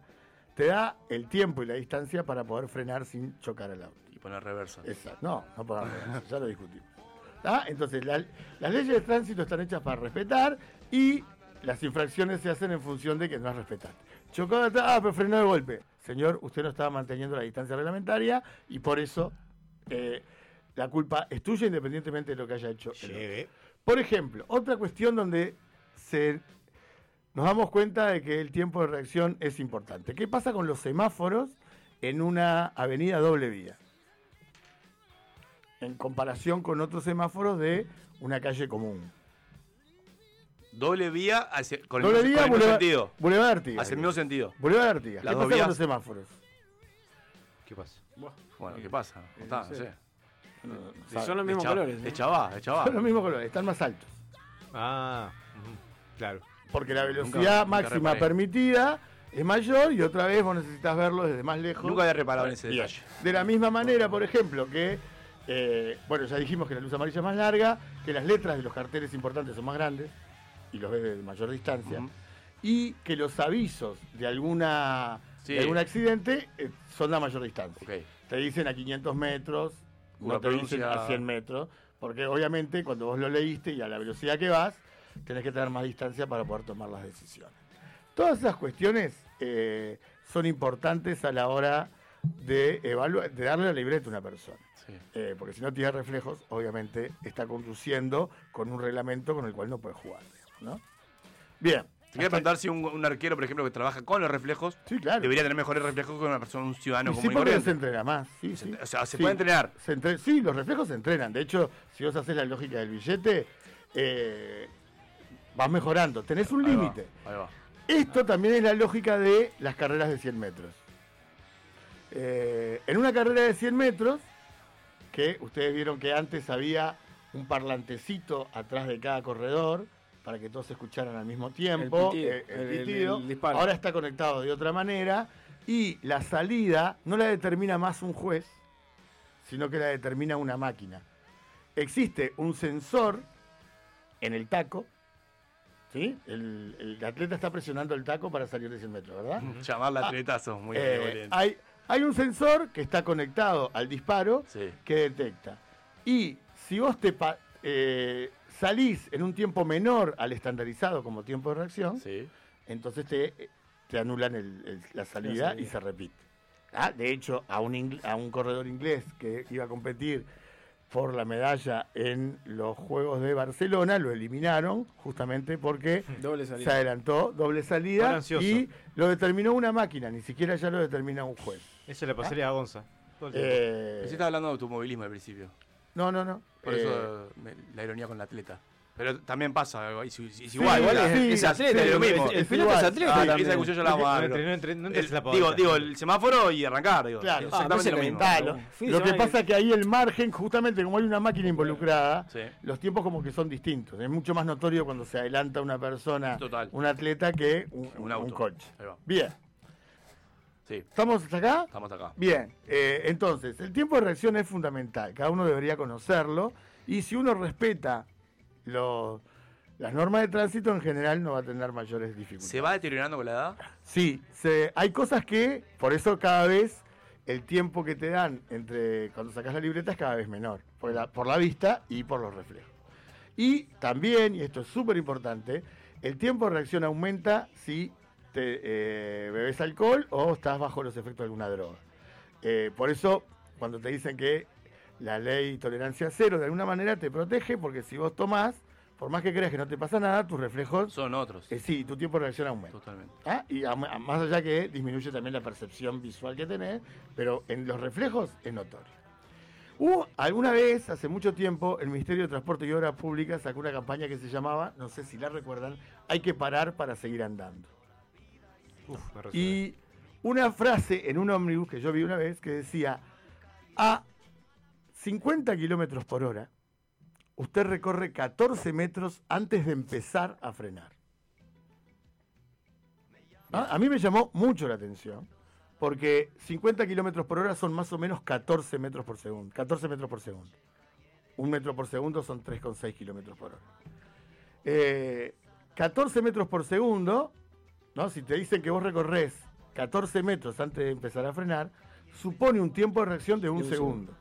Speaker 5: te da el tiempo y la distancia para poder frenar sin chocar al auto.
Speaker 4: Y poner reversa.
Speaker 5: Exacto. No, no para nada, ya lo discutimos. ¿Tá? Entonces, la- las leyes de tránsito están hechas para respetar y las infracciones se hacen en función de que no respetan. Chocó de atrás, ah, pero frenó de golpe. Señor, usted no estaba manteniendo la distancia reglamentaria y por eso eh, la culpa es tuya independientemente de lo que haya hecho. el otro. Por ejemplo, otra cuestión donde se, nos damos cuenta de que el tiempo de reacción es importante. ¿Qué pasa con los semáforos en una avenida doble vía? En comparación con otros semáforos de una calle común.
Speaker 4: Doble vía hacia, con
Speaker 5: Doble
Speaker 4: el,
Speaker 5: vía,
Speaker 4: con el mismo
Speaker 5: Boulevard-
Speaker 4: sentido.
Speaker 5: Boulevard Artigas.
Speaker 4: Hacia el mismo sentido.
Speaker 5: Boulevard Artigas.
Speaker 4: Las
Speaker 5: ¿Qué
Speaker 4: dos
Speaker 5: pasa con
Speaker 4: vías.
Speaker 5: los semáforos?
Speaker 4: ¿Qué pasa? Bueno, ¿qué pasa? No está, no sé.
Speaker 5: eh, Si son los mismos
Speaker 4: Echa-
Speaker 5: colores, ¿eh?
Speaker 4: Echabá, echabá.
Speaker 5: Son los mismos colores, están más altos.
Speaker 6: Ah, claro.
Speaker 5: Porque la velocidad máxima permitida es mayor y otra vez vos necesitas verlo desde más lejos.
Speaker 4: Nunca había reparado en ese
Speaker 5: Bien.
Speaker 4: detalle.
Speaker 5: De la misma manera, por ejemplo, que, eh, bueno, ya dijimos que la luz amarilla es más larga, que las letras de los carteles importantes son más grandes y los ves de mayor distancia, y que los avisos de, alguna,
Speaker 4: Sí.
Speaker 5: de algún accidente eh, son a mayor distancia. Te dicen a 500 metros,
Speaker 4: Una
Speaker 5: no te dicen
Speaker 4: provincia-
Speaker 5: a 100 metros, porque obviamente cuando vos lo leíste y a la velocidad que vas, tenés que tener más distancia para poder tomar las decisiones. Todas esas cuestiones eh, son importantes a la hora de, evaluar, de darle la libreta a una persona. Eh, porque si no tiene reflejos, obviamente está conduciendo con un reglamento con el cual no puede jugar. digamos, ¿no? Bien.
Speaker 4: Te quería preguntar si un, un arquero, por ejemplo, que trabaja con los reflejos, debería tener mejores reflejos que una persona, un ciudadano
Speaker 5: Y sí,
Speaker 4: común y
Speaker 5: porque
Speaker 4: corriente.
Speaker 5: se entrena más. Sí, sí.
Speaker 4: O sea, se
Speaker 5: Sí,
Speaker 4: puede entrenar.
Speaker 5: se entre- sí, los reflejos se entrenan. De hecho, si vos haces la lógica del billete, eh, vas mejorando. Tenés un
Speaker 4: Ahí va,
Speaker 5: límite.
Speaker 4: Ahí va.
Speaker 5: Esto también es la lógica de las carreras de 100 metros. Eh, en una carrera de 100 metros, que ustedes vieron que antes había un parlantecito atrás de cada corredor para que todos escucharan al mismo tiempo
Speaker 3: pitido,
Speaker 5: eh, el
Speaker 3: el- el-
Speaker 5: pitido.
Speaker 3: el disparo.
Speaker 5: Ahora está conectado de otra manera y la salida no la determina más un juez, sino que la determina una máquina. Existe un sensor en el taco ¿Sí? El, el atleta está presionando el taco para salir de 100 metros, ¿verdad?
Speaker 4: Llamarla
Speaker 5: Ah,
Speaker 4: atletazo, muy
Speaker 5: eh,
Speaker 4: benevolente.
Speaker 5: hay, hay un sensor que está conectado al disparo que detecta. Y si vos te pa- eh, salís en un tiempo menor al estandarizado como tiempo de reacción, entonces te, te anulan el- el- la, salida
Speaker 3: salida.
Speaker 5: y se repite. Ah, de hecho, a un, ingl- a un corredor inglés que iba a competir por la medalla en los Juegos de Barcelona, lo eliminaron justamente porque
Speaker 3: Doble
Speaker 5: se
Speaker 3: salida.
Speaker 5: adelantó, doble
Speaker 6: Ahora
Speaker 5: salida
Speaker 6: ansioso.
Speaker 5: y lo determinó una máquina, ni siquiera ya lo determina un juez. Ah,
Speaker 6: Eso le pasaría a Gonza. Todo el tiempo.
Speaker 5: Eh,
Speaker 4: Pero sí estaba hablando de automovilismo al principio.
Speaker 5: No, no, no.
Speaker 4: Por
Speaker 5: Eh,
Speaker 4: eso me- la ironía con el atleta. Pero también pasa, es, es
Speaker 5: Sí,
Speaker 4: igual.
Speaker 5: igual es-
Speaker 4: Sí,
Speaker 5: es atleta,
Speaker 4: sí,
Speaker 5: es
Speaker 4: lo mismo.
Speaker 5: es- es piloto es atleta
Speaker 4: Ah,
Speaker 5: también.
Speaker 4: esa discusión yo la vamos a
Speaker 6: No
Speaker 4: dar.
Speaker 6: entres- no entres- no entres
Speaker 4: El-
Speaker 6: la pavada.
Speaker 4: digo, digo, el semáforo y arrancar. Digo,
Speaker 5: Claro,
Speaker 4: exactamente lo mismo.
Speaker 5: Ah, lo- Lo que pasa es que ahí el margen, justamente como hay una máquina involucrada,
Speaker 4: Sí.
Speaker 5: los tiempos como que son distintos. Es mucho más notorio cuando se adelanta una persona,
Speaker 4: Total.
Speaker 5: un atleta, que un,
Speaker 4: Un
Speaker 5: un
Speaker 4: auto.
Speaker 5: coche.
Speaker 4: Ahí va.
Speaker 5: Bien.
Speaker 4: Sí.
Speaker 5: ¿Estamos hasta acá?
Speaker 4: Estamos acá.
Speaker 5: Bien, eh, entonces, el tiempo de reacción es fundamental, cada uno debería conocerlo y si uno respeta los- las normas de tránsito en general no va a tener mayores dificultades.
Speaker 4: ¿Se va deteriorando con la edad?
Speaker 5: Sí, se- hay cosas que, por eso cada vez el tiempo que te dan entre cuando sacas la libreta es cada vez menor, por la, por la vista y por los reflejos. Y también, y esto es súper importante, el tiempo de reacción aumenta si te, eh, bebes alcohol o estás bajo los efectos de alguna droga. Eh, por eso, cuando te dicen que la ley tolerancia cero de alguna manera te protege, porque si vos tomás, por más que creas que no te pasa nada, tus reflejos...
Speaker 4: Son otros.
Speaker 5: Eh, sí, tu tiempo de reacción aumenta.
Speaker 4: Totalmente.
Speaker 5: ¿Ah? Y a- a- más allá que disminuye también la percepción visual que tenés, pero en los reflejos es notorio. Hubo alguna vez, hace mucho tiempo, el Ministerio de Transporte y Obras Públicas sacó una campaña que se llamaba, no sé si la recuerdan, Hay que parar para seguir andando.
Speaker 6: Uf, me resuelve.
Speaker 5: Y una frase en un ómnibus que yo vi una vez que decía, a 50 kilómetros por hora, usted recorre 14 metros antes de empezar a frenar. Ah, A mí me llamó mucho la atención, porque 50 kilómetros por hora son más o menos 14 metros por segundo. 14 metros por segundo. Un metro por segundo son 3,6 kilómetros por hora. Eh, 14 metros por segundo, ¿no? si te dicen que vos recorres 14 metros antes de empezar a frenar, supone un tiempo de reacción de un,
Speaker 3: un
Speaker 5: segundo.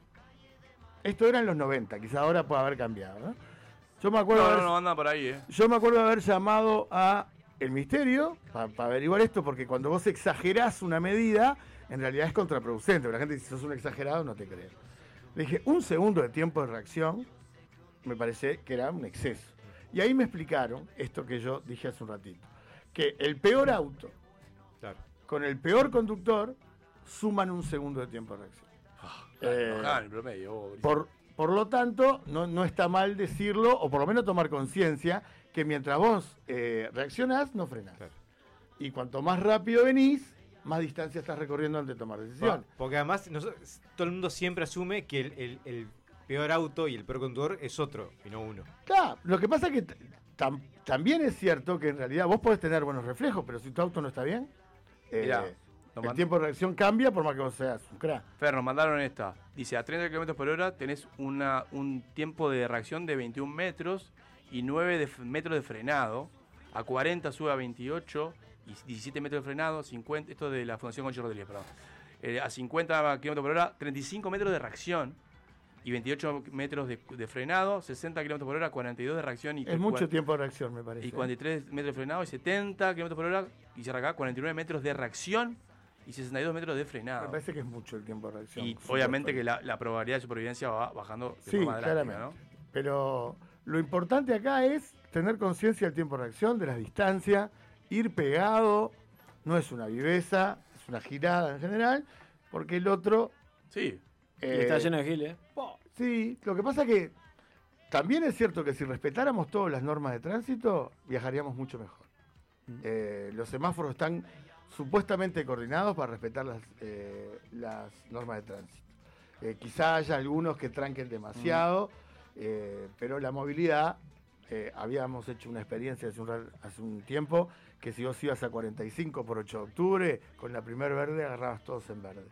Speaker 5: Esto era en los 90, quizá ahora pueda haber cambiado. ¿no? Yo me acuerdo
Speaker 4: No, no,
Speaker 5: haber-
Speaker 4: no, anda por ahí, eh.
Speaker 5: yo me acuerdo de haber llamado a el misterio para averiguar esto, porque cuando vos exagerás una medida, en realidad es contraproducente. porque La gente dice, sos un exagerado, no te crees. Le dije, un segundo de tiempo de reacción me parece que era un exceso. Y ahí me explicaron esto que yo dije hace un ratito, que el peor auto con el peor conductor suman un segundo de tiempo de reacción. Eh,
Speaker 4: Ah, el promedio, oh, buenísimo.
Speaker 5: Por, por lo tanto, no, no está mal decirlo, o por lo menos tomar conciencia, que mientras vos eh, reaccionás, no frenás. Y cuanto más rápido venís, más distancia estás recorriendo antes de tomar decisión.
Speaker 6: Va, Porque además nosotros- todo el mundo siempre asume que el, el- el peor auto y el peor conductor es otro y no uno.
Speaker 5: Claro, lo que pasa es que t- tam- también es cierto que en realidad vos podés tener buenos reflejos, pero si tu auto no está bien, eh,
Speaker 4: Mirá,
Speaker 5: el
Speaker 4: nos mand-
Speaker 5: tiempo de reacción cambia por más que vos seas un crack.
Speaker 4: Fer, nos mandaron esta. Dice, a 30 km por hora tenés una, un tiempo de reacción de 21 metros y 9 de f- metros de frenado. A 40 sube a 28 y 17 metros de frenado. 50, esto de la Fundación Conchi Rodríguez, perdón. Eh, a 50 km por hora, 35 metros de reacción y 28 metros de, de frenado. 60 km por hora, 42 de reacción y
Speaker 5: Es
Speaker 4: cua-
Speaker 5: mucho tiempo ¿eh? de reacción, me parece.
Speaker 4: y 43 metros de frenado y 70 kilómetros por hora. Y cierra acá, 49 metros de reacción y 62 metros de frenado.
Speaker 5: Me parece que es mucho el tiempo de reacción.
Speaker 4: Y
Speaker 5: Súper
Speaker 4: obviamente
Speaker 5: fuerte.
Speaker 4: que la, la probabilidad de supervivencia va bajando de
Speaker 5: Sí,
Speaker 4: forma drástica,
Speaker 5: claramente.
Speaker 4: ¿no?
Speaker 5: Pero lo importante acá es tener conciencia del tiempo de reacción, de las distancias, ir pegado, no es una viveza, es una girada en general, porque el otro... eh,
Speaker 4: Sí.
Speaker 3: Y está lleno de ¿eh? giles.
Speaker 5: Sí, lo que pasa que también es cierto que si respetáramos todas las normas de tránsito, viajaríamos mucho mejor.
Speaker 3: Mm.
Speaker 5: Eh, los semáforos están supuestamente coordinados para respetar las, eh, las normas de tránsito. Eh, quizá haya algunos que tranquen demasiado,
Speaker 3: Mm.
Speaker 5: eh, pero la movilidad, eh, habíamos hecho una experiencia hace un, ra- hace un tiempo, que si vos ibas a 45 por 8 de octubre, con la primer verde agarrabas todos en verde.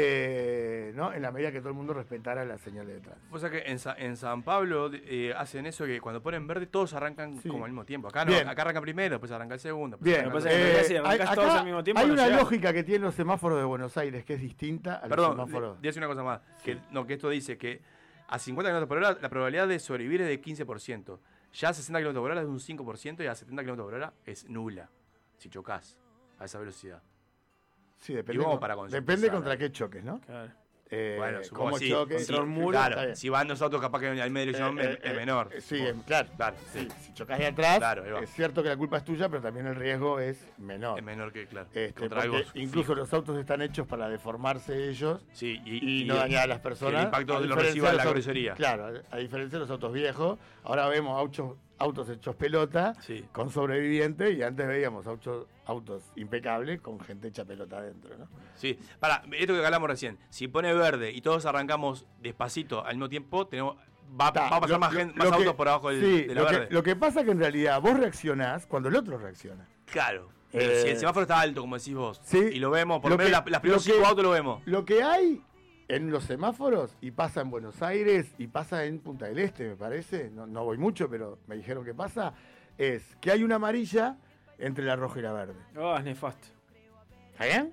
Speaker 5: Eh, ¿no? En la medida que todo el mundo respetara las señales de tránsito.
Speaker 4: O sea que en, Sa- en San Pablo eh, hacen eso que cuando ponen verde todos arrancan como al mismo tiempo. Acá no,
Speaker 5: Bien.
Speaker 4: acá arranca primero, después arranca el segundo. después
Speaker 5: Bien,
Speaker 4: arranca el
Speaker 5: eh,
Speaker 4: tercero.
Speaker 5: hay, acá hay una lógica que tienen los semáforos de Buenos Aires que es distinta a los
Speaker 4: Perdón,
Speaker 5: semáforos.
Speaker 4: di- di- hace una cosa más. Que, no, que esto dice que a 50 km por hora la probabilidad de sobrevivir es de 15%. Ya a 60 km por hora es de un 5% y a 70 km por hora es nula. Si chocas a esa velocidad.
Speaker 5: Sí, depende,
Speaker 4: Digo,
Speaker 5: con-
Speaker 4: para concientizar,
Speaker 5: depende
Speaker 4: ¿no?
Speaker 5: contra qué choques, ¿no? Eh,
Speaker 4: bueno, supongo
Speaker 5: cómo
Speaker 4: que sí.
Speaker 5: choques,
Speaker 4: Sí,
Speaker 5: contra un muro, está
Speaker 4: Claro,
Speaker 5: bien.
Speaker 4: si van dos autos capaz que al medio de
Speaker 5: Eh, eh,
Speaker 4: es
Speaker 5: eh,
Speaker 4: menor.
Speaker 5: eh, sí, eh, claro.
Speaker 4: sí.
Speaker 5: Si chocas de atrás,
Speaker 4: Claro, ahí va.
Speaker 5: es cierto que la culpa es tuya, pero también el riesgo es menor.
Speaker 4: Es menor que, claro.
Speaker 5: Este,
Speaker 4: contra algo
Speaker 5: porque incluso
Speaker 4: fijo.
Speaker 5: los autos están hechos para deformarse ellos
Speaker 4: Sí,
Speaker 5: y, no dañar a las personas.
Speaker 4: El impacto
Speaker 5: a
Speaker 4: lo
Speaker 5: diferencia
Speaker 4: reciba
Speaker 5: de
Speaker 4: la
Speaker 5: los au-
Speaker 4: grosería.
Speaker 5: Claro, a diferencia de los autos viejos, ahora vemos autos, autos hechos pelota
Speaker 4: Sí.
Speaker 5: con sobreviviente y antes veíamos autos, autos impecables con gente hecha pelota adentro, ¿no?
Speaker 4: Sí, para, esto que hablamos recién. Si pone verde y todos arrancamos despacito al mismo tiempo, tenemos va,
Speaker 5: Ta,
Speaker 4: va a pasar
Speaker 5: lo-
Speaker 4: más,
Speaker 5: lo-
Speaker 4: gente-
Speaker 5: lo
Speaker 4: más
Speaker 5: que-
Speaker 4: autos por abajo del,
Speaker 5: sí,
Speaker 4: de la
Speaker 5: lo que-
Speaker 4: verde.
Speaker 5: lo que pasa que en realidad vos reaccionás cuando el otro reacciona.
Speaker 4: Claro. Pero si el
Speaker 5: Eh,
Speaker 4: semáforo está alto, como decís vos,
Speaker 5: Sí.
Speaker 4: y lo vemos, por lo
Speaker 5: que-
Speaker 4: menos las, las primeros
Speaker 5: lo que-
Speaker 4: cinco autos lo vemos.
Speaker 5: Lo que hay en los semáforos, y pasa en Buenos Aires, y pasa en Punta del Este, me parece, no, no voy mucho, pero me dijeron que pasa, es que hay una amarilla entre la roja y la verde.
Speaker 3: Oh, es nefasto.
Speaker 5: ¿Está bien?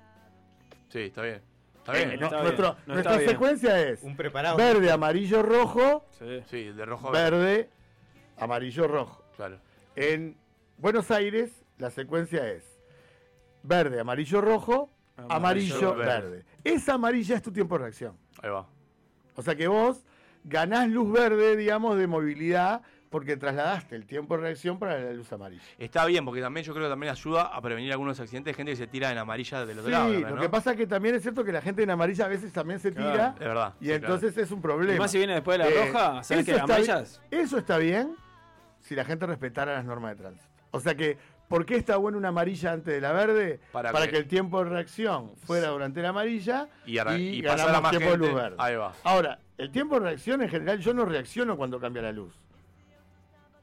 Speaker 4: Sí, está bien. Está
Speaker 5: Eh,
Speaker 4: bien.
Speaker 5: no, nuestro- nuestra secuencia es
Speaker 6: Un preparado.
Speaker 5: verde, amarillo, rojo,
Speaker 4: Sí. el de rojo a verde.
Speaker 5: verde, amarillo, rojo.
Speaker 4: Claro.
Speaker 5: En Buenos Aires, la secuencia es verde, amarillo, rojo, amarillo,
Speaker 4: Amarillo,
Speaker 5: verde.
Speaker 4: verde.
Speaker 5: Esa amarilla es tu tiempo de reacción.
Speaker 4: Ahí va.
Speaker 5: O sea que vos ganás luz verde, digamos, de movilidad, porque trasladaste el tiempo de reacción para la luz amarilla.
Speaker 4: Está bien, porque también yo creo que también ayuda a prevenir algunos accidentes de gente que se tira en amarilla del
Speaker 5: Sí,
Speaker 4: otro lado. también,
Speaker 5: lo
Speaker 4: ¿no?
Speaker 5: que pasa es que también es cierto que la gente en amarilla a veces también se tira.
Speaker 4: Claro, es verdad,
Speaker 5: Y
Speaker 4: sí,
Speaker 5: entonces
Speaker 4: claro.
Speaker 5: es un problema. Eh,
Speaker 4: Y más si viene después de la roja, ¿sabes
Speaker 5: eso
Speaker 4: que la
Speaker 5: está
Speaker 4: amarilla
Speaker 5: bi-
Speaker 4: es?
Speaker 5: Eso está bien si la gente respetara las normas de tránsito. O sea que, ¿por qué está bueno una amarilla antes de la verde?
Speaker 4: Para
Speaker 5: Para que,
Speaker 4: que-
Speaker 5: el tiempo de reacción fuera durante la amarilla
Speaker 4: Y arran- y pasar
Speaker 5: ganamos
Speaker 4: a más
Speaker 5: tiempo de luz
Speaker 4: gente.
Speaker 5: verde.
Speaker 4: Ahí va.
Speaker 5: Ahora, el tiempo de reacción en general, yo no reacciono cuando cambia la luz.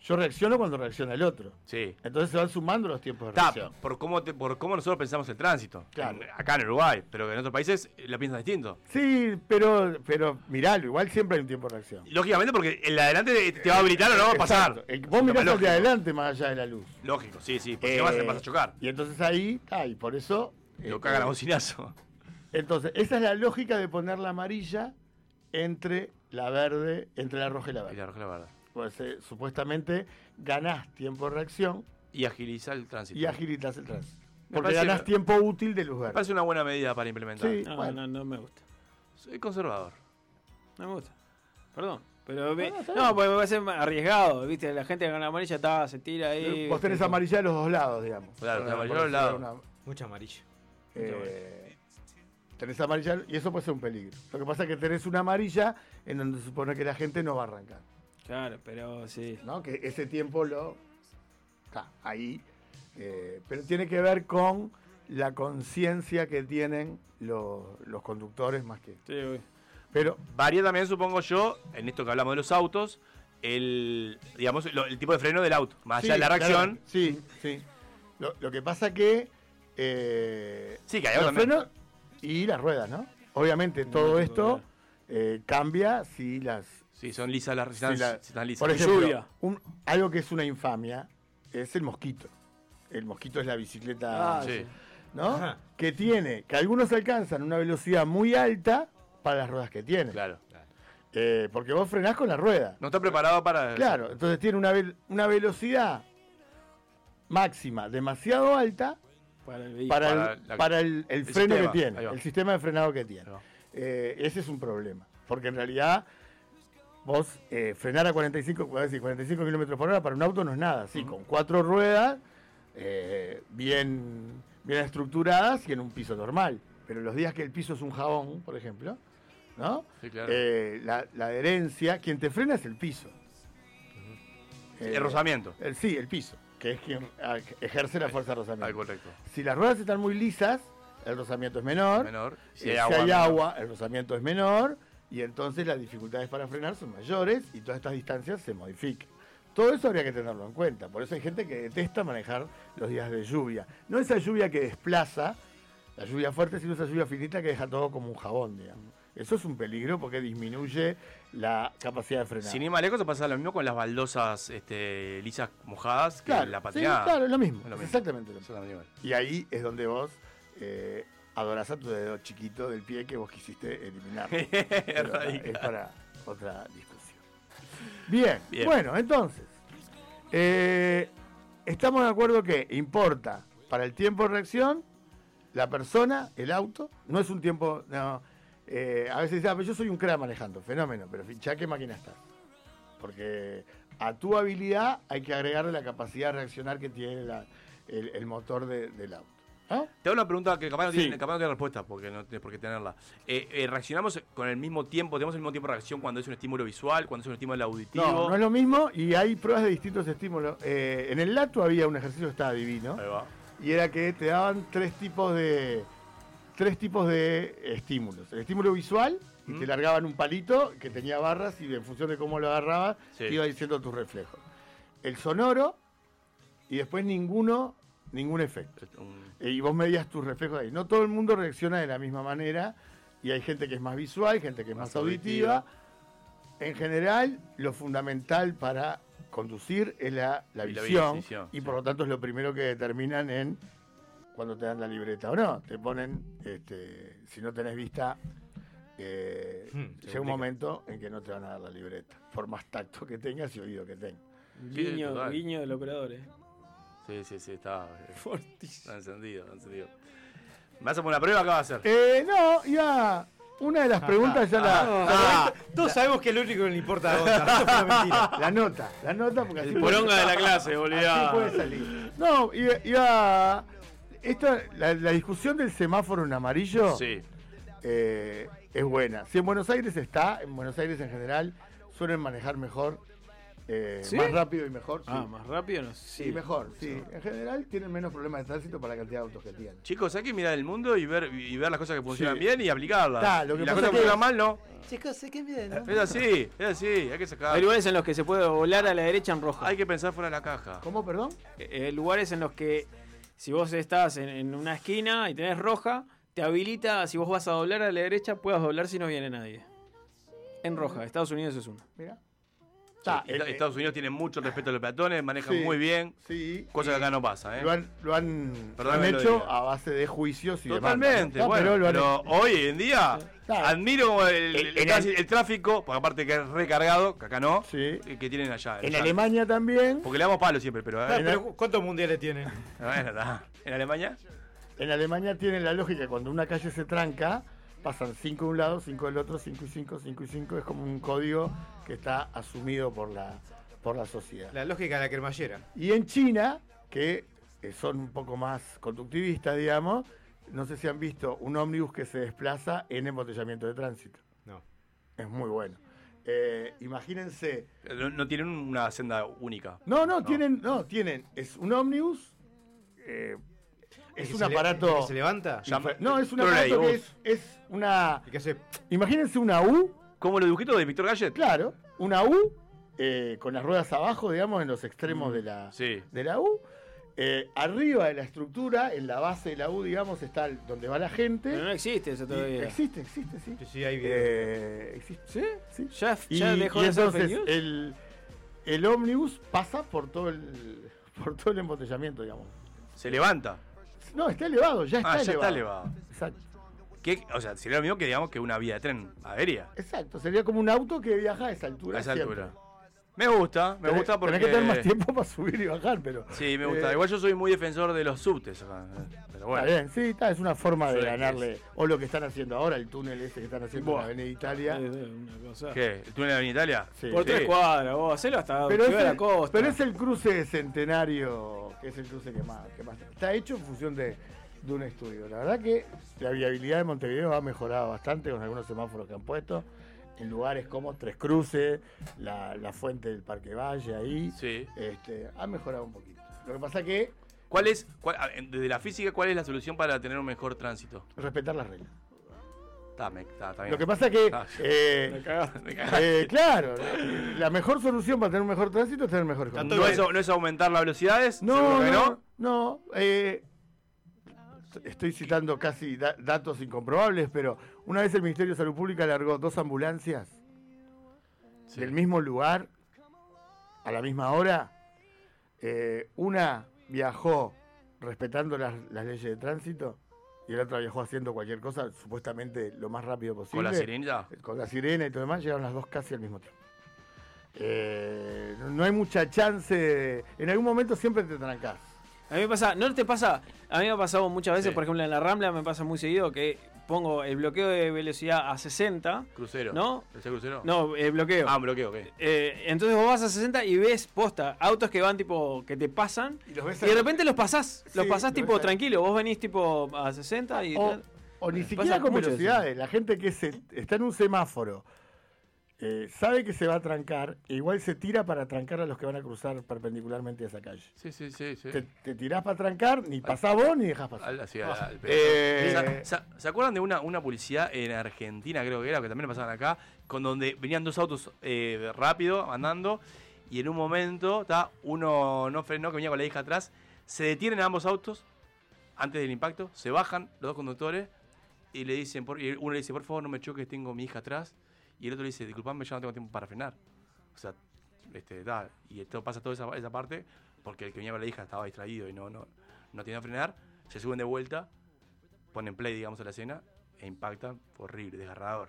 Speaker 5: Yo reacciono cuando reacciona el otro.
Speaker 4: Sí.
Speaker 5: Entonces se van sumando los tiempos de
Speaker 4: Está,
Speaker 5: reacción.
Speaker 4: por cómo, te- por cómo nosotros pensamos el tránsito.
Speaker 5: Claro.
Speaker 4: En- acá en Uruguay, pero que en otros países eh, lo piensan distinto.
Speaker 5: Sí, pero, pero miralo, igual siempre hay un tiempo de reacción.
Speaker 4: Lógicamente, porque el de adelante te va a habilitar o no va a pasar.
Speaker 5: Exacto. Eh, Vos mirás
Speaker 4: Lógico.
Speaker 5: hacia adelante más allá de la luz.
Speaker 4: Lógico, sí, sí. Porque vas,
Speaker 5: Eh,
Speaker 4: vas a chocar.
Speaker 5: Y entonces ahí, ah, y por eso. este,
Speaker 4: Lo cagan a bocinazo.
Speaker 5: Entonces, esa es la lógica de poner la amarilla entre la verde, entre la roja y la verde.
Speaker 4: la roja y la verde.
Speaker 5: Pues eh, supuestamente ganás tiempo de reacción
Speaker 4: Y agilizar el tránsito.
Speaker 5: y agilitas el tránsito.
Speaker 4: Me
Speaker 5: Porque
Speaker 4: parece-
Speaker 5: ganás tiempo útil de luz
Speaker 4: Me
Speaker 5: verde.
Speaker 4: parece una buena medida para implementar.
Speaker 5: Sí,
Speaker 3: No,
Speaker 5: bueno.
Speaker 3: no, no me gusta.
Speaker 4: Soy conservador.
Speaker 3: No me gusta. Perdón. Pero
Speaker 5: No,
Speaker 3: me- no,
Speaker 5: no, está
Speaker 3: porque me parece arriesgado, ¿viste? La gente con la amarilla está, se tira ahí.
Speaker 5: Vos tenés
Speaker 3: ¿viste?
Speaker 5: amarilla de los dos lados, digamos.
Speaker 4: Claro,
Speaker 5: Por
Speaker 4: amarilla de
Speaker 5: decir
Speaker 4: los lados.
Speaker 5: una-
Speaker 6: Mucha amarilla.
Speaker 5: Eh, tenés amarilla y eso puede ser un peligro. Lo que pasa es que tenés una amarilla en donde se supone que la gente no va a arrancar.
Speaker 3: Claro, pero sí.
Speaker 5: ¿no? Que ese tiempo lo. Está ahí. Eh, pero tiene que ver con la conciencia que tienen lo- los conductores más que. Pero
Speaker 4: varía también, supongo yo, en esto que hablamos de los autos, el digamos lo- el tipo de freno del auto. Más allá
Speaker 5: Sí,
Speaker 4: de la
Speaker 5: claro.
Speaker 4: reacción,
Speaker 5: Sí, sí. Lo, lo que pasa que. eh,
Speaker 4: Sí, que hay algo
Speaker 5: los
Speaker 4: también.
Speaker 5: frenos y las ruedas, ¿no? Obviamente todo esto eh, cambia si las.
Speaker 4: si son lisas las si
Speaker 5: si
Speaker 4: están-
Speaker 5: la-
Speaker 4: si están lisas.
Speaker 5: Por ejemplo, un- algo que es una infamia es el mosquito. El mosquito es la bicicleta.
Speaker 4: Ah, sí.
Speaker 5: ¿No?
Speaker 4: Ajá.
Speaker 5: Que tiene, que algunos alcanzan una velocidad muy alta para las ruedas que tienen.
Speaker 4: Claro.
Speaker 5: Eh, porque vos frenás con la rueda.
Speaker 4: No está preparado para.
Speaker 5: Claro, entonces tiene una, vel- una velocidad máxima demasiado alta
Speaker 3: Para el,
Speaker 5: para,
Speaker 4: para
Speaker 5: el,
Speaker 4: la-
Speaker 5: para el- el freno
Speaker 4: el sistema,
Speaker 5: que
Speaker 4: ahí
Speaker 5: tiene,
Speaker 4: va.
Speaker 5: el sistema de frenado que tiene. Eh, ese es un problema, porque en realidad vos eh, frenar a 45, voy a decir, 45 kilómetros por hora para un auto no es nada, sí, con cuatro ruedas eh, bien, bien estructuradas y en un piso normal. Pero los días que el piso es un jabón, por ejemplo, ¿no?
Speaker 4: Sí, claro.
Speaker 5: Eh, la, la adherencia, quien te frena es el piso. Eh,
Speaker 4: El rozamiento.
Speaker 5: el- sí, el piso, que es quien ah, ejerce la fuerza de rozamiento.
Speaker 4: Ah, correcto.
Speaker 5: Si las ruedas están muy lisas, el rozamiento es menor.
Speaker 4: Menor.
Speaker 5: Si, hay, agua, el rozamiento es menor. Y entonces las dificultades para frenar son mayores y todas estas distancias se modifican. Todo eso habría que tenerlo en cuenta. Por eso hay gente que detesta manejar los días de lluvia. No esa lluvia que desplaza, la lluvia fuerte, sino esa lluvia finita que deja todo como un jabón, digamos. Eso es un peligro porque disminuye la capacidad de frenar.
Speaker 4: Sin ir más lejos, se pasa lo mismo con las baldosas este, lisas mojadas que
Speaker 5: Claro,
Speaker 4: la
Speaker 5: sí,
Speaker 4: patinada.
Speaker 5: claro, es lo mismo,
Speaker 4: Es lo mismo.
Speaker 5: exactamente lo mismo.
Speaker 4: Exactamente igual.
Speaker 5: Y ahí es donde vos eh, adorás a tu dedo chiquito del pie que vos quisiste eliminar. Pero nada, es
Speaker 4: Radical.
Speaker 5: para otra discusión. Bien,
Speaker 4: Bien.
Speaker 5: bueno, entonces, eh, estamos de acuerdo que importa para el tiempo de reacción la persona, el auto, no es un tiempo... No, eh, a veces dicen, "Ah, pero yo soy un crack manejando, fenómeno, pero ya qué máquina estás. Porque a tu habilidad hay que agregarle la capacidad de reaccionar que tiene la- el, el motor de- del auto.
Speaker 4: Te hago una pregunta que capaz no, tiene,
Speaker 5: Sí.
Speaker 4: capaz no tiene respuesta, porque no tienes por qué tenerla. Eh, eh, ¿Reaccionamos con el mismo tiempo? ¿Tenemos el mismo tiempo de reacción cuando es un estímulo visual, cuando es un estímulo auditivo?
Speaker 5: No, no es lo mismo y hay pruebas de distintos estímulos. Eh, en el LATO había un ejercicio que estaba divino. Y era que te daban tres tipos de tres tipos de estímulos. El estímulo visual, y te largaban un palito que tenía barras y en función de cómo lo agarrabas,
Speaker 4: Sí.
Speaker 5: te iba diciendo tus reflejos. El sonoro y después ninguno, ningún efecto. Eh, Y vos medías tus reflejos ahí. No todo el mundo reacciona de la misma manera y hay gente que es más visual, gente que es más, auditiva. En general, lo fundamental para conducir es la, la
Speaker 4: Y la
Speaker 5: visión,
Speaker 4: visión,
Speaker 5: y por lo tanto es lo primero que determinan en cuando te dan la libreta o no. Te ponen, este, si no tenés vista, eh,
Speaker 4: Hmm, se
Speaker 5: llega
Speaker 4: complica.
Speaker 5: un momento en que no te van a dar la libreta, por más tacto que tengas y oído que tengas.
Speaker 4: Sí,
Speaker 3: Guiño,
Speaker 4: total.
Speaker 3: guiño del operador, eh.
Speaker 4: Sí, sí, sí, está. eh, Está encendido, está encendido. ¿Me vas a poner una prueba? ¿Qué vas a hacer?
Speaker 5: Eh, no, ya una de las
Speaker 4: ah,
Speaker 5: preguntas ya la,
Speaker 6: Ah, todos sabemos que el único que le importa a Gonza. Esto fue una mentira.
Speaker 5: la nota, la nota porque así
Speaker 3: El poronga de la clase,
Speaker 5: Así puede
Speaker 3: boludo.
Speaker 5: salir. No, iba, iba- esta, la, la discusión del semáforo en amarillo
Speaker 4: Sí.
Speaker 5: eh, es buena. Si en Buenos Aires está, en Buenos Aires en general suelen manejar mejor, eh,
Speaker 3: ¿Sí?
Speaker 5: más rápido y mejor.
Speaker 3: Ah,
Speaker 5: sí.
Speaker 3: más rápido no sé.
Speaker 5: Sí, mejor, sí. En general tienen menos problemas de tránsito para la cantidad de autos que tienen.
Speaker 4: Chicos, hay que mirar el mundo y ver, y ver las cosas que funcionan bien y aplicarlas.
Speaker 5: Ta, lo que
Speaker 4: y las
Speaker 5: pasa
Speaker 4: cosas que
Speaker 5: es que-
Speaker 4: funcionan mal, no.
Speaker 5: Chicos, sé que bien.
Speaker 4: Es así, es así, hay que sacar.
Speaker 3: Hay lugares en los que se puede volar a la derecha en rojo.
Speaker 4: Hay que pensar fuera de la caja.
Speaker 5: ¿Cómo, perdón?
Speaker 3: Eh, eh, lugares en los que si vos estás en, en una esquina y tenés roja, te habilita, si vos vas a doblar a la derecha, puedas doblar si no viene nadie. En roja, Estados Unidos es uno.
Speaker 5: Ta,
Speaker 4: Est-
Speaker 5: el-
Speaker 4: Estados Unidos tiene mucho respeto a los peatones, manejan
Speaker 5: eh, Sí,
Speaker 4: muy bien.
Speaker 5: Sí.
Speaker 4: Cosa que acá no pasa, ¿eh?
Speaker 5: Lo han, lo han,
Speaker 4: Perdón
Speaker 5: lo han
Speaker 4: que lo
Speaker 5: hecho
Speaker 4: diga.
Speaker 5: a base de juicios y
Speaker 4: Totalmente,
Speaker 5: demandas, ¿no? Ta,
Speaker 4: bueno,
Speaker 5: lo
Speaker 4: pero,
Speaker 5: han hecho.
Speaker 4: hoy en día
Speaker 5: Claro.
Speaker 4: admiro el, el-
Speaker 5: En-
Speaker 4: el
Speaker 5: en
Speaker 4: tránsito- el tráfico, porque aparte que es recargado, que acá no, que, que tienen allá.
Speaker 5: En
Speaker 4: allá.
Speaker 5: Alemania también.
Speaker 4: Porque le damos palo siempre, pero... eh,
Speaker 5: Ah, pero
Speaker 4: ¿Cuántos mundiales tienen? Bueno, Ah, está. ¿En Alemania?
Speaker 5: En Alemania tienen la lógica cuando una calle se tranca, pasan 5 de un lado, 5 del otro, 5 y 5, 5 y 5. Es como un código que está asumido por la, por la sociedad.
Speaker 6: La lógica de la cremallera.
Speaker 5: Y en China, que eh, son un poco más conductivistas, digamos, no sé si han visto un ómnibus que se desplaza en embotellamiento de tránsito.
Speaker 6: No.
Speaker 5: Es muy bueno. Eh, imagínense.
Speaker 4: No, no tienen una senda única.
Speaker 5: No, no, tienen, no, tienen. Es un ómnibus. eh, es
Speaker 4: que
Speaker 5: un
Speaker 4: se le-
Speaker 5: aparato.
Speaker 4: que se levanta?
Speaker 5: Infa-
Speaker 4: Llama-
Speaker 5: No, es un
Speaker 4: Trolleybus.
Speaker 5: aparato que es, es una.
Speaker 6: ¿Y qué hace?
Speaker 5: Imagínense una U.
Speaker 4: Como los dibujitos de Víctor Gallet.
Speaker 5: Claro, una U eh, con las ruedas abajo, digamos, en los extremos de, la,
Speaker 4: Mm, Sí.
Speaker 5: de la U. Eh, arriba de la estructura, en la base de la U, digamos, está el- donde va la gente.
Speaker 3: Pero no existe eso
Speaker 5: Y
Speaker 3: todavía.
Speaker 5: eh, Existe, existe, sí.
Speaker 6: Sí, sí, hay video.
Speaker 5: Eh, existe. ¿Sí? sí.
Speaker 3: Ya- ya dejó
Speaker 5: y
Speaker 3: de ser
Speaker 5: entonces
Speaker 3: fake news.
Speaker 5: el, el ómnibus pasa por todo el, por todo el embotellamiento, digamos.
Speaker 4: Se levanta.
Speaker 5: No, está elevado, ya está
Speaker 4: ah, ya
Speaker 5: elevado.
Speaker 4: está elevado.
Speaker 5: Exacto.
Speaker 4: Que- O sea, sería lo mismo que digamos que una vía de tren aérea.
Speaker 5: Exacto, sería como un auto que viaja a esa altura.
Speaker 4: A esa
Speaker 5: siempre.
Speaker 4: altura. Me gusta, me
Speaker 5: Tenés-
Speaker 4: gusta porque.
Speaker 5: Tenés que tener más tiempo para subir y bajar, pero.
Speaker 4: Sí, me gusta.
Speaker 5: Eh,
Speaker 4: Igual yo soy muy defensor de los subtes. acá, eh, Pero bueno.
Speaker 5: Está bien, sí, está, es una forma de
Speaker 4: Suele que
Speaker 5: ganarle.
Speaker 4: es.
Speaker 5: O lo que están haciendo ahora, el túnel ese que están haciendo en la Avenida Italia.
Speaker 4: ¿Qué? ¿El túnel de Avenida Italia?
Speaker 5: Por tres
Speaker 3: cuadras, vos, hacelo hasta
Speaker 5: Pero
Speaker 3: llegar
Speaker 5: es,
Speaker 3: Ah, a
Speaker 5: el,
Speaker 3: la costa.
Speaker 5: pero es el cruce de centenario, que es el cruce que más, que más- Está hecho en función de, de un estudio. La verdad que la viabilidad de Montevideo ha mejorado bastante con algunos semáforos que han puesto. En lugares como Tres Cruces, la, la fuente del Parque Valle, ahí.
Speaker 4: Sí.
Speaker 5: Este, ha mejorado un poquito. Lo que pasa que
Speaker 4: ¿Cuál es, cuál- ah, en- desde la física, cuál es la solución para tener un mejor tránsito?
Speaker 5: respetar las reglas.
Speaker 4: Está, me- está- está bien.
Speaker 5: Lo que pasa que,
Speaker 4: Ah,
Speaker 5: eh,
Speaker 4: me cagaste, me cagaste.
Speaker 5: eh, claro, la mejor solución para tener un mejor tránsito es tener mejor
Speaker 4: No es, no es aumentar las velocidades.
Speaker 5: No,
Speaker 4: seguro que
Speaker 5: no, no. eh, estoy citando casi da- datos incomprobables, pero una vez el Ministerio de Salud Pública largó dos ambulancias del mismo lugar a la misma hora. Eh, una viajó respetando las, las leyes de tránsito y la otra viajó haciendo cualquier cosa, supuestamente lo más rápido posible.
Speaker 4: ¿Con la sirenita?
Speaker 5: Con la sirena y todo demás, llegaron las dos casi al mismo tiempo. Eh, no- no hay mucha chance. de- en algún momento siempre te trancás.
Speaker 3: A mí me pasa, no te pasa, a mí me ha pasado muchas veces, por ejemplo en la Rambla me pasa muy seguido que pongo el bloqueo de velocidad a 60.
Speaker 4: Crucero.
Speaker 3: ¿No?
Speaker 4: ¿Ese crucero?
Speaker 3: No, eh, bloqueo.
Speaker 4: Ah, bloqueo, ok.
Speaker 3: Eh, entonces vos vas a 60 y ves posta, autos que van tipo, que te pasan. Y,
Speaker 5: los ves
Speaker 3: de
Speaker 5: ahí.
Speaker 3: repente los pasás, los
Speaker 5: Sí,
Speaker 3: pasás
Speaker 5: los
Speaker 3: tipo
Speaker 5: ves ahí.
Speaker 3: tranquilo, vos venís tipo a 60 y...
Speaker 5: O, o ni
Speaker 3: Pasa
Speaker 5: siquiera Eh, con
Speaker 3: mucho eso.
Speaker 5: velocidades. La gente que se, está en un semáforo eh, sabe que se va a trancar e igual se tira para trancar a los que van a cruzar perpendicularmente a esa calle.
Speaker 4: Sí, sí, sí. sí.
Speaker 5: Te, te tirás para trancar, ni pasás vos ni dejás pasar.
Speaker 4: Al- así, al- al pedo.
Speaker 5: Eh,
Speaker 4: ¿Se- ¿Se, se acuerdan de una, una publicidad en Argentina, creo que era, que también la pasaban acá, con donde venían dos autos eh, rápido, andando, y en un momento, ta, uno no frenó, que venía con la hija atrás, se detienen ambos autos antes del impacto, se bajan los dos conductores y le dicen, por, y uno le dice, por favor, no me choques, tengo mi hija atrás, y el otro le dice, disculpame, yo no tengo tiempo para frenar. O sea, este, ta, y esto pasa toda esa, esa parte, porque el que venía con la hija estaba distraído y no, no, no tenía que frenar, se suben de vuelta ponen play, digamos, a la escena e impactan. Horrible, desgarrador.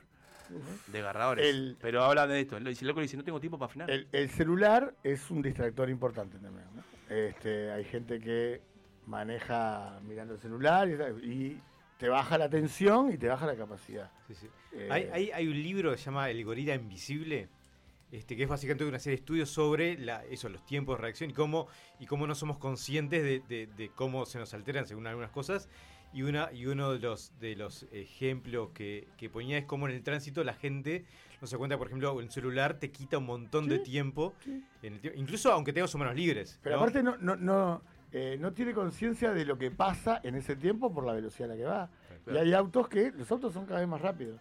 Speaker 4: Desgarradores.
Speaker 5: El-
Speaker 4: Pero hablan de esto. El loco le dice, no tengo tiempo para frenar.
Speaker 5: El, el celular es un distractor importante también. ¿no? Este, hay gente que maneja mirando el celular y, y te baja la tensión y te baja la capacidad.
Speaker 6: Sí, sí.
Speaker 5: Eh,
Speaker 6: Hay, hay- hay un libro que se llama El gorila invisible, este, que es básicamente una serie de estudios sobre la, eso, los tiempos de reacción y cómo, y cómo no somos conscientes de, de- de cómo se nos alteran según algunas cosas. Y, una, y uno de los, de los ejemplos que, que ponía es cómo en el tránsito la gente no se cuenta, por ejemplo, un celular te quita un montón de tiempo, en el tie- incluso aunque tengas sus manos libres.
Speaker 5: Pero
Speaker 6: ¿no?
Speaker 5: aparte no, no, no, eh, no tiene conciencia de lo que pasa en ese tiempo por la velocidad a la que va. Y hay autos que, los autos son cada vez más rápidos.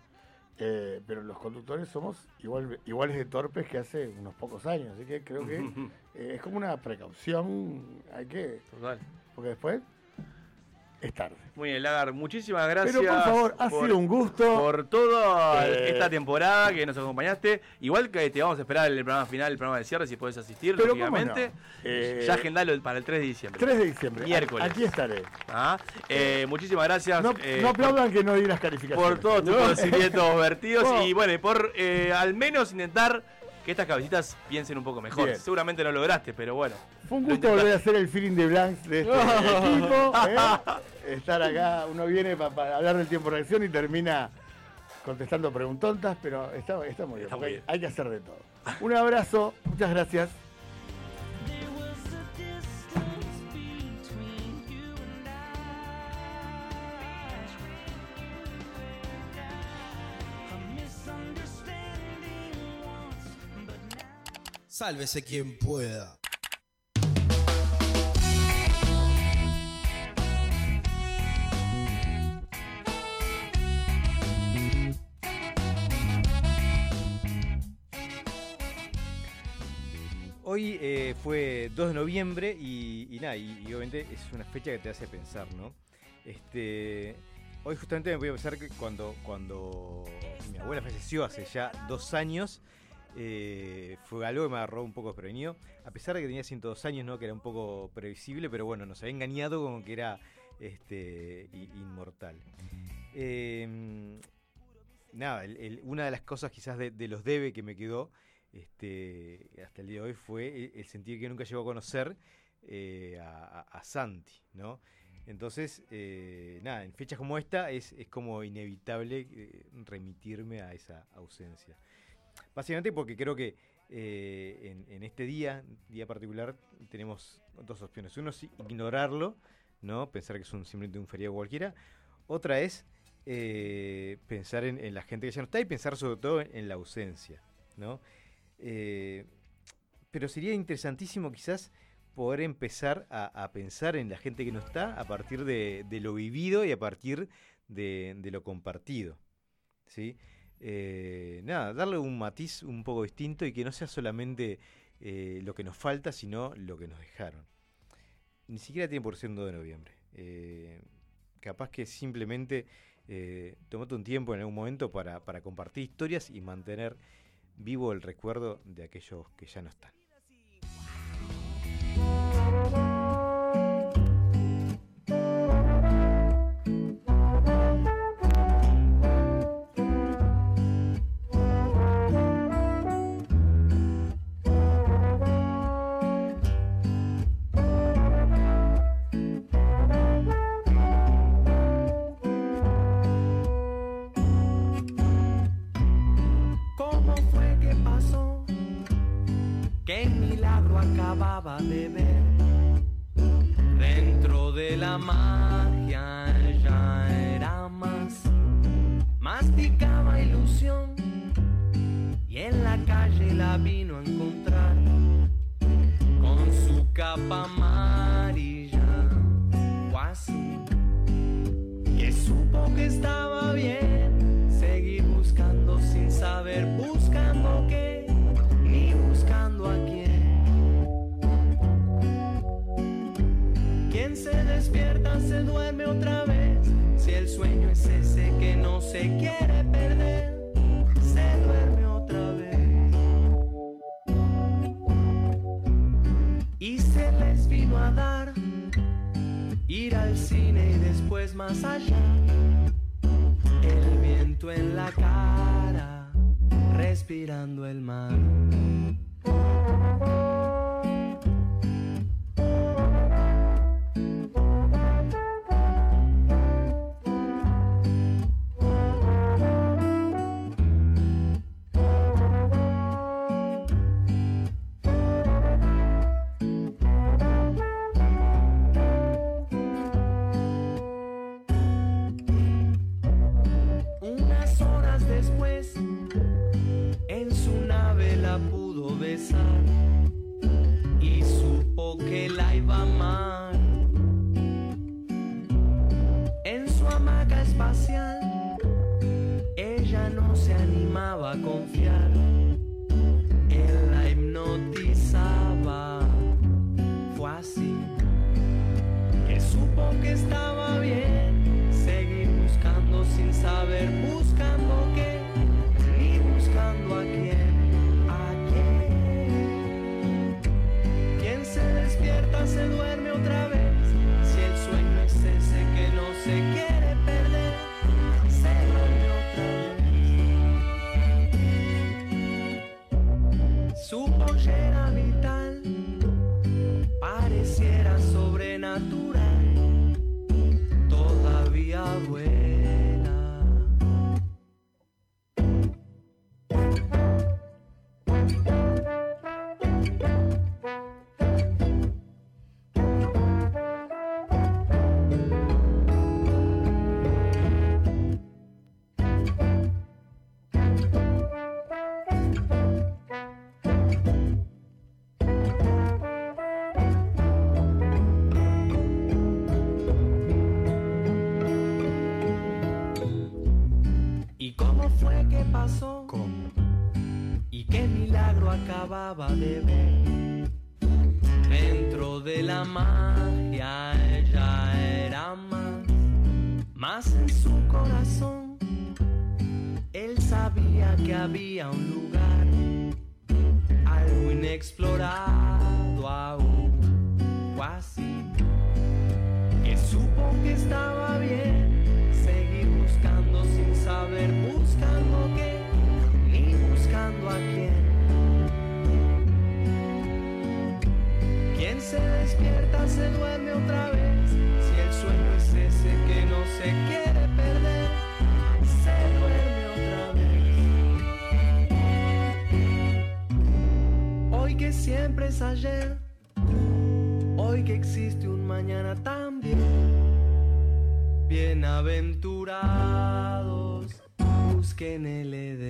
Speaker 5: Eh, pero los conductores somos igual, iguales de torpes que hace unos pocos años. Así que creo que eh, es como una precaución. Hay que.
Speaker 4: Total.
Speaker 5: Porque después es tarde.
Speaker 4: Muy bien, Lagar, muchísimas gracias.
Speaker 5: Pero por favor, ha sido un gusto.
Speaker 4: Por toda
Speaker 5: Eh,
Speaker 4: esta temporada que nos acompañaste. Igual que te vamos a esperar en el programa final, el programa de cierre, si podés asistir,
Speaker 5: Pero cómo
Speaker 4: lógicamente.
Speaker 5: no. Eh,
Speaker 4: ya agendalo para el 3 de diciembre.
Speaker 5: 3 de diciembre.
Speaker 4: Miércoles.
Speaker 5: Aquí estaré.
Speaker 4: Ah, eh, muchísimas gracias.
Speaker 5: No,
Speaker 4: eh,
Speaker 5: no aplaudan que no di las calificaciones.
Speaker 4: por todos tus conocimientos vertidos
Speaker 5: No.
Speaker 4: y bueno, y por eh, al menos intentar que estas cabecitas piensen un poco mejor.
Speaker 5: Bien.
Speaker 4: Seguramente no lograste, pero bueno.
Speaker 5: Fue un gusto volver a hacer el feeling de Blanks de este equipo. ¿eh? Estar acá, uno viene para hablar del tiempo de reacción y termina contestando preguntontas, pero está, está muy bien.
Speaker 16: Está muy
Speaker 5: porque hay-
Speaker 16: bien.
Speaker 5: Hay que hacer de todo. Un abrazo, muchas gracias.
Speaker 12: Sálvese quien pueda.
Speaker 6: Hoy eh, fue 2 de noviembre y, y nada, y, y obviamente es una fecha que te hace pensar, ¿no? Este, hoy justamente me voy a pensar que cuando, cuando mi abuela falleció hace ya dos años, eh, fue algo que me agarró un poco desprevenido, a pesar de que tenía 102 años, ¿no? Que era un poco previsible, pero bueno, nos había engañado con que era este, i- inmortal. Eh, nada, el- el- una de las cosas quizás de, de los debe que me quedó este, hasta el día de hoy fue e- el sentir que nunca llegó a conocer eh, a, a- a Santi, ¿no? Entonces, eh, nada, en fechas como esta es, es como inevitable eh, remitirme a esa ausencia. Básicamente porque creo que eh, en, en este día, día particular, tenemos dos opciones. Uno es ignorarlo, ¿no? Pensar que es un, simplemente un feriado cualquiera. Otra es eh, pensar en, en la gente que ya no está y pensar sobre todo en, en la ausencia, ¿no? Eh, pero sería interesantísimo quizás poder empezar a, a pensar en la gente que no está a partir de, de lo vivido y a partir de, de lo compartido, ¿sí? Eh, nada, darle un matiz un poco distinto y que no sea solamente eh, lo que nos falta, sino lo que nos dejaron. Ni siquiera tiene por ser un 2 de noviembre. Eh, capaz que simplemente eh, tomate un tiempo en algún momento para, para compartir historias y mantener vivo el recuerdo de aquellos que ya no están.
Speaker 16: ¿Cómo fue que pasó? ¿Qué milagro acababa de ver? Dentro de la magia ya era más. Masticaba ilusión y en la calle la vino a encontrar con su capa amarilla o así. Que supo que estaba bien seguir buscando sin saber buscando qué ni buscando a quién. Quien se despierta se duerme otra vez. Si el sueño es ese que no se quiere perder, se duerme otra vez. Y se les vino a dar ir al cine y después más allá. El viento en la cara, respirando el mar. Unas horas después, en su nave la pudo besar y supo que la iba mal. En su hamaca espacial, ella no se animaba a confiar. Él la hipnotizaba. Fue así que supo que estaba bien. Seguir buscando sin saber, buscando qué, ni buscando a quién, a quién. Quien se despierta se duerme otra vez. Si el sueño es ese que no se quiere perder, se duerme otra vez. Su pollera vital pareciera sobrenatural, todavía vuela. ¿Y cómo fue que pasó? ¿Cómo? ¿Y qué milagro acababa de ver? Dentro de la magia ella era más, más en su corazón. Él sabía que había un lugar, algo inexplorado aún, o así. Que supo que estaba bien, seguir buscando sin saber, buscando qué, ni buscando a quién. Quien se despierta se duerme otra vez, si el sueño es ese que no se quiere perder, se duerme otra vez. Hoy que siempre es ayer, hoy que existe un mañana también. Bienaventurados, busquen el Edén.